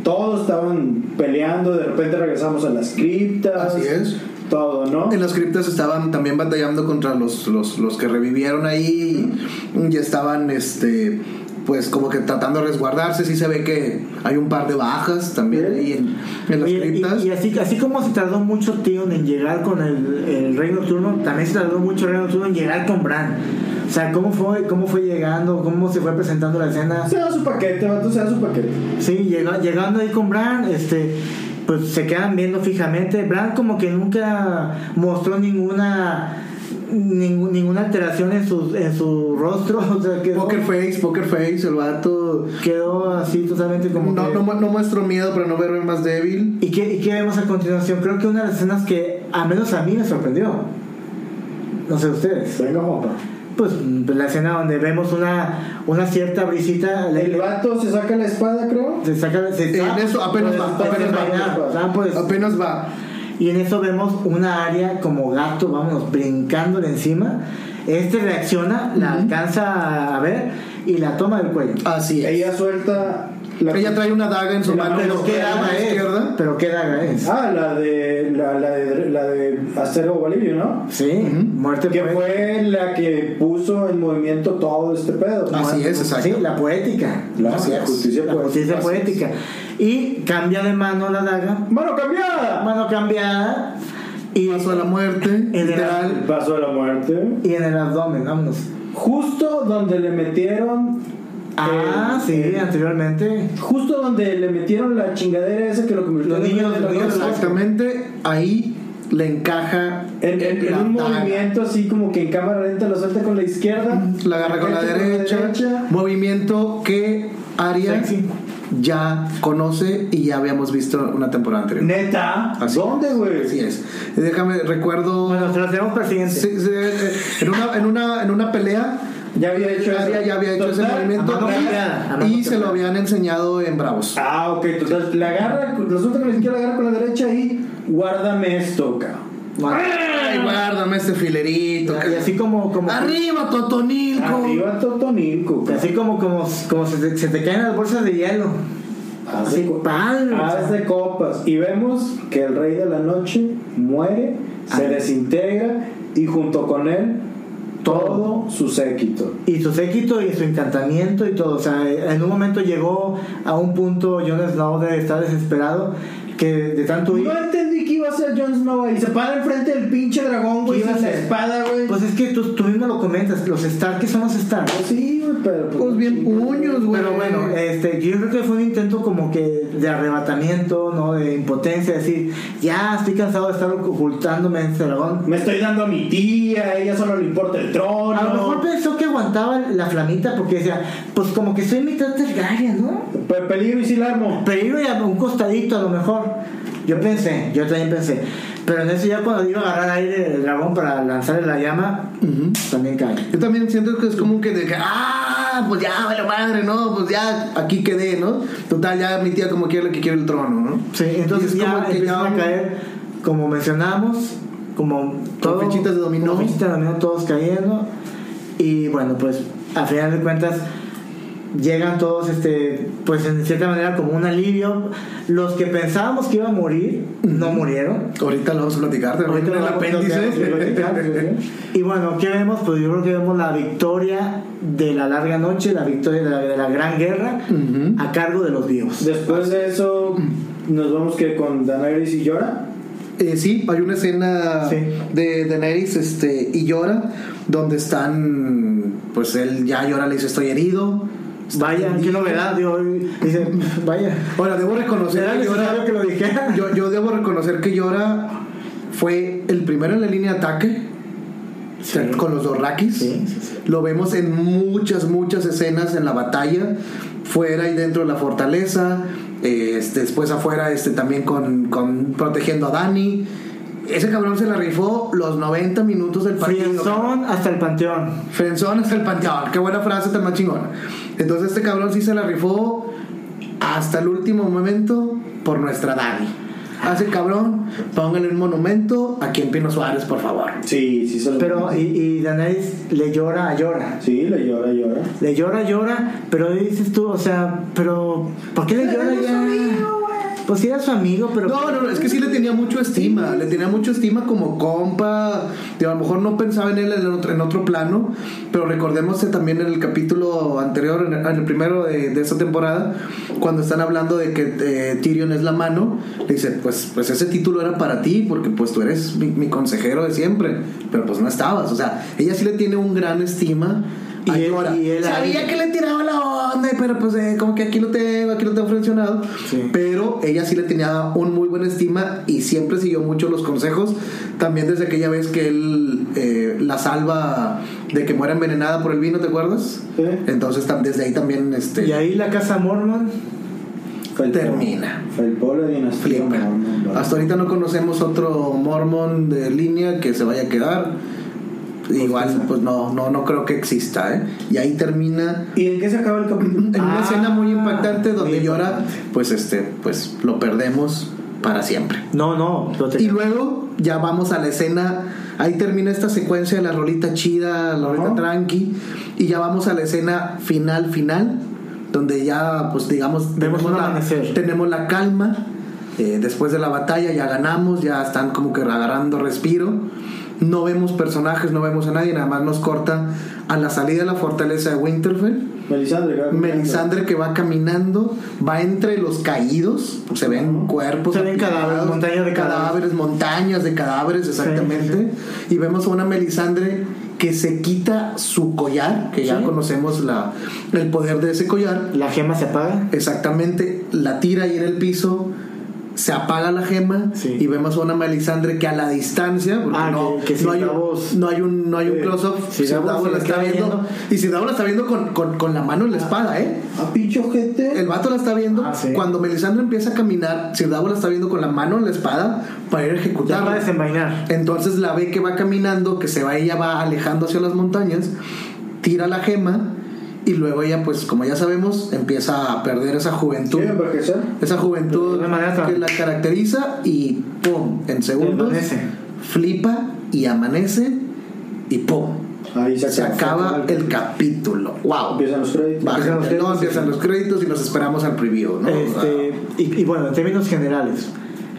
[SPEAKER 3] todos estaban peleando, de repente regresamos a las criptas.
[SPEAKER 2] Así es.
[SPEAKER 3] Todo, ¿no?
[SPEAKER 2] En las criptas estaban también batallando contra los, los, los que revivieron ahí y estaban, este, pues como que tratando de resguardarse. Sí se ve que hay un par de bajas también ahí en, en las
[SPEAKER 4] Oye, y-
[SPEAKER 2] criptas.
[SPEAKER 4] Y, así, así como se tardó mucho Tion en llegar con el, el Rey Nocturno, también se tardó mucho el Rey Nocturno en llegar con Bran. O sea, ¿cómo fue, cómo fue llegando? ¿Cómo se fue presentando la escena?
[SPEAKER 3] Se da su paquete, vato, se da su paquete.
[SPEAKER 4] Sí, llega- llegando ahí con Bran, este, pues se quedan viendo fijamente. Bran como que nunca mostró ninguna ningún- ninguna alteración en su, en su rostro. *laughs* O sea, quedó,
[SPEAKER 2] Poker face, poker face, el vato.
[SPEAKER 4] quedó así totalmente como...
[SPEAKER 2] No,
[SPEAKER 4] que-
[SPEAKER 2] no, mu- no muestro miedo para no verme más débil.
[SPEAKER 4] ¿Y qué, ¿Y qué vemos a continuación? Creo que una de las escenas que, a menos a mí, me sorprendió. No sé ustedes.
[SPEAKER 3] Venga, papá.
[SPEAKER 4] pues la escena donde vemos una, una cierta brisita.
[SPEAKER 3] El
[SPEAKER 4] le-
[SPEAKER 3] vato se saca la espada, creo.
[SPEAKER 4] se saca, se
[SPEAKER 2] En eso apenas
[SPEAKER 4] pues,
[SPEAKER 2] va,
[SPEAKER 4] pues,
[SPEAKER 2] apenas va,
[SPEAKER 4] vaina,
[SPEAKER 3] apenas va.
[SPEAKER 4] ¿verdad? Pues,
[SPEAKER 2] Apenas va.
[SPEAKER 4] y en eso vemos una área como gato, vámonos, brincándole encima. Este reacciona, la alcanza a ver y la toma del cuello.
[SPEAKER 2] Así es.
[SPEAKER 3] Ella suelta la.
[SPEAKER 2] Ella trae una daga en su
[SPEAKER 3] Pero-
[SPEAKER 2] mano
[SPEAKER 4] Pero qué
[SPEAKER 2] a
[SPEAKER 4] daga
[SPEAKER 2] la
[SPEAKER 4] es.
[SPEAKER 2] izquierda.
[SPEAKER 4] Pero qué daga es.
[SPEAKER 3] Ah, la de. La, la de. La de Acero Valirio, ¿no?
[SPEAKER 4] Sí,
[SPEAKER 2] Este
[SPEAKER 4] muerte
[SPEAKER 3] Que
[SPEAKER 4] poética.
[SPEAKER 3] fue la que puso en movimiento todo este pedo.
[SPEAKER 2] Ah, Así es, exacto.
[SPEAKER 4] Sí, la poética.
[SPEAKER 3] La-
[SPEAKER 2] Así
[SPEAKER 3] la
[SPEAKER 2] es.
[SPEAKER 3] justicia
[SPEAKER 4] La
[SPEAKER 3] poética.
[SPEAKER 4] justicia poética. Y cambia de mano la daga,
[SPEAKER 3] ¡Mano cambiada!
[SPEAKER 4] mano cambiada y,
[SPEAKER 2] Paso a la muerte,
[SPEAKER 4] el-
[SPEAKER 2] literal.
[SPEAKER 3] Paso de la muerte.
[SPEAKER 4] y en el abdomen, vámonos.
[SPEAKER 3] Justo donde le metieron.
[SPEAKER 4] Ah,
[SPEAKER 3] eh,
[SPEAKER 4] sí,
[SPEAKER 3] eh,
[SPEAKER 4] anteriormente.
[SPEAKER 3] Justo donde le metieron la chingadera esa que lo convirtió
[SPEAKER 4] Los
[SPEAKER 3] en
[SPEAKER 4] niños-
[SPEAKER 3] en-
[SPEAKER 4] los niños-
[SPEAKER 2] Exactamente, ahí le encaja
[SPEAKER 3] en, en- en
[SPEAKER 2] la
[SPEAKER 3] un
[SPEAKER 2] daga.
[SPEAKER 3] movimiento así como que en cámara lenta lo suelta con la izquierda.
[SPEAKER 2] La agarra con la derecha. Movimiento que Aria
[SPEAKER 4] Sexy.
[SPEAKER 2] ya conoce y ya habíamos visto una temporada anterior.
[SPEAKER 3] Neta.
[SPEAKER 2] Así
[SPEAKER 3] ¿Dónde, güey?
[SPEAKER 2] Así es. Déjame, recuerdo.
[SPEAKER 4] Bueno, se lo tenemos para el siguiente.
[SPEAKER 2] sí, sí, eh, en, una, en, una, en una pelea,
[SPEAKER 3] Ya había hecho eso.
[SPEAKER 2] Aria ya había hecho ese
[SPEAKER 3] Total,
[SPEAKER 2] movimiento
[SPEAKER 4] a mano
[SPEAKER 2] y-
[SPEAKER 4] cambiada, a mano
[SPEAKER 2] y se
[SPEAKER 4] cambiada.
[SPEAKER 2] lo habían enseñado en Bravos.
[SPEAKER 3] Ah, ok. Entonces la agarra, resulta que la izquierda la agarra con la derecha y guárdame esto, cabrón.
[SPEAKER 4] Ah,
[SPEAKER 2] Ay, guárdame este filerito.
[SPEAKER 4] Y así como, como,
[SPEAKER 2] Arriba, Totonilco.
[SPEAKER 3] Arriba Totonilco,
[SPEAKER 4] y
[SPEAKER 3] cabrón.
[SPEAKER 4] así como, como, como se, te, se te caen las bolsas de hielo.
[SPEAKER 3] Haz
[SPEAKER 4] Así,
[SPEAKER 3] de co-
[SPEAKER 4] padre.
[SPEAKER 2] Ah,
[SPEAKER 3] haz de copas. Y vemos que el rey de la noche muere, se desintegra y junto con él todo su séquito.
[SPEAKER 4] Y su séquito y su encantamiento y todo. O sea, en un momento llegó a un punto Jon Snow de estar desesperado que de tanto ir.
[SPEAKER 3] No entendí que iba a ser Jon Snow ahí. Se para enfrente del pinche dragón, güey,
[SPEAKER 4] ¿Qué iba a
[SPEAKER 3] sin la
[SPEAKER 4] hacer?
[SPEAKER 3] espada, güey.
[SPEAKER 4] Pues es que tú, tú mismo lo comentas, los Stark, ¿qué son los Stark?
[SPEAKER 3] Pues sí, güey, pero.
[SPEAKER 2] Pues bien puños, güey.
[SPEAKER 4] Pero bueno, este, yo creo que fue un intento como que de arrebatamiento, ¿no? De impotencia, de decir, ya estoy cansado de estar ocultándome en este dragón.
[SPEAKER 3] Me estoy dando a mi tía, a ella solo le importa el trono.
[SPEAKER 4] A lo mejor pensó que aguantaba la flamita porque decía, pues como que soy mitad Targaryen, ¿no?
[SPEAKER 3] Pe- Pues Peligro y sí la armo.
[SPEAKER 4] Pero iba a un costadito a lo mejor. Yo pensé, yo también pensé. Pero en eso ya cuando iba a agarrar aire el dragón para lanzarle la llama, también cae.
[SPEAKER 2] Yo también siento que es como que de que, ah, pues ya, vale madre, ¿no? Pues ya, aquí quedé, ¿no? Total, ya mi tía como quiere lo que quiere el trono, ¿no?
[SPEAKER 4] Sí, entonces
[SPEAKER 2] Y es
[SPEAKER 4] ya
[SPEAKER 2] como que
[SPEAKER 4] empiezan
[SPEAKER 2] ya
[SPEAKER 4] a
[SPEAKER 2] un-
[SPEAKER 4] caer, como mencionamos, como todo,
[SPEAKER 2] fichitas de dominó.
[SPEAKER 4] como fichitas de dominó, todos cayendo. Y bueno, pues a final de cuentas llegan todos, este, pues en cierta manera como un alivio. Los que pensábamos que iban a morir, no murieron.
[SPEAKER 2] *laughs* Ahorita lo vamos a platicar, te
[SPEAKER 4] Ahorita
[SPEAKER 2] en el
[SPEAKER 4] lo- lo que- lo que- lo
[SPEAKER 2] apéndice.
[SPEAKER 4] que- Y bueno, ¿qué vemos? Pues yo creo que vemos la victoria de la larga noche, la victoria de la, de la gran guerra
[SPEAKER 2] *laughs* Ujú.
[SPEAKER 4] a cargo de los dios.
[SPEAKER 3] Después de eso, nos vamos que con Daenerys y llora.
[SPEAKER 2] Eh, sí, hay una escena
[SPEAKER 4] Sí.
[SPEAKER 2] de Daenerys este, y llora, donde están, pues él ya llora, le dice, estoy herido. Está
[SPEAKER 4] Vaya, qué
[SPEAKER 2] herido.
[SPEAKER 4] novedad, digo, dice, vaya.
[SPEAKER 2] Ahora, debo reconocer
[SPEAKER 4] Era
[SPEAKER 2] que
[SPEAKER 4] necesario
[SPEAKER 2] llora-
[SPEAKER 4] que lo dijera. *laughs*
[SPEAKER 2] Yo, yo debo reconocer que Llora fue el primero en la línea de ataque o sea,
[SPEAKER 4] Sí.
[SPEAKER 2] con los dos rakis.
[SPEAKER 4] Sí, sí, sí.
[SPEAKER 2] Lo vemos en muchas, muchas escenas en la batalla, fuera y dentro de la fortaleza, eh, este, después afuera este, también con, con- protegiendo a Dani. Ese cabrón se la rifó los 90 minutos del partido.
[SPEAKER 4] Frienzón hasta el panteón.
[SPEAKER 2] Frenzón hasta el panteón. Qué buena frase tan más chingona. Entonces este cabrón sí se la rifó hasta el último momento por nuestra Dani. Hace cabrón, pónganle un monumento aquí en Pino Suárez, por favor.
[SPEAKER 3] Sí, sí se lo
[SPEAKER 4] Pero, y, y Daenerys le llora, llora.
[SPEAKER 3] Sí, le llora, llora.
[SPEAKER 4] Le llora, llora, pero dices tú, o sea, pero, ¿por qué le llora ya? Pues sí era su amigo, pero...
[SPEAKER 2] No, no, no, es que sí le tenía mucho estima, le tenía mucho estima como compa, digo, a lo mejor no pensaba en él en otro, en otro plano, pero recordemos que también en el capítulo anterior, en el, en el primero de, de esta temporada, cuando están hablando de que eh, Tyrion es la mano, le dice, pues, pues ese título era para ti, porque pues tú eres mi, mi consejero de siempre, pero pues no estabas, o sea, ella sí le tiene un gran estima.
[SPEAKER 4] Y
[SPEAKER 2] a
[SPEAKER 4] él-
[SPEAKER 2] Jorah.
[SPEAKER 4] y él a
[SPEAKER 2] Sabía
[SPEAKER 4] ella.
[SPEAKER 2] que le tiraba la onda, pero pues eh, como que aquí lo tengo, aquí lo tengo fraccionado.
[SPEAKER 4] Sí.
[SPEAKER 2] Pero ella sí le tenía un muy buen estima y siempre siguió mucho los consejos. También desde aquella vez que él eh, la salva de que muera envenenada por el vino, ¿te acuerdas?
[SPEAKER 3] Sí.
[SPEAKER 2] Entonces tam- desde ahí también este,
[SPEAKER 4] Y ahí la casa Mormon,
[SPEAKER 3] Felpó.
[SPEAKER 2] termina.
[SPEAKER 3] Felpó la dinastía.
[SPEAKER 2] Flipa.
[SPEAKER 3] mormon, ¿verdad?
[SPEAKER 2] Hasta ahorita no conocemos otro mormón de línea que se vaya a quedar. igual pues no, no, no creo que exista, ¿eh? Y ahí termina
[SPEAKER 3] ¿Y en qué se acaba el capítulo?
[SPEAKER 2] en una
[SPEAKER 4] Ah,
[SPEAKER 2] escena muy impactante donde
[SPEAKER 4] muy
[SPEAKER 2] llora, pues este, pues lo perdemos para siempre.
[SPEAKER 4] No, no, lo
[SPEAKER 2] Y
[SPEAKER 4] tenía.
[SPEAKER 2] luego ya vamos a la escena. Ahí termina esta secuencia de la rolita chida, la rolita
[SPEAKER 3] Ajá.
[SPEAKER 2] tranqui. Y ya vamos a la escena final, final. Donde ya, pues digamos,
[SPEAKER 4] Vemos un
[SPEAKER 2] tenemos, la,
[SPEAKER 4] amanecer.
[SPEAKER 2] tenemos la calma. eh, después de la batalla ya ganamos, ya están como que agarrando respiro. No vemos personajes, no vemos a nadie. Nada más nos corta a la salida de la fortaleza de Winterfell.
[SPEAKER 3] Melisandre, ¿verdad?
[SPEAKER 2] Melisandre que va caminando, va entre los caídos, pues se ven cuerpos,
[SPEAKER 4] Se ven
[SPEAKER 2] apilados,
[SPEAKER 4] cadáveres, montañas de cadáveres.
[SPEAKER 2] montañas de cadáveres, exactamente. Y vemos a una Melisandre que se quita su collar, que ya
[SPEAKER 4] Sí.
[SPEAKER 2] conocemos la, el poder de ese collar,
[SPEAKER 4] La gema se apaga.
[SPEAKER 2] exactamente, la tira ahí en el piso. Se apaga la gema
[SPEAKER 4] Sí.
[SPEAKER 2] y vemos a una Melisandre que a la distancia, porque
[SPEAKER 4] Ah,
[SPEAKER 2] no,
[SPEAKER 4] que- que
[SPEAKER 2] no
[SPEAKER 4] si
[SPEAKER 2] hay
[SPEAKER 4] Davos-
[SPEAKER 2] un, no hay un, no hay un
[SPEAKER 4] Sí.
[SPEAKER 2] close-up,
[SPEAKER 4] Si
[SPEAKER 2] si
[SPEAKER 4] Davos
[SPEAKER 2] Davos
[SPEAKER 4] se
[SPEAKER 2] la
[SPEAKER 4] le
[SPEAKER 2] está
[SPEAKER 4] queda
[SPEAKER 2] viendo,
[SPEAKER 4] viendo.
[SPEAKER 2] y si Davos la está viendo con, con, con la mano en la espada, ¿eh?
[SPEAKER 3] A pincho gente.
[SPEAKER 2] El vato la está viendo.
[SPEAKER 4] Ah, sí.
[SPEAKER 2] Cuando Melisandre empieza a caminar, Sir Davos la está viendo con la mano en la espada para ir a
[SPEAKER 4] Ya va a
[SPEAKER 2] ejecutarla.
[SPEAKER 4] desenvainar.
[SPEAKER 2] Entonces la ve que va caminando, que se va, ella va alejando hacia las montañas, tira la gema y luego ella, pues como ya sabemos, empieza a perder esa juventud.
[SPEAKER 3] ¿Quiere envejecer?
[SPEAKER 2] Esa juventud
[SPEAKER 4] De una manera
[SPEAKER 2] que la caracteriza y ¡pum! En segundos
[SPEAKER 4] Amanece.
[SPEAKER 2] flipa y amanece y ¡pum!
[SPEAKER 3] Ahí se acaba.
[SPEAKER 2] Se acaba el capítulo. ¡Wow!
[SPEAKER 3] Empiezan los créditos.
[SPEAKER 2] Bajan,
[SPEAKER 4] Empiezan los
[SPEAKER 2] no,
[SPEAKER 4] créditos,
[SPEAKER 2] empiezan
[SPEAKER 4] sí.
[SPEAKER 2] los créditos y nos esperamos al preview, ¿no?
[SPEAKER 4] Este, y, y bueno, en términos generales,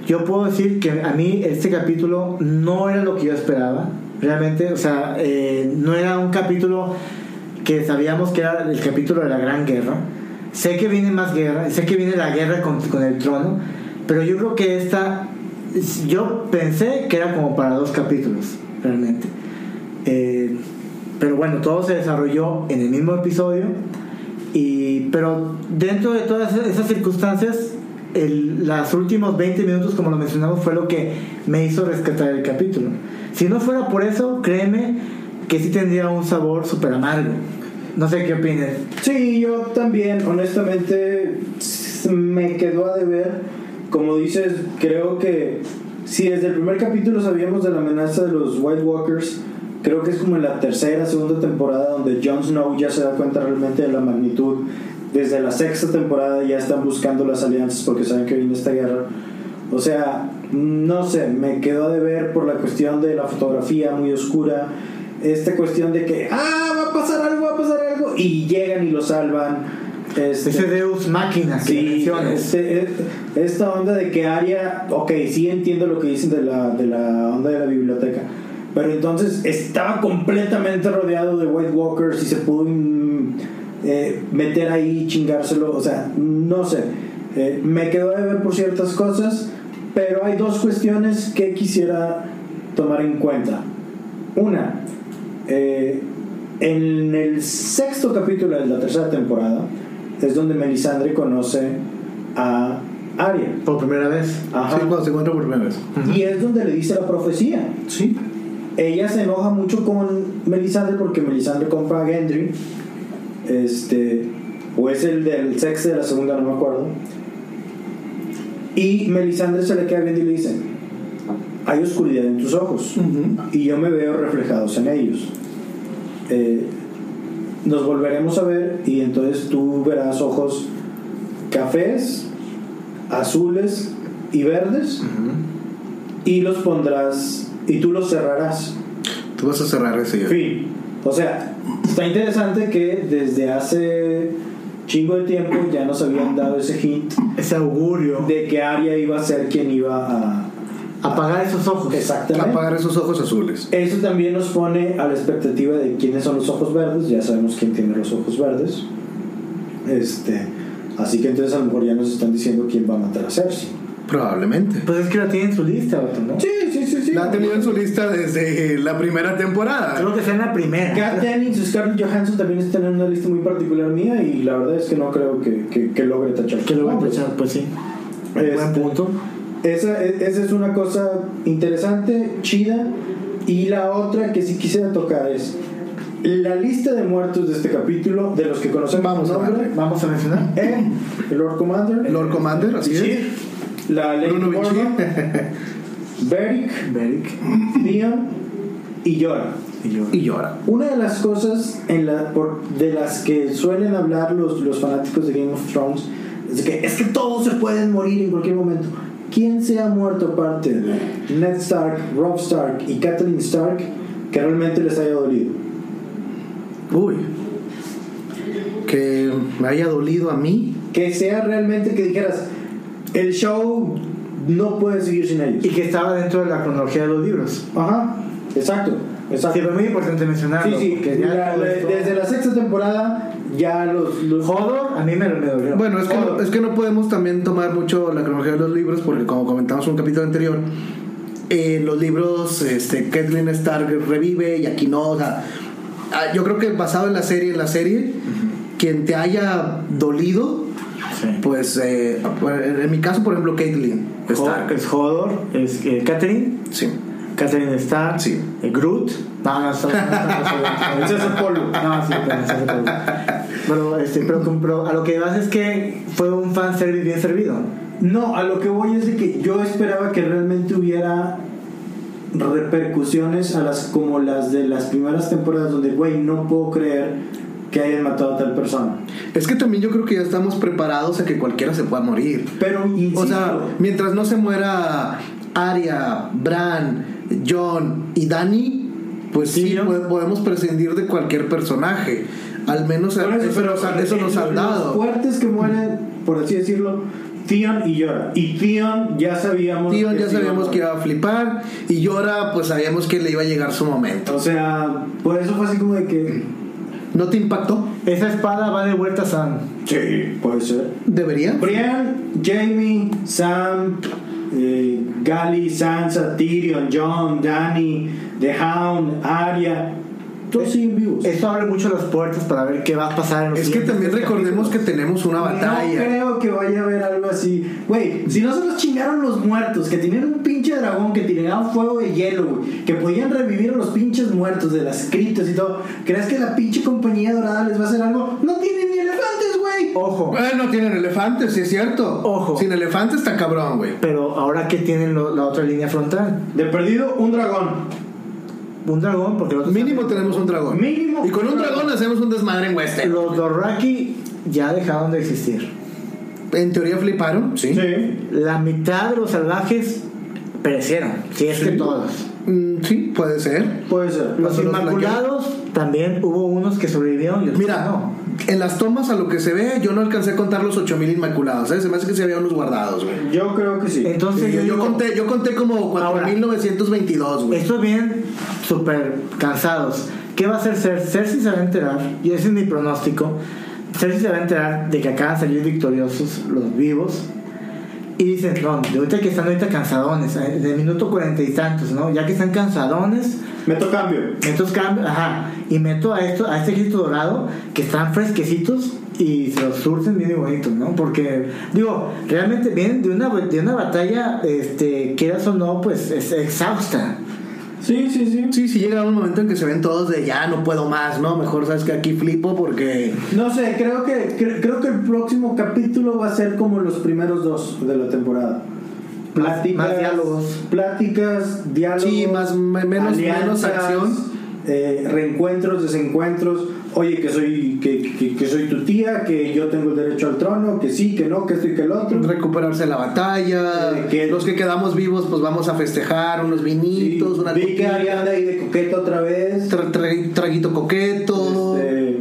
[SPEAKER 4] yo puedo decir que a mí este capítulo no era lo que yo esperaba, realmente, o sea, eh, no era un capítulo que sabíamos que era el capítulo de la Gran Guerra. Sé que viene más guerra, sé que viene la guerra con, con el trono, pero yo creo que esta, yo pensé que era como para dos capítulos, realmente. Eh, pero bueno, todo se desarrolló en el mismo episodio. Y, pero dentro de todas e-, esas circunstancias, el, los últimos 20 minutos, como lo mencionamos, fue lo que me hizo rescatar el capítulo. Si no fuera por eso, créeme que sí tendría un sabor súper amargo. No sé qué opinas.
[SPEAKER 3] Sí, yo también, honestamente, s- me quedó a deber. Como dices, creo que si desde el primer capítulo sabíamos de la amenaza de los White Walkers, creo que es como en la tercera, segunda temporada donde Jon Snow ya se da cuenta realmente de la magnitud. Desde la sexta temporada ya están buscando las alianzas porque saben que viene esta guerra. O sea, no sé, me quedó a deber por la cuestión de la fotografía muy oscura, esta cuestión de que, ah, va a pasar algo, va a pasar algo, y llegan y lo salvan. Este,
[SPEAKER 4] Ese Deus máquina que
[SPEAKER 3] sí,
[SPEAKER 4] mencionas.
[SPEAKER 3] este, este- esta onda de que Aria, ok, sí entiendo lo que dicen de la, de la onda de la biblioteca, pero entonces estaba completamente rodeado de White Walkers y se pudo mm, eh, meter ahí, chingárselo, o sea, no sé, Eh, me quedó de ver por ciertas cosas, pero hay dos cuestiones que quisiera tomar en cuenta. Una, eh, en el sexto capítulo de la tercera temporada es donde Melisandre conoce a Arya.
[SPEAKER 4] Por primera vez.
[SPEAKER 3] Ajá.
[SPEAKER 2] Sí, cuando se encuentra por primera vez.
[SPEAKER 3] Y es donde le dice la profecía.
[SPEAKER 2] Sí.
[SPEAKER 3] Ella se enoja mucho con Melisandre porque Melisandre compra a Gendry. Este, o es el del sexto de la segunda, no me acuerdo. Y Melisandre se le queda viendo y le dice: Hay oscuridad en tus ojos y yo me veo reflejados en ellos. Eh, nos volveremos a ver y entonces tú verás ojos cafés, azules y verdes y los pondrás y tú los cerrarás.
[SPEAKER 2] Tú vas a cerrar ese.
[SPEAKER 3] Fin. O sea, está interesante que desde hace chingo de tiempo ya nos habían dado ese hint
[SPEAKER 4] Ese augurio.
[SPEAKER 3] de que Aria iba a ser quien iba a...
[SPEAKER 4] Apagar esos ojos.
[SPEAKER 3] Exactamente.
[SPEAKER 2] Apagar esos ojos azules.
[SPEAKER 3] Eso también nos pone a la expectativa de quiénes son los ojos verdes. Ya sabemos quién tiene los ojos verdes. Este, así que entonces a lo mejor ya nos están diciendo quién va a matar a Cersei.
[SPEAKER 2] Probablemente.
[SPEAKER 4] Pues es que la tiene en su lista, vato, ¿no?
[SPEAKER 3] Sí, sí, sí, sí.
[SPEAKER 2] La ha tenido en su lista desde la primera temporada.
[SPEAKER 4] Creo que sea en la primera.
[SPEAKER 3] Kat Dennings y Scarlett Johansson también están en una lista muy particular mía y la verdad es que no creo que, que- que logre tachar.
[SPEAKER 4] Que lo voy a
[SPEAKER 3] Hombre,
[SPEAKER 4] aprovechar, pues sí.
[SPEAKER 3] Este-
[SPEAKER 4] Buen punto.
[SPEAKER 3] Esa, e- esa es una cosa interesante, chida. Y la otra que sí quisiera tocar es la lista de muertos de este capítulo, de los que conocemos
[SPEAKER 2] Vamos a
[SPEAKER 3] nombre,
[SPEAKER 2] ver.
[SPEAKER 4] Vamos a mencionar.
[SPEAKER 3] Eh, el Lord Commander,
[SPEAKER 2] Lord Commander, así es.
[SPEAKER 3] Chief, la Lady
[SPEAKER 2] Bruno Bichir. *laughs*
[SPEAKER 3] Mormont, Beric,
[SPEAKER 4] Beric.
[SPEAKER 3] Theon, y llora.
[SPEAKER 2] y llora.
[SPEAKER 3] Una de las cosas en la, por- de las que suelen hablar los, los fanáticos de Game of Thrones es de que es que todos se pueden morir en cualquier momento. ¿Quién se ha muerto aparte de Ned Stark, Rob Stark y Catelyn Stark que realmente les haya dolido?
[SPEAKER 2] Uy. Que me haya dolido a mí.
[SPEAKER 3] Que sea realmente que dijeras, el show no puede seguir sin ellos.
[SPEAKER 4] Y que estaba dentro de la cronología de los libros.
[SPEAKER 3] Ajá, exacto, exacto.
[SPEAKER 4] Sí, pero es muy importante
[SPEAKER 3] Sí,
[SPEAKER 4] mencionarlo.
[SPEAKER 3] sí,
[SPEAKER 4] porque ya
[SPEAKER 3] la-
[SPEAKER 4] todo
[SPEAKER 3] la-
[SPEAKER 4] esto-
[SPEAKER 3] desde la sexta temporada ya los... los *laughs*
[SPEAKER 4] Hodor, a mí me, me dolió.
[SPEAKER 2] Bueno, es que, no, es que no podemos también tomar mucho la cronología de los libros, porque como comentamos en un capítulo anterior, en los libros este, Catelyn Stark revive y aquí no. O sea, ah, yo creo que basado en la serie, en la serie, quien te haya dolido, pues eh, en mi caso, por ejemplo, Catelyn
[SPEAKER 4] Stark.
[SPEAKER 2] Stark.
[SPEAKER 4] Es Hodor, es eh, Catherine,
[SPEAKER 2] Sí.
[SPEAKER 4] Catherine Stark,
[SPEAKER 2] Sí.
[SPEAKER 4] eh, Groot. No, no, está- no, está- no, está-
[SPEAKER 3] Ese es el polvo.
[SPEAKER 4] No, sí, pero, ese es el polvo. pero, este, pero, pero a lo que vas es que fue un fanservice bien servido.
[SPEAKER 3] No, a lo que voy es de que yo esperaba que realmente hubiera repercusiones a las como las de las primeras temporadas donde, güey, no puedo creer que hayan matado a tal persona.
[SPEAKER 2] Es que también yo creo que ya estamos preparados a que cualquiera se pueda morir.
[SPEAKER 3] Pero, insisto,
[SPEAKER 2] O sea, mientras no se muera Aria, Bran, John y Dani, pues sí,
[SPEAKER 4] Tyrion.
[SPEAKER 2] po- podemos prescindir de cualquier personaje. Al menos
[SPEAKER 3] por
[SPEAKER 2] eh, pero, o sea, eso
[SPEAKER 3] eh,
[SPEAKER 2] nos
[SPEAKER 3] los-
[SPEAKER 2] han
[SPEAKER 3] Los
[SPEAKER 2] dado.
[SPEAKER 3] fuertes que mueren, por así decirlo, Theon y Jorah. Y Theon ya sabíamos
[SPEAKER 2] Tyrion ya
[SPEAKER 3] se iba a
[SPEAKER 2] sabíamos que
[SPEAKER 3] morir.
[SPEAKER 2] iba a flipar y Yora pues sabíamos que le iba a llegar su momento.
[SPEAKER 3] O sea, por eso fue así como de que
[SPEAKER 2] ¿No te impactó?
[SPEAKER 4] Esa espada va de vuelta a Sam.
[SPEAKER 3] sí, puede ser.
[SPEAKER 2] ¿Debería?
[SPEAKER 3] Brian, Jamie, Sam, eh, Gali, Sansa, Tyrion, John, Danny, The Hound, Arya,
[SPEAKER 2] Eh,
[SPEAKER 3] todos siguen vivos.
[SPEAKER 4] Esto abre mucho las puertas para ver qué va a pasar en los
[SPEAKER 2] Es que
[SPEAKER 4] siguientes
[SPEAKER 2] también
[SPEAKER 4] tres
[SPEAKER 2] recordemos que
[SPEAKER 4] capítulos.
[SPEAKER 2] tenemos una
[SPEAKER 3] No
[SPEAKER 2] batalla.
[SPEAKER 3] creo que vaya a haber algo así. Güey, si no se los chingaron los muertos, que tenían un pinche dragón, que tiraban fuego de hielo, güey, que podían revivir a los pinches muertos de las criptas y todo, ¿crees que la pinche compañía dorada les va a hacer algo? No tienen ni elefantes, güey.
[SPEAKER 2] Oh.
[SPEAKER 4] Ojo,
[SPEAKER 2] Bueno, tienen elefantes, sí es cierto.
[SPEAKER 4] Ojo.
[SPEAKER 2] Sin elefantes está cabrón, güey.
[SPEAKER 4] pero ahora que tienen lo- la otra línea frontal.
[SPEAKER 3] De perdido, un dragón.
[SPEAKER 4] Un dragón, porque los
[SPEAKER 2] Mínimo tenemos un dragón.
[SPEAKER 3] Mínimo.
[SPEAKER 2] Y con un dragón hacemos un desmadre en Western.
[SPEAKER 4] Los Dorraki ya dejaron de existir.
[SPEAKER 2] En teoría fliparon, sí.
[SPEAKER 3] Sí.
[SPEAKER 4] La mitad de los salvajes perecieron, si es que todos.
[SPEAKER 2] Mm, sí, puede ser.
[SPEAKER 3] Puede ser.
[SPEAKER 4] Los
[SPEAKER 2] Cuando los
[SPEAKER 4] Inmaculados también hubo unos que sobrevivieron y otros
[SPEAKER 2] Mira,
[SPEAKER 4] no.
[SPEAKER 2] en las tomas a lo que se ve, yo no alcancé a contar los 8000 inmaculados. ¿eh? Se me hace que se había unos guardados, güey.
[SPEAKER 3] Yo creo que sí.
[SPEAKER 4] Entonces
[SPEAKER 2] Sí, yo, yo
[SPEAKER 4] digo,
[SPEAKER 2] conté, yo conté como 4922, güey.
[SPEAKER 4] Estos vienen súper cansados. ¿Qué va a hacer Cer Cersei? Se va a enterar, y ese es mi pronóstico. Cersei se va a enterar de que acaban de salir victoriosos los vivos. Y dicen, no, de ahorita que están ahorita cansadones, eh, de minuto cuarenta y tantos, ¿no? Ya que están cansadones,
[SPEAKER 3] Meto cambio.
[SPEAKER 4] meto cambios, ajá, y meto a esto, a este ejército dorado, que están fresquecitos y se los surten bien y bonitos, ¿no? Porque, digo, realmente vienen de una, de una batalla, este, quieras o no, pues es exhausta.
[SPEAKER 3] Sí, sí, sí.
[SPEAKER 2] Sí, sí llega un momento en que se ven todos de ya no puedo más, ¿no? Mejor sabes que aquí flipo porque
[SPEAKER 3] No sé, creo que cre- creo que el próximo capítulo va a ser como los primeros dos de la temporada. Pláticas,
[SPEAKER 4] más diálogos.
[SPEAKER 3] Pláticas, diálogos.
[SPEAKER 2] Sí, más- me- menos- menos acción.
[SPEAKER 3] eh, reencuentros, desencuentros. Oye, que soy que, que- que soy tu tía, que yo tengo el derecho al trono, que sí, que no, que esto y que el otro.
[SPEAKER 2] recuperarse la batalla,
[SPEAKER 3] Eh, que-
[SPEAKER 2] los que quedamos vivos pues vamos a festejar unos
[SPEAKER 3] Sí,
[SPEAKER 2] vinitos, una
[SPEAKER 3] vi que
[SPEAKER 2] coquita,
[SPEAKER 3] Ariana anda ahí de coqueta otra vez.
[SPEAKER 2] tra- tra- traguito coqueto,
[SPEAKER 3] Este,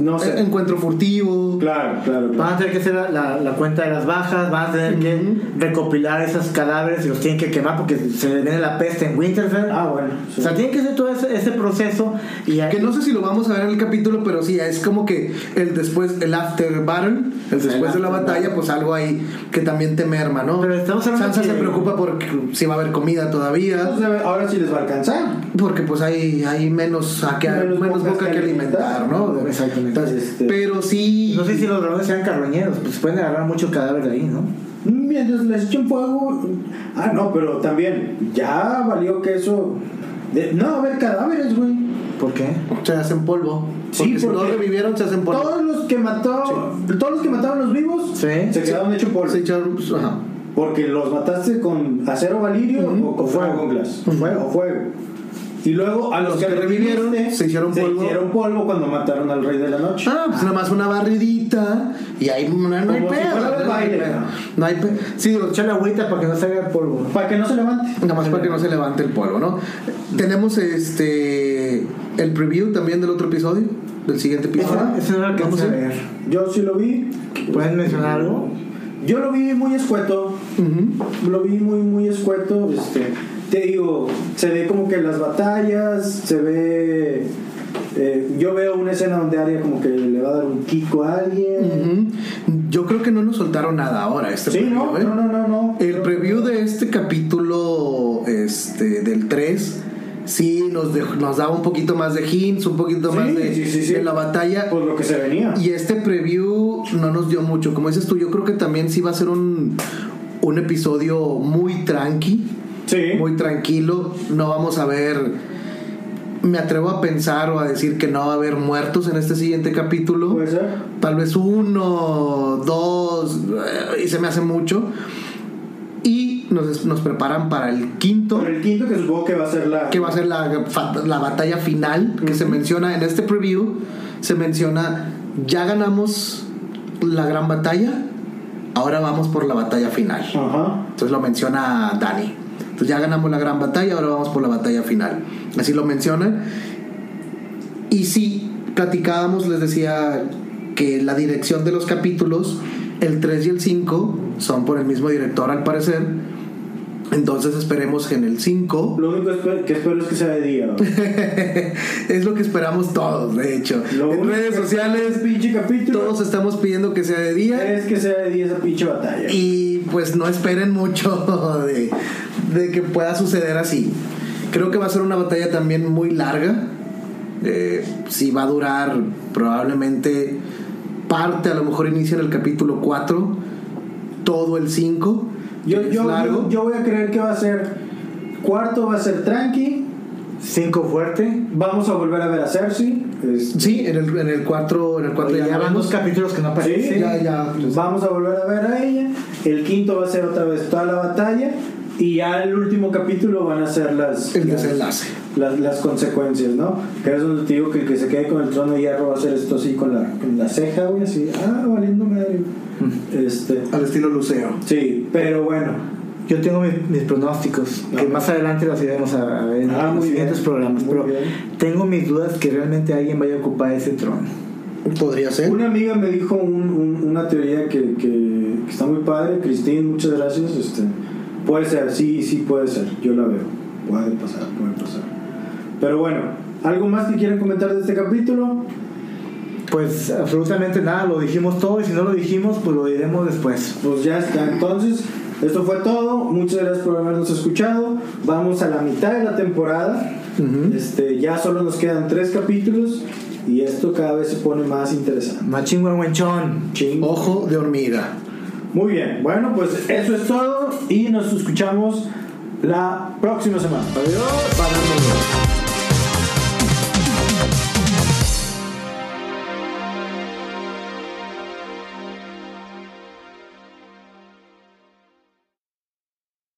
[SPEAKER 3] no sé.
[SPEAKER 2] en- encuentro furtivo.
[SPEAKER 3] Claro, claro, claro.
[SPEAKER 4] Van a tener que hacer la, la- la cuenta de las bajas, van a tener que recopilar esos cadáveres y los tienen que quemar porque se les viene la peste en Winterfell.
[SPEAKER 3] Ah, bueno. sí.
[SPEAKER 4] O sea, tienen que hacer todo ese, ese proceso y
[SPEAKER 2] Que no sé si lo vamos a ver en el capítulo, pero sí, es como que el después, el after battle, el después de la
[SPEAKER 4] after
[SPEAKER 2] batalla, pues algo ahí que también te merma, ¿no?
[SPEAKER 4] Pero estamos hablando
[SPEAKER 2] Sansa
[SPEAKER 4] que-
[SPEAKER 2] se preocupa por si va a haber comida todavía,
[SPEAKER 3] Entonces, ahora sí les va a alcanzar.
[SPEAKER 2] porque pues hay, hay menos, a que-
[SPEAKER 3] Menos
[SPEAKER 2] menos
[SPEAKER 3] bocas
[SPEAKER 2] boca que
[SPEAKER 3] que
[SPEAKER 2] alimentar, ¿no?
[SPEAKER 4] Exactamente.
[SPEAKER 2] Entonces,
[SPEAKER 3] Este-
[SPEAKER 2] Pero sí...
[SPEAKER 4] no sé si los dragones sean carroñeros, pues pueden agarrar muchos cadáveres de ahí, ¿no?
[SPEAKER 3] Mientras les echen fuego. Ah, no, pero también. Ya valió que eso. de- No, va a haber cadáveres, güey.
[SPEAKER 4] ¿Por qué?
[SPEAKER 2] Se hacen polvo.
[SPEAKER 3] Sí,
[SPEAKER 2] porque si no
[SPEAKER 3] porque-
[SPEAKER 2] revivieron, se hacen polvo.
[SPEAKER 3] Todos los que mató. Todos los que mataron los vivos.
[SPEAKER 4] Sí.
[SPEAKER 3] Se quedaron hechos por.
[SPEAKER 2] Se echaron- pues, ajá.
[SPEAKER 3] Porque los mataste con acero valirio o con fuego. Con glass.
[SPEAKER 4] Con fuego.
[SPEAKER 3] O fuego. Y luego a los,
[SPEAKER 2] Los que revivieron,
[SPEAKER 3] reviviste,
[SPEAKER 2] se hicieron polvo.
[SPEAKER 3] Se hicieron polvo cuando mataron al rey de la noche.
[SPEAKER 2] Ah, pues nada más una barridita y ahí no, no hay
[SPEAKER 3] Como si
[SPEAKER 2] pedo.
[SPEAKER 3] fuera de
[SPEAKER 2] no hay
[SPEAKER 3] baile,
[SPEAKER 2] pedo.
[SPEAKER 3] ¿no?
[SPEAKER 2] No hay pedo. Sí, digo, echarle agüita para que no se haga polvo.
[SPEAKER 3] Para que no se levante.
[SPEAKER 2] Nada más para que no se levante el polvo, ¿no? Tenemos este el preview también del otro episodio, del siguiente episodio.
[SPEAKER 4] Eso- Eso no lo
[SPEAKER 2] Vamos
[SPEAKER 4] alcancé
[SPEAKER 2] a
[SPEAKER 4] a
[SPEAKER 2] ir.
[SPEAKER 4] ver.
[SPEAKER 3] Yo sí lo vi.
[SPEAKER 4] ¿Pueden mencionar algo?
[SPEAKER 3] Yo lo vi muy escueto.
[SPEAKER 2] Ujú.
[SPEAKER 3] Lo vi muy, muy escueto. Este, te digo, se ve como que las batallas, se ve. eh, yo veo una escena donde Arya como que le va a dar un kiko a alguien.
[SPEAKER 2] Ujú. Yo creo que no nos soltaron nada ahora este
[SPEAKER 3] Sí, no,
[SPEAKER 2] preview, ¿eh?
[SPEAKER 3] no, no, no, no.
[SPEAKER 2] El preview de este capítulo este, del 3 sí nos, dejó- nos daba un poquito más de hints, un poquito
[SPEAKER 3] Sí,
[SPEAKER 2] más de,
[SPEAKER 3] sí, sí, sí.
[SPEAKER 2] de la batalla.
[SPEAKER 3] Pues lo que se venía.
[SPEAKER 2] Y este preview no nos dio mucho. Como dices tú, yo creo que también sí va a ser un, un episodio muy tranqui,
[SPEAKER 3] Sí.
[SPEAKER 2] muy tranquilo. No vamos a ver. Me atrevo a pensar o a decir que no va a haber muertos en este siguiente capítulo
[SPEAKER 3] Puede ser.
[SPEAKER 2] tal vez uno, dos, eh, y se me hace mucho. Y nos, nos preparan para el quinto,
[SPEAKER 3] Pero el quinto que supongo que va a ser la.
[SPEAKER 2] que va a ser la, fa- la batalla final, que se menciona en este preview, se menciona, ya ganamos la gran batalla, ahora vamos por la batalla final.
[SPEAKER 3] Ajá.
[SPEAKER 2] Entonces lo menciona Dani. Entonces ya ganamos la gran batalla, ahora vamos por la batalla final. Así lo mencionan. Y sí, platicábamos, les decía que la dirección de los capítulos, el 3 y el 5, son por el mismo director al parecer. Entonces esperemos que en el 5
[SPEAKER 3] Lo único que espero, que espero es que sea de día. güey.
[SPEAKER 2] *laughs* es lo que esperamos todos, de hecho.
[SPEAKER 3] Lo
[SPEAKER 2] en
[SPEAKER 3] único
[SPEAKER 2] redes
[SPEAKER 3] que
[SPEAKER 2] sociales,
[SPEAKER 3] espero de ese pinche capítulo
[SPEAKER 2] todos estamos pidiendo que sea de día.
[SPEAKER 3] es que sea de día esa pinche batalla.
[SPEAKER 2] Y pues no esperen mucho *laughs* de, de que pueda suceder así. Creo que va a ser una batalla también muy larga. Eh, si va a durar probablemente parte, a lo mejor inicia en el capítulo 4, todo el 5.
[SPEAKER 3] yo,
[SPEAKER 2] es
[SPEAKER 3] yo,
[SPEAKER 2] largo.
[SPEAKER 3] yo, yo voy a creer que va a ser cuarto, va a ser tranqui.
[SPEAKER 4] Cinco fuerte.
[SPEAKER 3] Vamos a volver a ver a Cersei. es-
[SPEAKER 2] sí, en el, en el 4, en el 4
[SPEAKER 4] Ya
[SPEAKER 2] ya
[SPEAKER 4] van
[SPEAKER 2] vamos.
[SPEAKER 4] dos capítulos que no
[SPEAKER 3] Sí,
[SPEAKER 4] aparecen.
[SPEAKER 2] ya, ya.
[SPEAKER 3] Vamos a volver a ver a ella. El quinto va a ser otra vez toda la batalla. Y ya el último capítulo van a ser las,
[SPEAKER 2] El
[SPEAKER 3] las,
[SPEAKER 2] desenlace.
[SPEAKER 3] las- las consecuencias, ¿no? Que es donde te digo que el que se quede con el trono de hierro va a hacer esto así con la, con la ceja, güey, así. Ah, valiendo madre. Este.
[SPEAKER 2] Al estilo Luceo.
[SPEAKER 3] Sí, pero bueno.
[SPEAKER 4] Yo tengo mis, mis pronósticos, que
[SPEAKER 3] Ajá.
[SPEAKER 4] más adelante los iremos a, a ver en
[SPEAKER 3] Ah,
[SPEAKER 4] los
[SPEAKER 3] muy
[SPEAKER 4] siguientes
[SPEAKER 3] bien,
[SPEAKER 4] programas.
[SPEAKER 3] muy
[SPEAKER 4] Pero
[SPEAKER 3] bien.
[SPEAKER 4] tengo mis dudas que realmente alguien vaya a ocupar ese trono.
[SPEAKER 2] Podría ser.
[SPEAKER 3] Una amiga me dijo un- un- una teoría que, que- que está muy padre. Cristín, muchas gracias. Este, puede ser, sí, sí puede ser. Yo la veo. Puede pasar, puede pasar. Pero bueno, ¿algo más que quieran comentar de este capítulo?
[SPEAKER 4] Pues absolutamente nada, lo dijimos todo y si no lo dijimos, pues lo diremos después.
[SPEAKER 3] Pues ya está. Entonces, esto fue todo. Muchas gracias por habernos escuchado. Vamos a la mitad de la temporada. este, ya solo nos quedan tres capítulos y esto cada vez se pone más interesante.
[SPEAKER 4] Machín Huenchón.
[SPEAKER 3] Ching.
[SPEAKER 2] Ojo de hormiga.
[SPEAKER 3] Muy bien, bueno, pues eso es todo y nos escuchamos la próxima semana. Adiós. Vámonos.